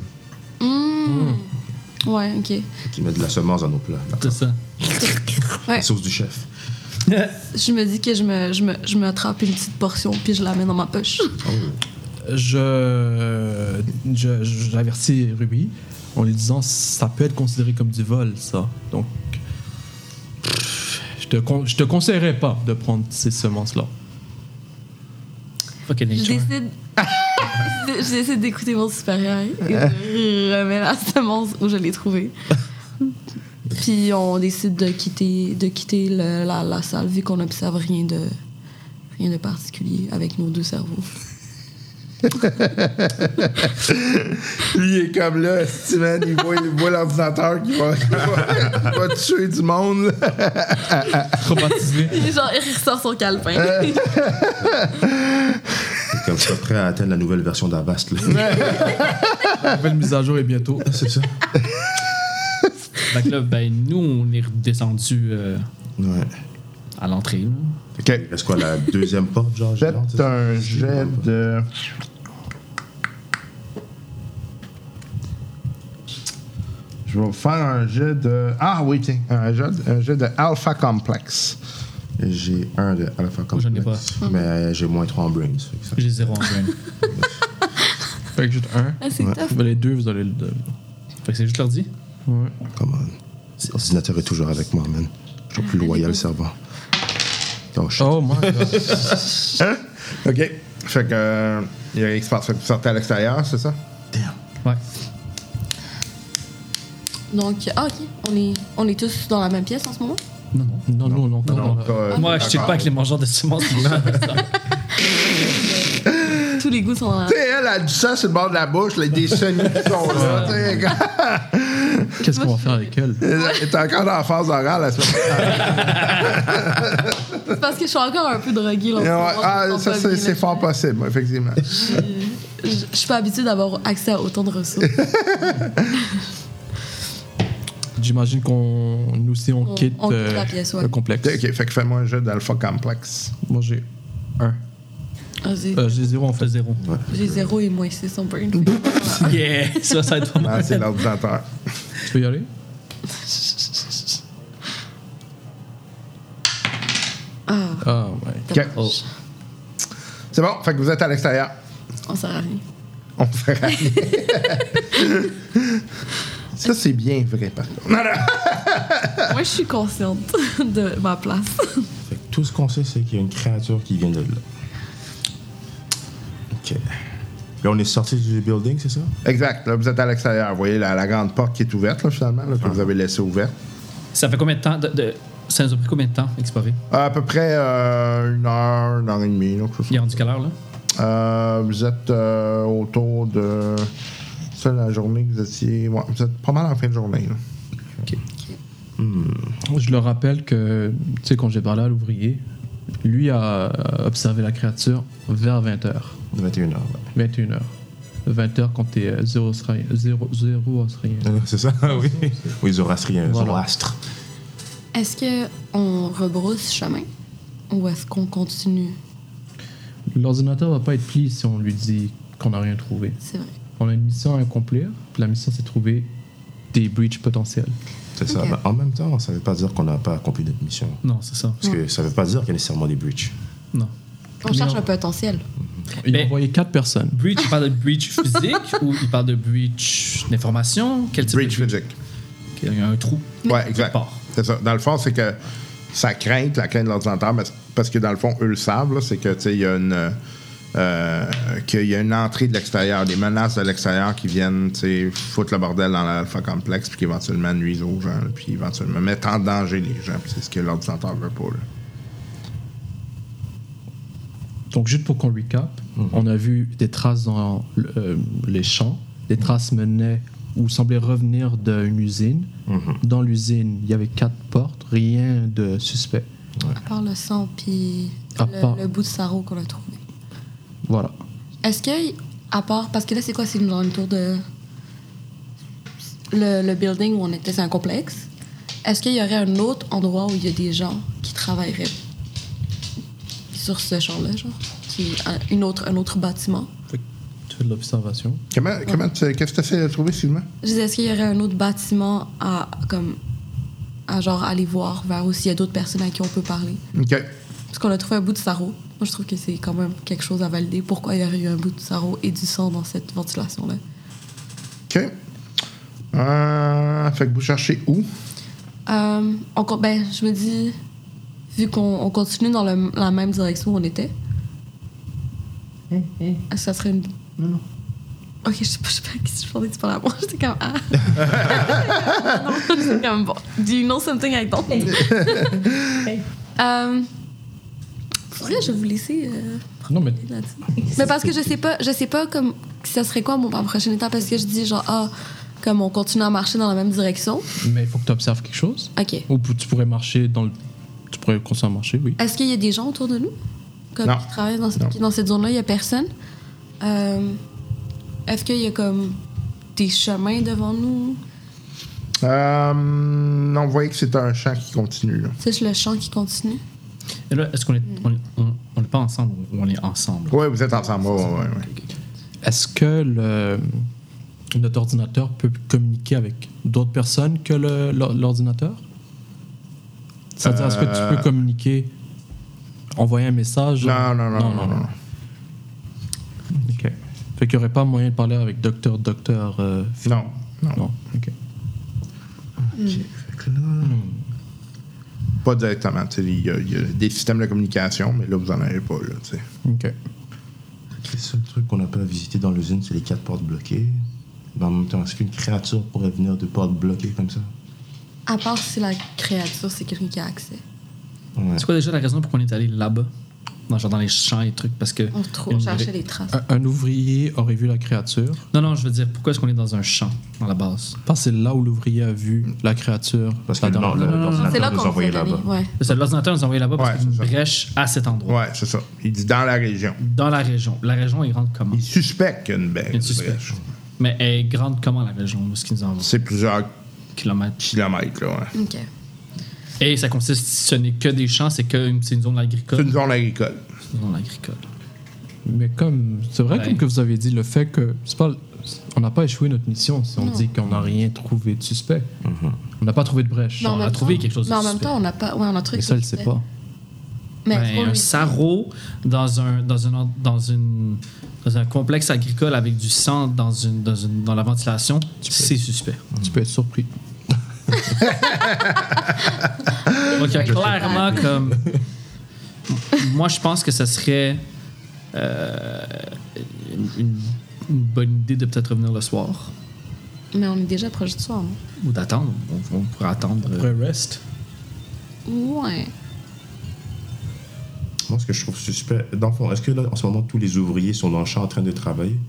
Speaker 3: Mmh. Ouais, ok.
Speaker 8: Qui met de la semence dans nos plats.
Speaker 4: C'est ça.
Speaker 5: Eh.
Speaker 8: La sauce du chef.
Speaker 3: Je me dis que je me, je me, je me attrape une petite portion, puis je la mets dans ma poche.
Speaker 5: Je, je, je- j'avertis Ruby en lui disant ça peut être considéré comme du vol, ça. Donc, je te, con- je te conseillerais pas de prendre ces semences-là.
Speaker 4: Fucking
Speaker 3: Je
Speaker 4: nature.
Speaker 3: décide. je dé- je décide d'écouter mon supérieur et je remets la semence où je l'ai trouvée. Puis on décide de quitter, de quitter le- la, la salle vu qu'on n'observe rien de, rien de particulier avec nos deux cerveaux.
Speaker 2: Lui, il est comme là, Steven, il voit, il voit l'ordinateur qui va, qui va- qui va tuer du monde. là.
Speaker 5: Traumatisé.
Speaker 3: Genre, il ressort son calepin.
Speaker 8: C'est Comme je suis prêt à atteindre la nouvelle version d'Avast. là.
Speaker 5: La nouvelle mise à jour est bientôt. C'est ça.
Speaker 4: Fait que là, ben, nous, on est redescendu euh,
Speaker 8: ouais.
Speaker 4: à l'entrée. là.
Speaker 2: Ok,
Speaker 8: Est-ce quoi, la deuxième porte, genre? géante,
Speaker 2: jette
Speaker 8: c'est
Speaker 2: un
Speaker 8: ça?
Speaker 2: jet de. Je vais vous faire un jet de. Ah oui, tiens, un jet, un jet de Alpha Complex.
Speaker 8: J'ai un de Alpha Complex.
Speaker 4: j'en ai
Speaker 8: Mais euh, j'ai moins trois en brains. fait que ça-
Speaker 4: J'ai zéro en brain.
Speaker 5: Fait que juste un.
Speaker 3: Ah, c'est tough.
Speaker 5: Mais les deux, vous allez le. deux.
Speaker 4: Fait que c'est juste l'ordi.
Speaker 5: Ouais.
Speaker 8: Come on. L'ordinateur est toujours avec moi, man. Je suis le plus loyal servant. Donc, je-
Speaker 5: Oh my god.
Speaker 2: Hein? OK. Fait que. euh, Il y a X-Pass. Fait que vous sortez à l'extérieur, c'est ça?
Speaker 4: Ouais.
Speaker 3: Donc, ah, ok. On est, on est tous dans la même pièce en ce moment?
Speaker 4: Non, non.
Speaker 5: Non, non, non, non. non,
Speaker 2: Donc,
Speaker 3: Ah,
Speaker 2: euh,
Speaker 4: Ah, Moi, je sais pas avec les mangeurs de semences. Fait
Speaker 3: Tous les goûts sont dans la.
Speaker 2: Tu sais, elle a du sang sur le bord de la bouche, là, des semis qui sont là. tu sais, quand-
Speaker 5: Qu'est-ce qu'on va faire avec elle?
Speaker 2: Elle est encore dans la phase orale la semaine
Speaker 3: C'est parce que je suis encore un peu droguée. Là, en ce
Speaker 2: Ouais,
Speaker 3: moment,
Speaker 2: ah,
Speaker 3: je me sens
Speaker 2: ça,
Speaker 3: pas
Speaker 2: c'est
Speaker 3: bien,
Speaker 2: c'est
Speaker 3: là.
Speaker 2: fort possible, effectivement.
Speaker 3: Je je suis pas habituée d'avoir accès à autant de ressources.
Speaker 5: J'imagine qu'on. Nous, si on,
Speaker 3: On-
Speaker 5: quitte,
Speaker 3: on quitte
Speaker 5: euh,
Speaker 3: la pièce, ouais.
Speaker 5: le complexe.
Speaker 2: OK, fait que fais-moi un jeu d'alpha complexe.
Speaker 5: Moi, j'ai un.
Speaker 3: Vas-y.
Speaker 5: Euh, j'ai zéro en fait.
Speaker 4: que zéro.
Speaker 3: Ah, J'ai zéro et moins 6 en burn.
Speaker 4: Yeah! Ça, ça va être pas
Speaker 2: Ah,
Speaker 4: mal.
Speaker 2: c'est l'ordinateur.
Speaker 5: Tu peux y aller?
Speaker 3: Ah,
Speaker 5: Ah, ouais.
Speaker 2: OK. C'est bon, fait que vous êtes à l'extérieur.
Speaker 3: on sert à rien.
Speaker 2: On fera rien. Ça, c'est bien vrai, par contre.
Speaker 3: Moi, je suis consciente de ma place.
Speaker 8: Fait que tout ce qu'on sait, c'est qu'il y a une créature qui vient de là. Ok. Là, on est sorti du building, c'est ça?
Speaker 2: Exact. Là, vous êtes à l'extérieur. Vous voyez la, la grande porte qui est ouverte, là, finalement, là, que vous avez laissée ouverte.
Speaker 4: Ça fait combien de temps de, de- Ça nous a pris combien de temps à explorer
Speaker 2: À peu près euh, une heure, une heure et demie. là, quelque chose
Speaker 4: Il est rendu quelle heure, là
Speaker 2: Euh, vous êtes euh, autour de. C'est la journée que vous étiez. ouais, vous êtes pas mal en fin de journée. là.
Speaker 5: Je leur rappelle que, tu sais, quand j'ai parlé à l'ouvrier, lui a observé la créature vers 20h,
Speaker 8: 21h.
Speaker 5: 21h. 20h quand t'es euh, zéro australien. Zéro, zéro australien.
Speaker 8: C'est ça, oui. Oui, Zoroastriens,
Speaker 5: Voilà.
Speaker 8: Zoroastre.
Speaker 3: Est-ce que on rebrousse chemin ou est-ce qu'on continue
Speaker 5: L'ordinateur va pas être plié si on lui dit qu'on n'a rien trouvé.
Speaker 3: C'est vrai.
Speaker 5: On a une mission à accomplir, puis la mission c'est de trouver des breaches potentiels.
Speaker 8: C'est ça.
Speaker 3: Ok.
Speaker 8: Mais en même temps, ça ne veut pas dire qu'on n'a pas accompli notre mission.
Speaker 4: Non, c'est ça.
Speaker 8: Parce que ça ne veut pas dire qu'il y a nécessairement des breaches.
Speaker 4: Non.
Speaker 3: On
Speaker 5: Mais
Speaker 3: cherche
Speaker 5: on-
Speaker 3: un potentiel.
Speaker 5: Il a
Speaker 4: Mais-
Speaker 5: envoyé quatre personnes.
Speaker 4: Breach, il parle de breach physique ou il parle de breach d'information Quel type
Speaker 2: Breach
Speaker 4: de
Speaker 2: physique.
Speaker 4: Il y a un trou.
Speaker 2: Ouais, exact.
Speaker 4: part.
Speaker 2: C'est ça. Dans le fond, c'est que ça craint la crainte de l'ordinateur, mais c'est- parce que dans le fond, eux le savent, là, c'est que tu sais, il y a une. euh, qu'il y a une entrée de l'extérieur, des menaces de l'extérieur qui viennent tu sais, foutre le bordel dans l'alpha complexe, puis qui éventuellement nuisent aux gens, là, puis éventuellement mettent en danger les gens, puis c'est ce que l'ordinateur veut pas. là.
Speaker 5: Donc juste pour qu'on recap, on a vu des traces dans euh, les champs, des traces menaient ou semblaient revenir d'une usine. Dans l'usine, il y avait quatre portes, rien de suspect.
Speaker 3: À part le sang puis
Speaker 5: À
Speaker 3: le,
Speaker 5: part-
Speaker 3: le bout de sarreau qu'on a trouvé.
Speaker 5: Voilà.
Speaker 3: Est-ce que à part parce que là c'est quoi c'est dans une tour de le, le building où on était c'est un complexe. Est-ce qu'il y aurait un autre endroit où il y a des gens qui travailleraient sur ce champ-là, genre, qui un- une autre un autre bâtiment?
Speaker 5: Tu fais de l'observation.
Speaker 2: Comment, comment tu- qu'est-ce que tu essaies de trouver, Sylvain?
Speaker 3: Je disais, est-ce qu'il y aurait un autre bâtiment à, comme, à genre aller voir vers où s'il y a d'autres personnes à qui on peut parler?
Speaker 2: OK.
Speaker 3: Parce qu'on a trouvé un bout de sarreau. Moi, je trouve que c'est quand même quelque chose à valider. Pourquoi il y aurait eu un bout de sarreau et du sang dans cette ventilation-là?
Speaker 2: OK. Euh, fait que vous cherchez où?
Speaker 3: Euh, on con- ben, je me dis, vu qu'on on continue dans le- la même direction où on était, est-ce que ça serait une. Hein, Non, non. Ok, je sais pas, je sais pas à qui je pensais que tu parlais à moi. J'étais comme. Ah! non, j'étais comme bon. Do you know something I don't? Euh, faudrait que je vais vous laisser euh,
Speaker 5: Non, mais
Speaker 3: là-dessus. Mais parce que je sais pas, je sais pas comme ça serait quoi mon ma prochaine étape parce que je dis genre ah comme on continue à marcher dans la même direction.
Speaker 5: il faut que tu observes quelque chose.
Speaker 3: Ok.
Speaker 5: Ou p- tu pourrais marcher dans le... Tu pourrais continuer à marcher, oui.
Speaker 3: Est-ce qu'il y a des gens autour de nous comme,
Speaker 2: Non.
Speaker 3: qui travaillent dans, ce-
Speaker 2: Non.
Speaker 3: qui- dans cette zone-là? Il n'y a personne. Euh, Est-ce qu'il y a comme des chemins devant nous?
Speaker 2: Euh, non, vous voyez que c'est un champ qui continue. là.
Speaker 3: C'est juste le champ qui continue?
Speaker 4: Et là, est-ce qu'on est, on, est- on- on est pas ensemble ou on est ensemble
Speaker 2: Ouais, vous êtes ensemble. Ouais, ouais, ouais.
Speaker 5: Est-ce que le... notre ordinateur peut communiquer avec d'autres personnes que le- l'or- l'ordinateur C'est-à-dire, est-ce que tu peux communiquer, envoyer un message
Speaker 2: Euh, Non, non, non, non, non, non.
Speaker 5: Ok. Fait qu'il n'y aurait pas moyen de parler avec docteur, docteur. euh,
Speaker 2: Non, non.
Speaker 5: Non, ok.
Speaker 2: Pas directement. tu sais, Il y, a- il y a des systèmes de communication, mais là, vous n'en avez pas. Là, tu sais.
Speaker 5: Ok.
Speaker 8: Le seul truc qu'on n'a pas visité dans l'usine, c'est les quatre portes bloquées. Mais en même temps, est-ce qu'une créature pourrait venir de portes bloquées comme ça?
Speaker 3: À part si la créature, c'est quelqu'un qui a accès.
Speaker 8: Ouais.
Speaker 4: C'est quoi déjà la raison pour qu'on est allé là-bas dans, genre dans les champs et trucs Parce que.
Speaker 3: On, trouve, on cherchait les traces.
Speaker 5: Un, un ouvrier aurait vu la créature.
Speaker 4: Non, non, je veux dire, pourquoi est-ce qu'on est dans un champ, dans la base
Speaker 5: Parce que c'est là où l'ouvrier a vu la créature.
Speaker 8: Parce que
Speaker 5: la
Speaker 8: le-
Speaker 5: dernière
Speaker 8: Ah, le-
Speaker 5: fois.
Speaker 3: C'est là
Speaker 8: l'ordinateur nous
Speaker 3: qu'on
Speaker 8: envoyait
Speaker 3: s'est allé.
Speaker 8: là-bas.
Speaker 3: Ouais.
Speaker 4: Parce que L'ordinateur nous a envoyé là-bas
Speaker 2: Ouais,
Speaker 4: parce qu'il y a
Speaker 2: c'est
Speaker 4: une
Speaker 2: ça.
Speaker 4: brèche à cet endroit,
Speaker 2: Ouais, c'est ça. Il dit dans la région.
Speaker 4: dans la région. La région, il rentre comment
Speaker 2: Il suspecte qu'il y a une baie.
Speaker 4: Il suspecte. Mais elle est grande comment, la région, où est-ce qu'ils nous envoient
Speaker 2: C'est plusieurs
Speaker 4: Kilomètres.
Speaker 2: kilomètres. Là, ouais.
Speaker 3: OK.
Speaker 4: Et ça consiste, ce n'est que des champs, c'est que une- c'est une zone
Speaker 2: C'est
Speaker 4: agricole.
Speaker 2: une zone agricole.
Speaker 4: Une zone agricole.
Speaker 5: Mais comme, c'est vrai
Speaker 4: Ouais.
Speaker 5: comme que vous avez dit, le fait que c'est pas, on n'a pas échoué notre mission si on
Speaker 3: Non.
Speaker 5: dit qu'on n'a rien trouvé de suspect. On n'a pas trouvé de brèche.
Speaker 3: Mais en
Speaker 4: on a
Speaker 3: même
Speaker 4: trouvé
Speaker 3: temps-
Speaker 4: quelque chose de
Speaker 3: Mais en même
Speaker 4: suspect.
Speaker 3: temps, on n'a pas. Ouais, on a un truc.
Speaker 5: Mais ça, il sait pas.
Speaker 3: Mais est-ce
Speaker 4: Ben,
Speaker 3: qu'on
Speaker 4: un
Speaker 3: lui-
Speaker 4: sarrau dans un, dans, un, dans, une, dans un complexe agricole avec du sang dans, une, dans, une, dans la ventilation, c'est suspect.
Speaker 5: Tu peux être surpris.
Speaker 4: Donc, il y a clairement comme. Moi, je pense que ce serait. euh, une, une bonne idée de peut-être revenir le soir
Speaker 3: Mais on est déjà proche du soir, hein. non?
Speaker 4: ou d'attendre. On, on pourrait attendre. euh,
Speaker 10: Après rest.
Speaker 3: Ouais.
Speaker 8: Moi, ce que je trouve suspect, dans le fond, est-ce que là, en ce moment, tous les ouvriers sont dans le champ en train de travailler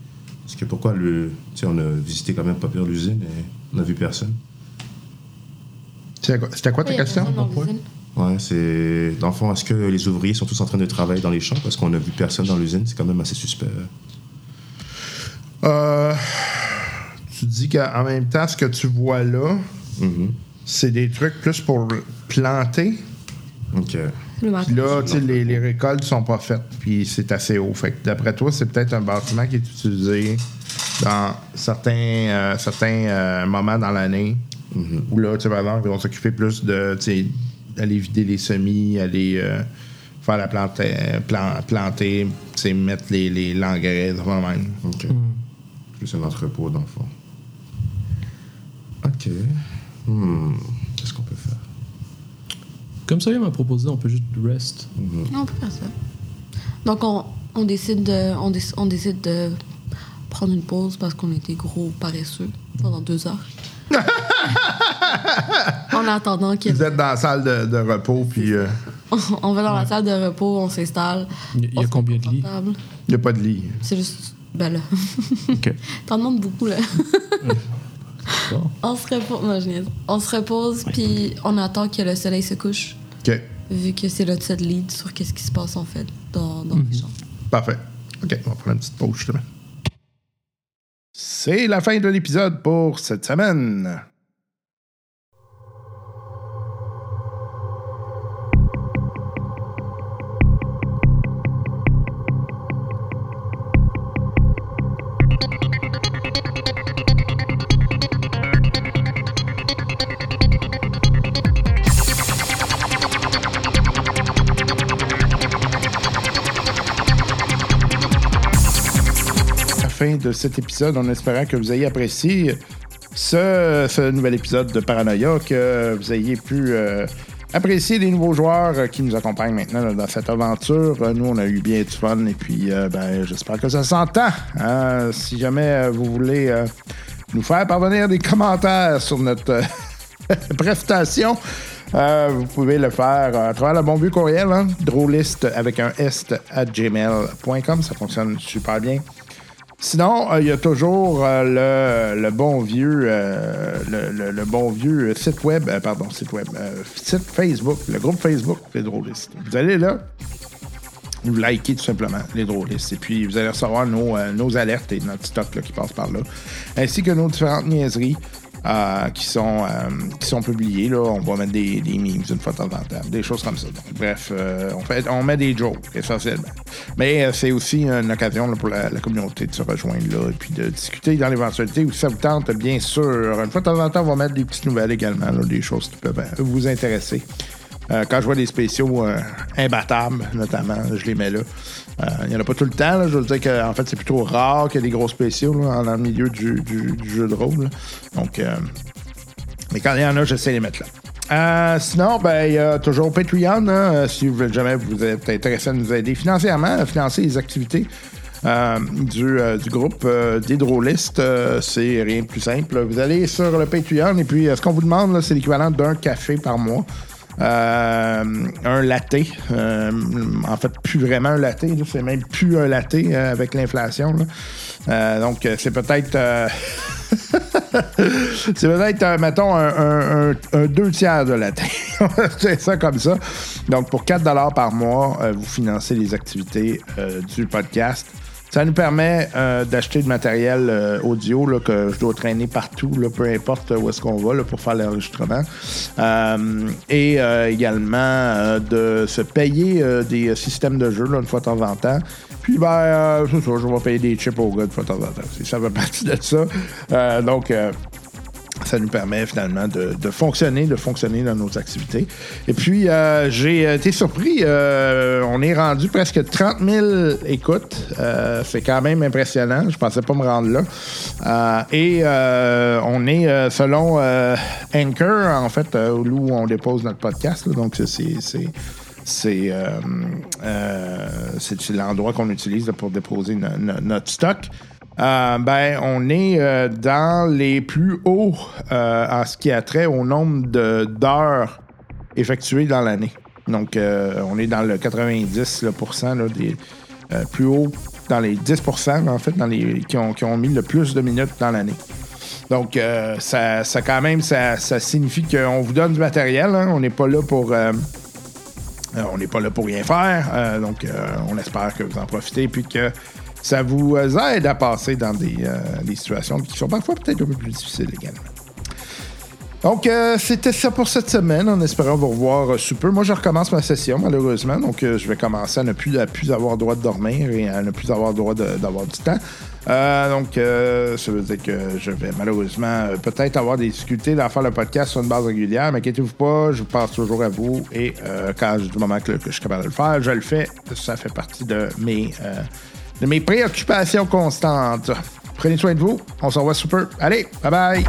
Speaker 8: Parce que pourquoi le. Tu sais, on a visité quand même pas pire l'usine et on a vu personne.
Speaker 2: C'était quoi, c'était quoi ta question?
Speaker 8: Ouais, c'est. Dans le fond, est-ce que les ouvriers sont tous en train de travailler dans les champs Parce qu'on a vu personne dans l'usine, c'est quand même assez suspect. hein.
Speaker 2: Euh, tu dis qu'en même temps, ce que tu vois là,
Speaker 8: Mhm.
Speaker 2: c'est des trucs plus pour planter.
Speaker 8: Ok.
Speaker 3: Le matin.
Speaker 2: Puis là, tu sais, les, les récoltes sont pas faites, puis c'est assez haut. Fait que d'après toi, c'est peut-être un bâtiment qui est utilisé dans certains, euh, certains euh, moments dans l'année où là, tu sais, par exemple, ils vont s'occuper plus de, tu sais, d'aller vider les semis, aller euh, faire la plante, euh, plan- planter, tu sais, mettre les, les l'engrais devant même.
Speaker 8: Ok. Plus un entrepôt, dans le fond. Ok. Hmm. Qu'est-ce qu'on peut faire
Speaker 5: Comme ça, il m'a proposé, on peut juste rest.
Speaker 3: Non, on peut faire ça. Donc, on, on décide de, on, déc- on décide de prendre une pause parce qu'on était gros paresseux pendant deux heures. en attendant qu'il
Speaker 2: Vous êtes dans la salle de, de repos, puis euh, il
Speaker 3: On va dans la salle de repos, on s'installe.
Speaker 5: Il y a- il y a
Speaker 3: on se met
Speaker 5: combien de lits?
Speaker 3: confortable.
Speaker 2: n'y a pas de lit.
Speaker 3: C'est juste. Ben là.
Speaker 5: Ok.
Speaker 3: T'en demandes beaucoup, là. on se repose. Non, je niaise. On se repose, puis on attend que le soleil se couche,
Speaker 2: OK.
Speaker 3: vu que c'est notre seul lead sur qu'est-ce qui se passe, en fait, dans, dans
Speaker 5: Mm-hmm.
Speaker 3: les champs.
Speaker 2: Parfait. OK, on va prendre une petite pause justement. C'est la fin de l'épisode pour cette semaine. la fin de cet épisode en espérant que vous ayez apprécié ce, ce nouvel épisode de Paranoia, que vous ayez pu euh, apprécier les nouveaux joueurs euh, qui nous accompagnent maintenant là, dans cette aventure. Euh, Nous, on a eu bien du fun et puis euh, ben, j'espère que ça s'entend. hein. si jamais euh, vous voulez euh, nous faire parvenir des commentaires sur notre... euh, prestation. Euh, vous pouvez le faire euh, à travers le bon vieux courriel, hein, drôliste avec un est à gmail.com. Ça fonctionne super bien. Sinon, euh, il y a toujours euh, le, le bon vieux euh, le, le- le bon vieux site web, euh, pardon, site web, euh, site Facebook, le groupe Facebook Les Drôlistes. Vous allez là, vous likez tout simplement Les Drôlistes, et puis vous allez recevoir nos, euh, nos alertes et notre stock là, qui passe par là, ainsi que nos différentes niaiseries euh, qui, sont, euh, qui sont publiées. Là. On va mettre des, des memes une fois de temps en temps, des choses comme ça. Donc, bref, euh, on, fait, on met des jokes, essentiellement. Mais euh, c'est aussi une occasion là, pour la, la communauté de se rejoindre là et puis de discuter dans l'éventualité où ça vous tente, bien sûr. Une fois de temps en temps, on va mettre des petites nouvelles également, là, des choses qui peuvent euh, vous intéresser. Euh, quand je vois des spéciaux euh, imbattables, notamment, je les mets là. Euh, Il n'y en a pas tout le temps. là. Je veux dire qu'en fait, c'est plutôt rare qu'il y ait des gros spéciaux là, dans le milieu du, du- du jeu de rôle. là. Donc, euh, mais quand il y en a, j'essaie de les mettre là. Euh, sinon, ben, il y a toujours Patreon. hein, euh, si vous voulez jamais vous êtes intéressé à nous aider financièrement, à financer les activités euh, du, euh, du groupe euh, des drôlistes, euh, c'est rien de plus simple. Vous allez sur le Patreon et puis euh, ce qu'on vous demande, là, c'est l'équivalent d'un café par mois. Euh, un latte. Euh, en fait, plus vraiment un latte. là. C'est même plus un latte euh, avec l'inflation. là. Euh, donc, euh, c'est peut-être. euh, c'est peut-être, euh, mettons, un, un- un- un deux tiers de latte. c'est ça comme ça. Donc, pour 4 par mois, euh, vous financez les activités euh, du podcast. Ça nous permet euh, d'acheter du matériel euh, audio là, que je dois traîner partout, là, peu importe où est-ce qu'on va là, pour faire l'enregistrement. Euh, et euh, également euh, de se payer euh, des systèmes de jeu là, une fois de temps en temps. Puis ben, euh, c'est ça, je vais payer des chips aux gars une fois de temps en temps. Ça fait partie de ça. Euh, donc, euh, ça nous permet finalement de, de fonctionner, de fonctionner dans nos activités. Et puis, euh, j'ai été surpris. euh, on est rendu presque 30 000 écoutes. Euh, c'est quand même impressionnant. Je pensais pas me rendre là. Euh, et euh, on est, euh, selon euh, Anchor, en fait, euh, où on dépose notre podcast. là. donc, c'est- c'est... c'est- c'est euh, euh, c'est- c'est l'endroit qu'on utilise là, pour déposer no- no- notre stock. Euh, ben, on est euh, dans les plus hauts euh, en ce qui a trait au nombre de- d'heures effectuées dans l'année. Donc, euh, on est dans le 90 là, pour cent, là, des euh, plus hauts, dans les 10 en fait, dans les, qui, ont, qui ont mis le plus de minutes dans l'année. Donc, euh, ça, ça quand même, ça, ça signifie qu'on vous donne du matériel. hein. On n'est pas là pour... euh, euh, on n'est pas là pour rien faire, euh, donc euh, on espère que vous en profitez puis que ça vous euh, aide à passer dans des, euh, des situations qui sont parfois peut-être un peu plus difficiles également. Donc, euh, c'était ça pour cette semaine, en espérant vous revoir euh, sous peu. Moi, je recommence ma session, malheureusement, donc euh, je vais commencer à ne plus, à plus avoir droit de dormir et à ne plus avoir droit de- d'avoir du temps. Euh, donc, euh, ça veut dire que je vais malheureusement euh, peut-être avoir des difficultés à faire le podcast sur une base régulière, mais inquiétez-vous pas, je pense toujours à vous et euh, quand du moment que, que je suis capable de le faire, je le fais. Ça fait partie de mes, euh, de mes préoccupations constantes. Prenez soin de vous, on se revoit sous peu. Allez, bye bye!